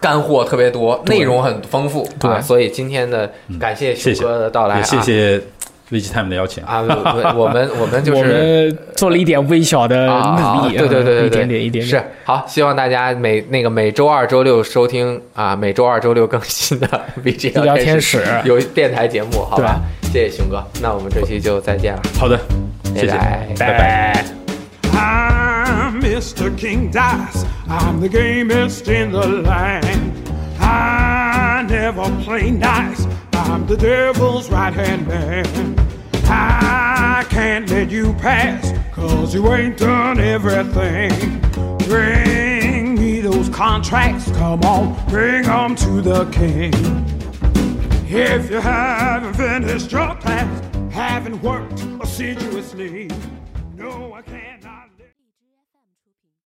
Speaker 5: 干货特别多，内容很丰富
Speaker 4: 对
Speaker 5: 啊。所以今天的感谢
Speaker 3: 嗯
Speaker 5: 熊
Speaker 3: 谢谢
Speaker 5: 哥的到来啊，
Speaker 3: 也谢谢 Vg Time 的邀请
Speaker 5: 啊，我我我们我们就
Speaker 4: 我
Speaker 5: 是。
Speaker 4: 们做了一点微小的
Speaker 5: 啊
Speaker 4: 努，力，嗯
Speaker 5: 对对对对对，
Speaker 4: 一点点一点点
Speaker 5: 是好，希望大家每那个每周二、周六收听啊，每周二、周六更 新的 BG
Speaker 4: 聊天室
Speaker 5: 有电台节目，好吧？谢谢熊哥，那我们这期就再见了，
Speaker 3: 好的，谢谢，
Speaker 5: 拜拜
Speaker 3: 拜拜
Speaker 7: I'm Mr. King Dice. I'm the gamest in the land. I never play nice. I'm the devil's right hand man. I can't let you pass, cause you ain't done everything. Bring me those contracts, come on, bring 'em to the king. If you haven't finished your class, haven't worked assiduously, no, I cannot.